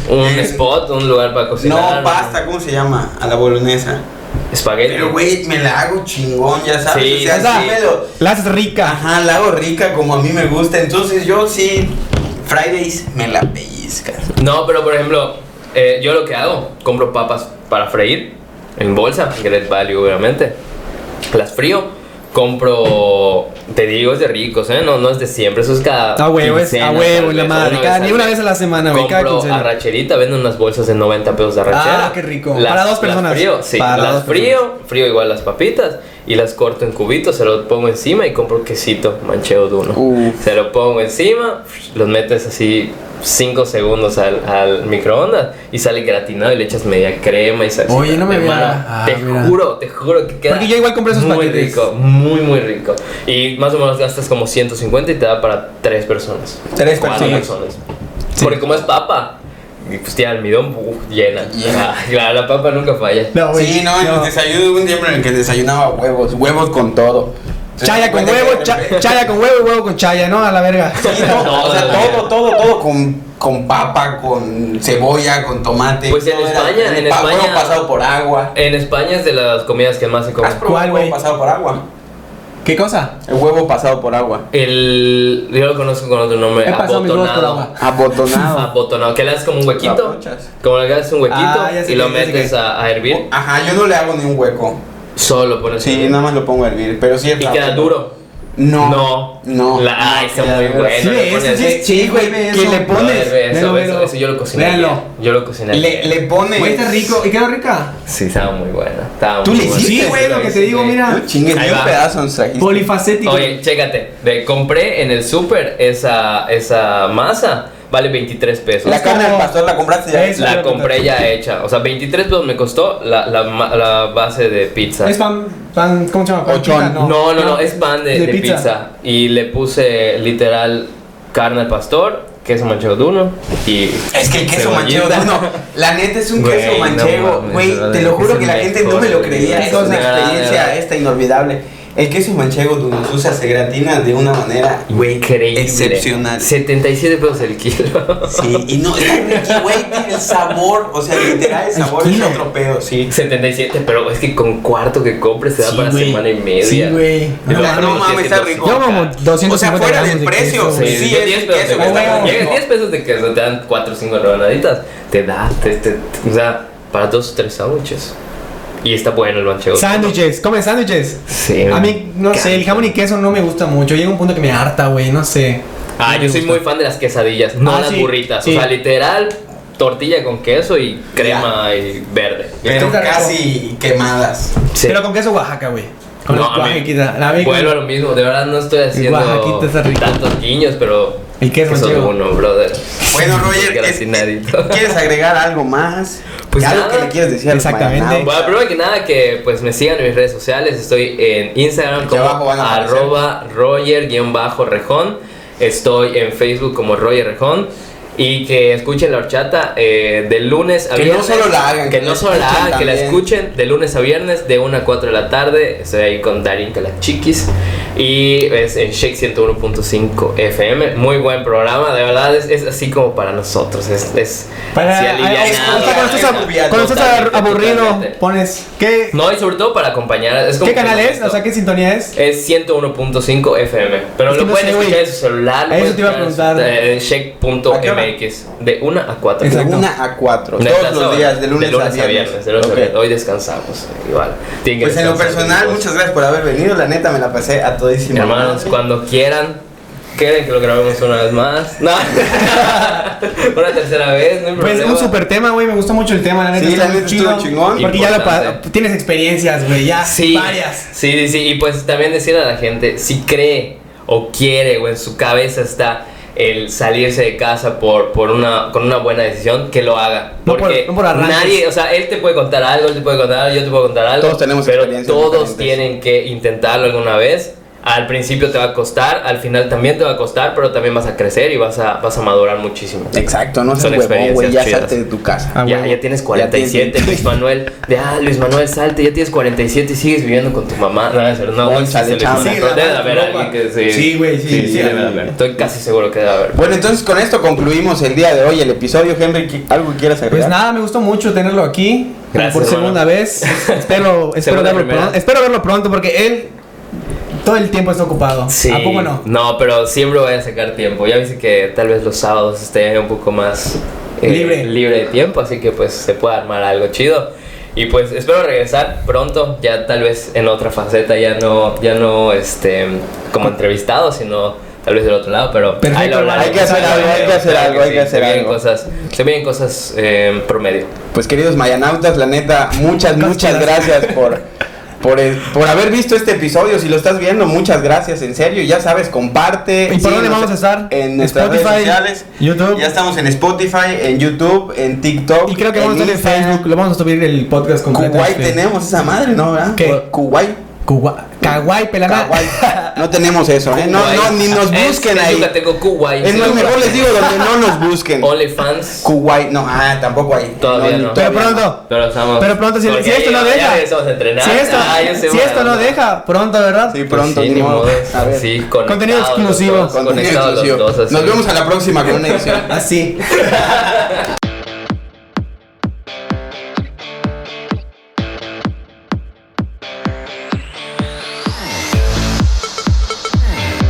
Speaker 1: un-
Speaker 2: *laughs*
Speaker 3: un
Speaker 1: eh,
Speaker 3: spot, un lugar para cocinar.
Speaker 1: No, pasta, ¿cómo se llama? A la bolognesa.
Speaker 3: Espagueti.
Speaker 1: Pero, güey, me la hago chingón, ya sabes.
Speaker 3: Eh. Sí,
Speaker 1: o sea,
Speaker 2: o sea,
Speaker 1: sí me lo-
Speaker 2: La haces rica.
Speaker 1: Ajá, la hago rica como a mí me gusta. Entonces, yo sí, Fridays me la pellizcas.
Speaker 3: No, pero por ejemplo, eh, yo lo que hago, compro papas para freír en bolsa, Great Value obviamente. Las frío, compro, te digo, es de ricos, ¿eh? No, no es de siempre, eso es cada.
Speaker 2: A huevo, es a
Speaker 3: quincena,
Speaker 2: huevo,
Speaker 3: tal
Speaker 2: la
Speaker 3: vez,
Speaker 2: madre.
Speaker 3: una
Speaker 2: Cada,
Speaker 3: vez
Speaker 2: ni
Speaker 3: al
Speaker 2: una
Speaker 3: mes.
Speaker 2: vez a la semana, güey. Cada
Speaker 3: Compro
Speaker 2: quincena.
Speaker 3: arracherita, venden unas bolsas de 90 pesos de arrachera.
Speaker 2: Ah, qué rico. Para dos personas.
Speaker 3: Las frío, sí.
Speaker 2: Para
Speaker 3: las
Speaker 2: dos
Speaker 3: frío, frío igual las papitas. Y las corto en cubitos, se los pongo encima y compro quesito manchego de uno.
Speaker 1: Uh.
Speaker 3: Se lo pongo encima, los metes así 5 segundos al, al microondas y sale gratinado y le echas media crema y salsa.
Speaker 2: Oye, no me había- ah,
Speaker 3: Te
Speaker 2: mira.
Speaker 3: juro, te juro que queda.
Speaker 2: Porque yo igual compré esos
Speaker 3: muy
Speaker 2: paquetes.
Speaker 3: rico, muy, muy rico. Y más o menos gastas como 150 y te da para 3 personas.
Speaker 1: Tres
Speaker 3: Cuatro
Speaker 1: personas.
Speaker 3: personas. Porque como es papa, y pues tiene almidón, buf, llena.
Speaker 1: Llena.
Speaker 3: Ah, claro, la papa nunca falla.
Speaker 2: No, Ah, güey.
Speaker 1: Sí, no, en el desayuno hubo un tiempo en el que desayunaba huevos, huevos con todo.
Speaker 2: Chaya con
Speaker 1: Entonces,
Speaker 2: huevo,
Speaker 1: de
Speaker 2: cha-
Speaker 1: repente-
Speaker 2: chaya con huevo y huevo con chaya, ¿no? A la verga.
Speaker 1: Sí, todo, o sea,
Speaker 3: Todo,
Speaker 1: todo, todo, todo con, con papa, con cebolla, con tomate.
Speaker 3: Pues en
Speaker 1: todo era-
Speaker 3: España, en
Speaker 1: pa- huevo
Speaker 3: España-
Speaker 1: pasado por agua.
Speaker 3: En España es de las comidas que más se
Speaker 2: Ah,
Speaker 1: ¿Has
Speaker 3: comen.
Speaker 1: probado
Speaker 2: ¿Cuál,
Speaker 1: el
Speaker 2: güey?
Speaker 1: huevo pasado por agua?
Speaker 2: ¿Qué cosa?
Speaker 1: El huevo pasado por agua.
Speaker 3: El, yo lo conozco con otro nombre,
Speaker 2: He pasado mis huevos por agua.
Speaker 3: abotonado. *laughs*
Speaker 1: Abotonado.
Speaker 3: Abotonado, que le haces como un huequito.
Speaker 1: Abrochas.
Speaker 3: Como le haces un huequito
Speaker 2: Ah, ya sé
Speaker 3: y lo
Speaker 2: que- ya sé
Speaker 3: metes
Speaker 2: que-
Speaker 3: a, a hervir.
Speaker 1: Ajá, yo no le hago ni un hueco.
Speaker 3: Solo pones a
Speaker 1: Sí,
Speaker 3: hervir.
Speaker 1: nada más lo pongo a hervir, pero sí es
Speaker 3: Y
Speaker 1: la-
Speaker 3: queda duro.
Speaker 1: No.
Speaker 3: No.
Speaker 1: No.
Speaker 3: La- ay, está
Speaker 1: Ya,
Speaker 3: muy
Speaker 1: pero
Speaker 3: bueno.
Speaker 2: Sí,
Speaker 3: le
Speaker 2: ve
Speaker 3: pones-
Speaker 2: eso, sí, sí, güey, ve
Speaker 1: ¿Qué
Speaker 2: eso.
Speaker 1: le
Speaker 3: No,
Speaker 1: pones?
Speaker 3: ve eso,
Speaker 2: Velo,
Speaker 3: ve eso,
Speaker 2: velo.
Speaker 3: eso yo lo cociné.
Speaker 2: Véanlo.
Speaker 3: ayer. Yo lo cociné.
Speaker 1: Le,
Speaker 3: ayer.
Speaker 1: le pones.
Speaker 2: Güey, está rico. ¿Y quedó rica?
Speaker 3: Sí, estaba muy buena. Estaba
Speaker 1: ¿Tú
Speaker 3: muy
Speaker 1: le
Speaker 3: buena.
Speaker 1: hiciste?
Speaker 2: Sí, güey, lo que te digo, mira.
Speaker 1: No chingues,
Speaker 3: Ahí
Speaker 1: ni un
Speaker 3: va.
Speaker 1: pedazo nos
Speaker 2: Este.
Speaker 1: trajiste.
Speaker 2: Polifacético.
Speaker 3: Oye, chécate, de- compré en el súper esa, esa masa, vale 23 pesos.
Speaker 1: La
Speaker 2: Es
Speaker 3: La,
Speaker 1: carne del
Speaker 2: como-
Speaker 1: pastor la compraste ya.
Speaker 2: Es- la-
Speaker 3: compré ya hecha, o sea, 23 pesos me costó la, la, ma- la base de pizza.
Speaker 2: Es pan, pan, ¿cómo se llama? Pan
Speaker 1: Ochón.
Speaker 2: pita,
Speaker 3: no, no, no, es pan de, de pizza. Y le puse literal carne al pastor, queso
Speaker 2: Ah.
Speaker 3: manchego de uno y.
Speaker 1: Es que el queso manchego,
Speaker 3: cebollita.
Speaker 1: no, la neta es un
Speaker 3: Güey,
Speaker 1: queso
Speaker 3: no
Speaker 1: manchego,
Speaker 3: mames,
Speaker 1: güey,
Speaker 3: brother,
Speaker 1: te lo
Speaker 3: es
Speaker 1: juro
Speaker 3: el
Speaker 1: que la gente no
Speaker 3: mejor
Speaker 1: me lo
Speaker 3: de
Speaker 1: creía,
Speaker 3: vida.
Speaker 1: es una
Speaker 3: De verdad, de
Speaker 1: experiencia
Speaker 3: verdad.
Speaker 1: esta inolvidable. El queso manchego donde usa se gratina de una manera, güey,
Speaker 3: Increíble.
Speaker 1: excepcional.
Speaker 3: 77 pesos
Speaker 2: *laughs*
Speaker 3: el kilo.
Speaker 1: Sí, y no, está rico, güey, tiene el sabor, o sea, literal el
Speaker 2: El
Speaker 1: sabor es
Speaker 2: kilo.
Speaker 1: otro pedo, sí.
Speaker 3: 77, pero es que con cuarto que compres te da
Speaker 2: Sí,
Speaker 3: para
Speaker 2: güey.
Speaker 3: semana y media.
Speaker 2: Sí, güey.
Speaker 3: Y lo
Speaker 1: No,
Speaker 3: bajaron
Speaker 1: no
Speaker 3: los
Speaker 1: mames, está
Speaker 3: 700.
Speaker 1: rico.
Speaker 2: Yo como 250
Speaker 1: O sea, fuera del
Speaker 2: gramos de
Speaker 1: precio,
Speaker 2: queso,
Speaker 1: güey.
Speaker 2: güey.
Speaker 1: Sí,
Speaker 3: Sí,
Speaker 1: es
Speaker 3: 10
Speaker 1: que eso
Speaker 3: pesos,
Speaker 1: está
Speaker 2: Oh.
Speaker 3: de queso.
Speaker 1: rico.
Speaker 3: Llega 10 pesos de queso, te dan 4 o 5 rebanaditas. Te da, te, te- te- o sea, para 2 o 3 sándwiches. Y está bueno el manchego.
Speaker 2: Sándwiches, come sándwiches.
Speaker 3: Sí.
Speaker 2: A mí, no sé, el jamón y queso no me gusta mucho. Llega un punto que me harta, güey, no sé.
Speaker 3: Ah,
Speaker 2: No me
Speaker 3: yo soy
Speaker 2: gusta.
Speaker 3: muy fan de las quesadillas, no
Speaker 2: Ah,
Speaker 3: las
Speaker 2: sí,
Speaker 3: burritas.
Speaker 2: sí.
Speaker 3: O sea, literal, tortilla con queso y crema y verde.
Speaker 1: Pero
Speaker 2: Está rico.
Speaker 1: casi quemadas.
Speaker 3: Sí.
Speaker 2: Pero con queso Oaxaca, güey. Con
Speaker 3: No,
Speaker 2: el
Speaker 3: a mí-
Speaker 2: Oaxaquita. La vi con-
Speaker 3: Vuelvo a lo mismo, de verdad no estoy haciendo
Speaker 2: Oaxaquita está rico.
Speaker 3: tantos guiños, pero.
Speaker 2: El queso
Speaker 3: de
Speaker 2: manchego.
Speaker 3: uno, brother.
Speaker 1: Bueno, Roger, es-
Speaker 3: Gratinadito.
Speaker 1: ¿quieres agregar algo más?
Speaker 3: Pues
Speaker 1: algo
Speaker 3: nada.
Speaker 1: que le quieres decir a los
Speaker 2: Exactamente.
Speaker 1: mañanados.
Speaker 3: Bueno, primero que nada que pues me sigan en mis redes sociales, estoy en Instagram
Speaker 1: Aquí
Speaker 3: como
Speaker 1: abajo van a aparecer.
Speaker 3: arroba roger-rejón, estoy en Facebook como Roger Rejón y que escuchen la horchata eh, de lunes a
Speaker 1: Que no
Speaker 3: viernes.
Speaker 1: solo la hagan,
Speaker 3: que,
Speaker 1: que la
Speaker 3: no solo la
Speaker 1: escuchen
Speaker 3: hagan, que la
Speaker 1: también.
Speaker 3: escuchen de lunes a viernes de 1 a 4 de la tarde, estoy ahí con Darín Calachiquis y es en Shake 101.5 FM, muy buen programa, de verdad es, es así como para nosotros, es, es
Speaker 2: Para,
Speaker 3: así
Speaker 2: ay,
Speaker 3: alivianado,
Speaker 2: es- o sea, cuando estás, ab-
Speaker 1: alivianado,
Speaker 2: cuando estás
Speaker 3: totalmente,
Speaker 2: aburrido,
Speaker 3: totalmente.
Speaker 2: pones. ¿Qué,
Speaker 3: No, y sobre todo para acompañar. Es como
Speaker 2: ¿qué canal
Speaker 3: que-
Speaker 2: es? O sea, ¿qué sintonía es?
Speaker 3: Es 101.5 FM. Pero
Speaker 2: Es que
Speaker 3: lo
Speaker 2: no
Speaker 3: pueden
Speaker 2: sé, güey.
Speaker 3: escuchar en su celular. lo
Speaker 2: Eso
Speaker 3: pueden
Speaker 2: te iba a
Speaker 3: escuchar en su-
Speaker 2: preguntar.
Speaker 3: eh,
Speaker 1: ¿A qué hora?
Speaker 3: Check.mx. De 1 a 4.
Speaker 1: De
Speaker 2: Exacto.
Speaker 1: 1 a 4,
Speaker 3: De
Speaker 1: todos
Speaker 3: estas
Speaker 1: los
Speaker 3: horas,
Speaker 1: días, de lunes,
Speaker 3: a viernes. de lunes a
Speaker 1: Ok.
Speaker 3: viernes. Hoy descansamos. Igual. Tienen que
Speaker 1: Pues en lo
Speaker 3: descansar,
Speaker 1: personal,
Speaker 3: amigos.
Speaker 1: muchas gracias por haber venido. La neta me la pasé a todísima.
Speaker 3: Hermanos,
Speaker 1: madre.
Speaker 3: cuando quieran. Quieren que lo grabemos una vez más. *laughs* No. una tercera vez. No hay
Speaker 2: Pues
Speaker 3: problema.
Speaker 2: un super tema, güey. Me gusta mucho el tema, la neta.
Speaker 1: Sí,
Speaker 2: está
Speaker 1: la
Speaker 2: muy
Speaker 1: neta estuvo chingón.
Speaker 2: Porque ya la pa-
Speaker 3: Importante.
Speaker 2: tienes experiencias, güey. Ya
Speaker 3: Sí,
Speaker 2: varias.
Speaker 3: Sí, sí, sí. Y pues también decirle a la gente, si cree o quiere o en su cabeza está el salirse de casa por, por una, con una buena decisión, que lo haga.
Speaker 2: No por-
Speaker 3: Porque
Speaker 2: no por arranques.
Speaker 3: nadie, o sea, él te puede contar algo, él te puede contar algo, yo te puedo contar algo.
Speaker 1: Todos tenemos
Speaker 3: Pero
Speaker 1: experiencias
Speaker 3: todos
Speaker 1: diferentes.
Speaker 3: tienen que intentarlo alguna vez. Al principio te va a costar, al final también te va a costar, pero también vas a crecer y vas a, vas a madurar muchísimo.
Speaker 1: Exacto, no seas
Speaker 3: Son
Speaker 1: huevón, güey.
Speaker 3: experiencias
Speaker 1: Ya
Speaker 3: chidas.
Speaker 1: salte de tu casa.
Speaker 2: Ah,
Speaker 3: ya,
Speaker 2: huevo.
Speaker 3: ya tienes
Speaker 1: Ya
Speaker 3: 47,
Speaker 1: tienes-
Speaker 3: Luis Manuel. De, ah, Luis Manuel, salte, ya tienes 47 y sigues viviendo con tu mamá. No, no, no, no
Speaker 1: Ay,
Speaker 3: existe
Speaker 1: sale
Speaker 3: Luis
Speaker 1: chamba.
Speaker 3: Manuel.
Speaker 1: Sí,
Speaker 2: la
Speaker 3: Debe de
Speaker 2: verdad,
Speaker 3: haber
Speaker 2: no,
Speaker 3: alguien
Speaker 2: pa.
Speaker 3: que sí.
Speaker 2: Sí, güey, sí, sí,
Speaker 3: debe de
Speaker 2: hay.
Speaker 3: haber. Estoy casi seguro que debe haber.
Speaker 1: Bueno, entonces con esto concluimos el día de hoy el episodio. Henry, ¿qué- ¿algo que quieras agregar?
Speaker 2: Pues nada, me gustó mucho tenerlo aquí.
Speaker 3: Gracias,
Speaker 2: por
Speaker 3: hermano.
Speaker 2: segunda
Speaker 3: *laughs*
Speaker 2: vez. Espero, espero,
Speaker 3: Segunda
Speaker 2: verlo
Speaker 3: primera.
Speaker 2: pronto, espero verlo pronto porque él todo el tiempo está ocupado.
Speaker 3: Sí.
Speaker 2: ¿A poco no?
Speaker 3: No, pero siempre voy a sacar tiempo. Ya viste que tal vez los sábados esté un poco más eh,
Speaker 2: Libre.
Speaker 3: libre de tiempo, así que pues se puede armar algo chido. Y pues espero regresar pronto, ya tal vez en otra faceta, ya no, ya no este como entrevistado, sino tal vez del otro lado, pero
Speaker 2: Perfecto,
Speaker 3: ahí lo hablaremos.
Speaker 1: hay que hacer algo, hay que hacer
Speaker 3: Claro
Speaker 1: algo, hay que
Speaker 3: sí,
Speaker 1: hacer
Speaker 3: se vienen
Speaker 1: algo.
Speaker 3: Cosas, se vienen cosas eh, promedio.
Speaker 1: Pues queridos mayanautas, la neta, muchas, muchas gracias
Speaker 2: *laughs*
Speaker 1: por, por, el- por haber visto este episodio. Si lo estás viendo, muchas gracias, en serio. Ya sabes, comparte.
Speaker 2: ¿Y por
Speaker 1: síguenos
Speaker 2: dónde vamos a estar?
Speaker 1: En nuestras
Speaker 2: Spotify,
Speaker 1: redes sociales.
Speaker 2: YouTube.
Speaker 1: Ya estamos en Spotify, en YouTube, en TikTok.
Speaker 2: Y creo que vamos a
Speaker 1: en
Speaker 2: estar en
Speaker 1: Instagram.
Speaker 2: Facebook. Lo vamos a subir el podcast completo.
Speaker 1: Kuwait
Speaker 2: este.
Speaker 1: tenemos esa madre, ¿no? ¿Verdad?
Speaker 2: ¿Qué?
Speaker 1: Kuwait.
Speaker 2: Kuwa- Kawaii, pelana.
Speaker 1: Kuwait. No tenemos eso, ¿eh? No, no, ni
Speaker 3: *laughs*
Speaker 1: nos
Speaker 3: Es-
Speaker 1: busquen
Speaker 3: es
Speaker 1: ahí.
Speaker 3: Yucateco, Kuwait.
Speaker 1: Es más, mejor les digo donde no nos busquen.
Speaker 3: OnlyFans.
Speaker 1: Kuwait, no, ah, tampoco ahí.
Speaker 3: Todavía no.
Speaker 2: Pero pronto.
Speaker 3: Pero estamos.
Speaker 2: Pero pronto, si-
Speaker 3: Porque
Speaker 2: si esto
Speaker 3: ya-
Speaker 2: no
Speaker 3: ya
Speaker 2: deja.
Speaker 3: regresamos a entrenar.
Speaker 2: Si esto,
Speaker 3: Ah, yo sé
Speaker 2: si
Speaker 3: buena
Speaker 2: esto no
Speaker 3: onda.
Speaker 2: deja, pronto, ¿verdad?
Speaker 1: Sí,
Speaker 3: Pues
Speaker 1: pronto,
Speaker 3: sí,
Speaker 1: ni modo. A ver.
Speaker 3: Sí,
Speaker 2: Contenido
Speaker 3: conectados los
Speaker 2: exclusivo.
Speaker 3: dos,
Speaker 1: Contenido
Speaker 3: conectados los
Speaker 1: exclusivo.
Speaker 3: dos, así.
Speaker 1: Nos vemos a la próxima con una edición.
Speaker 2: Así.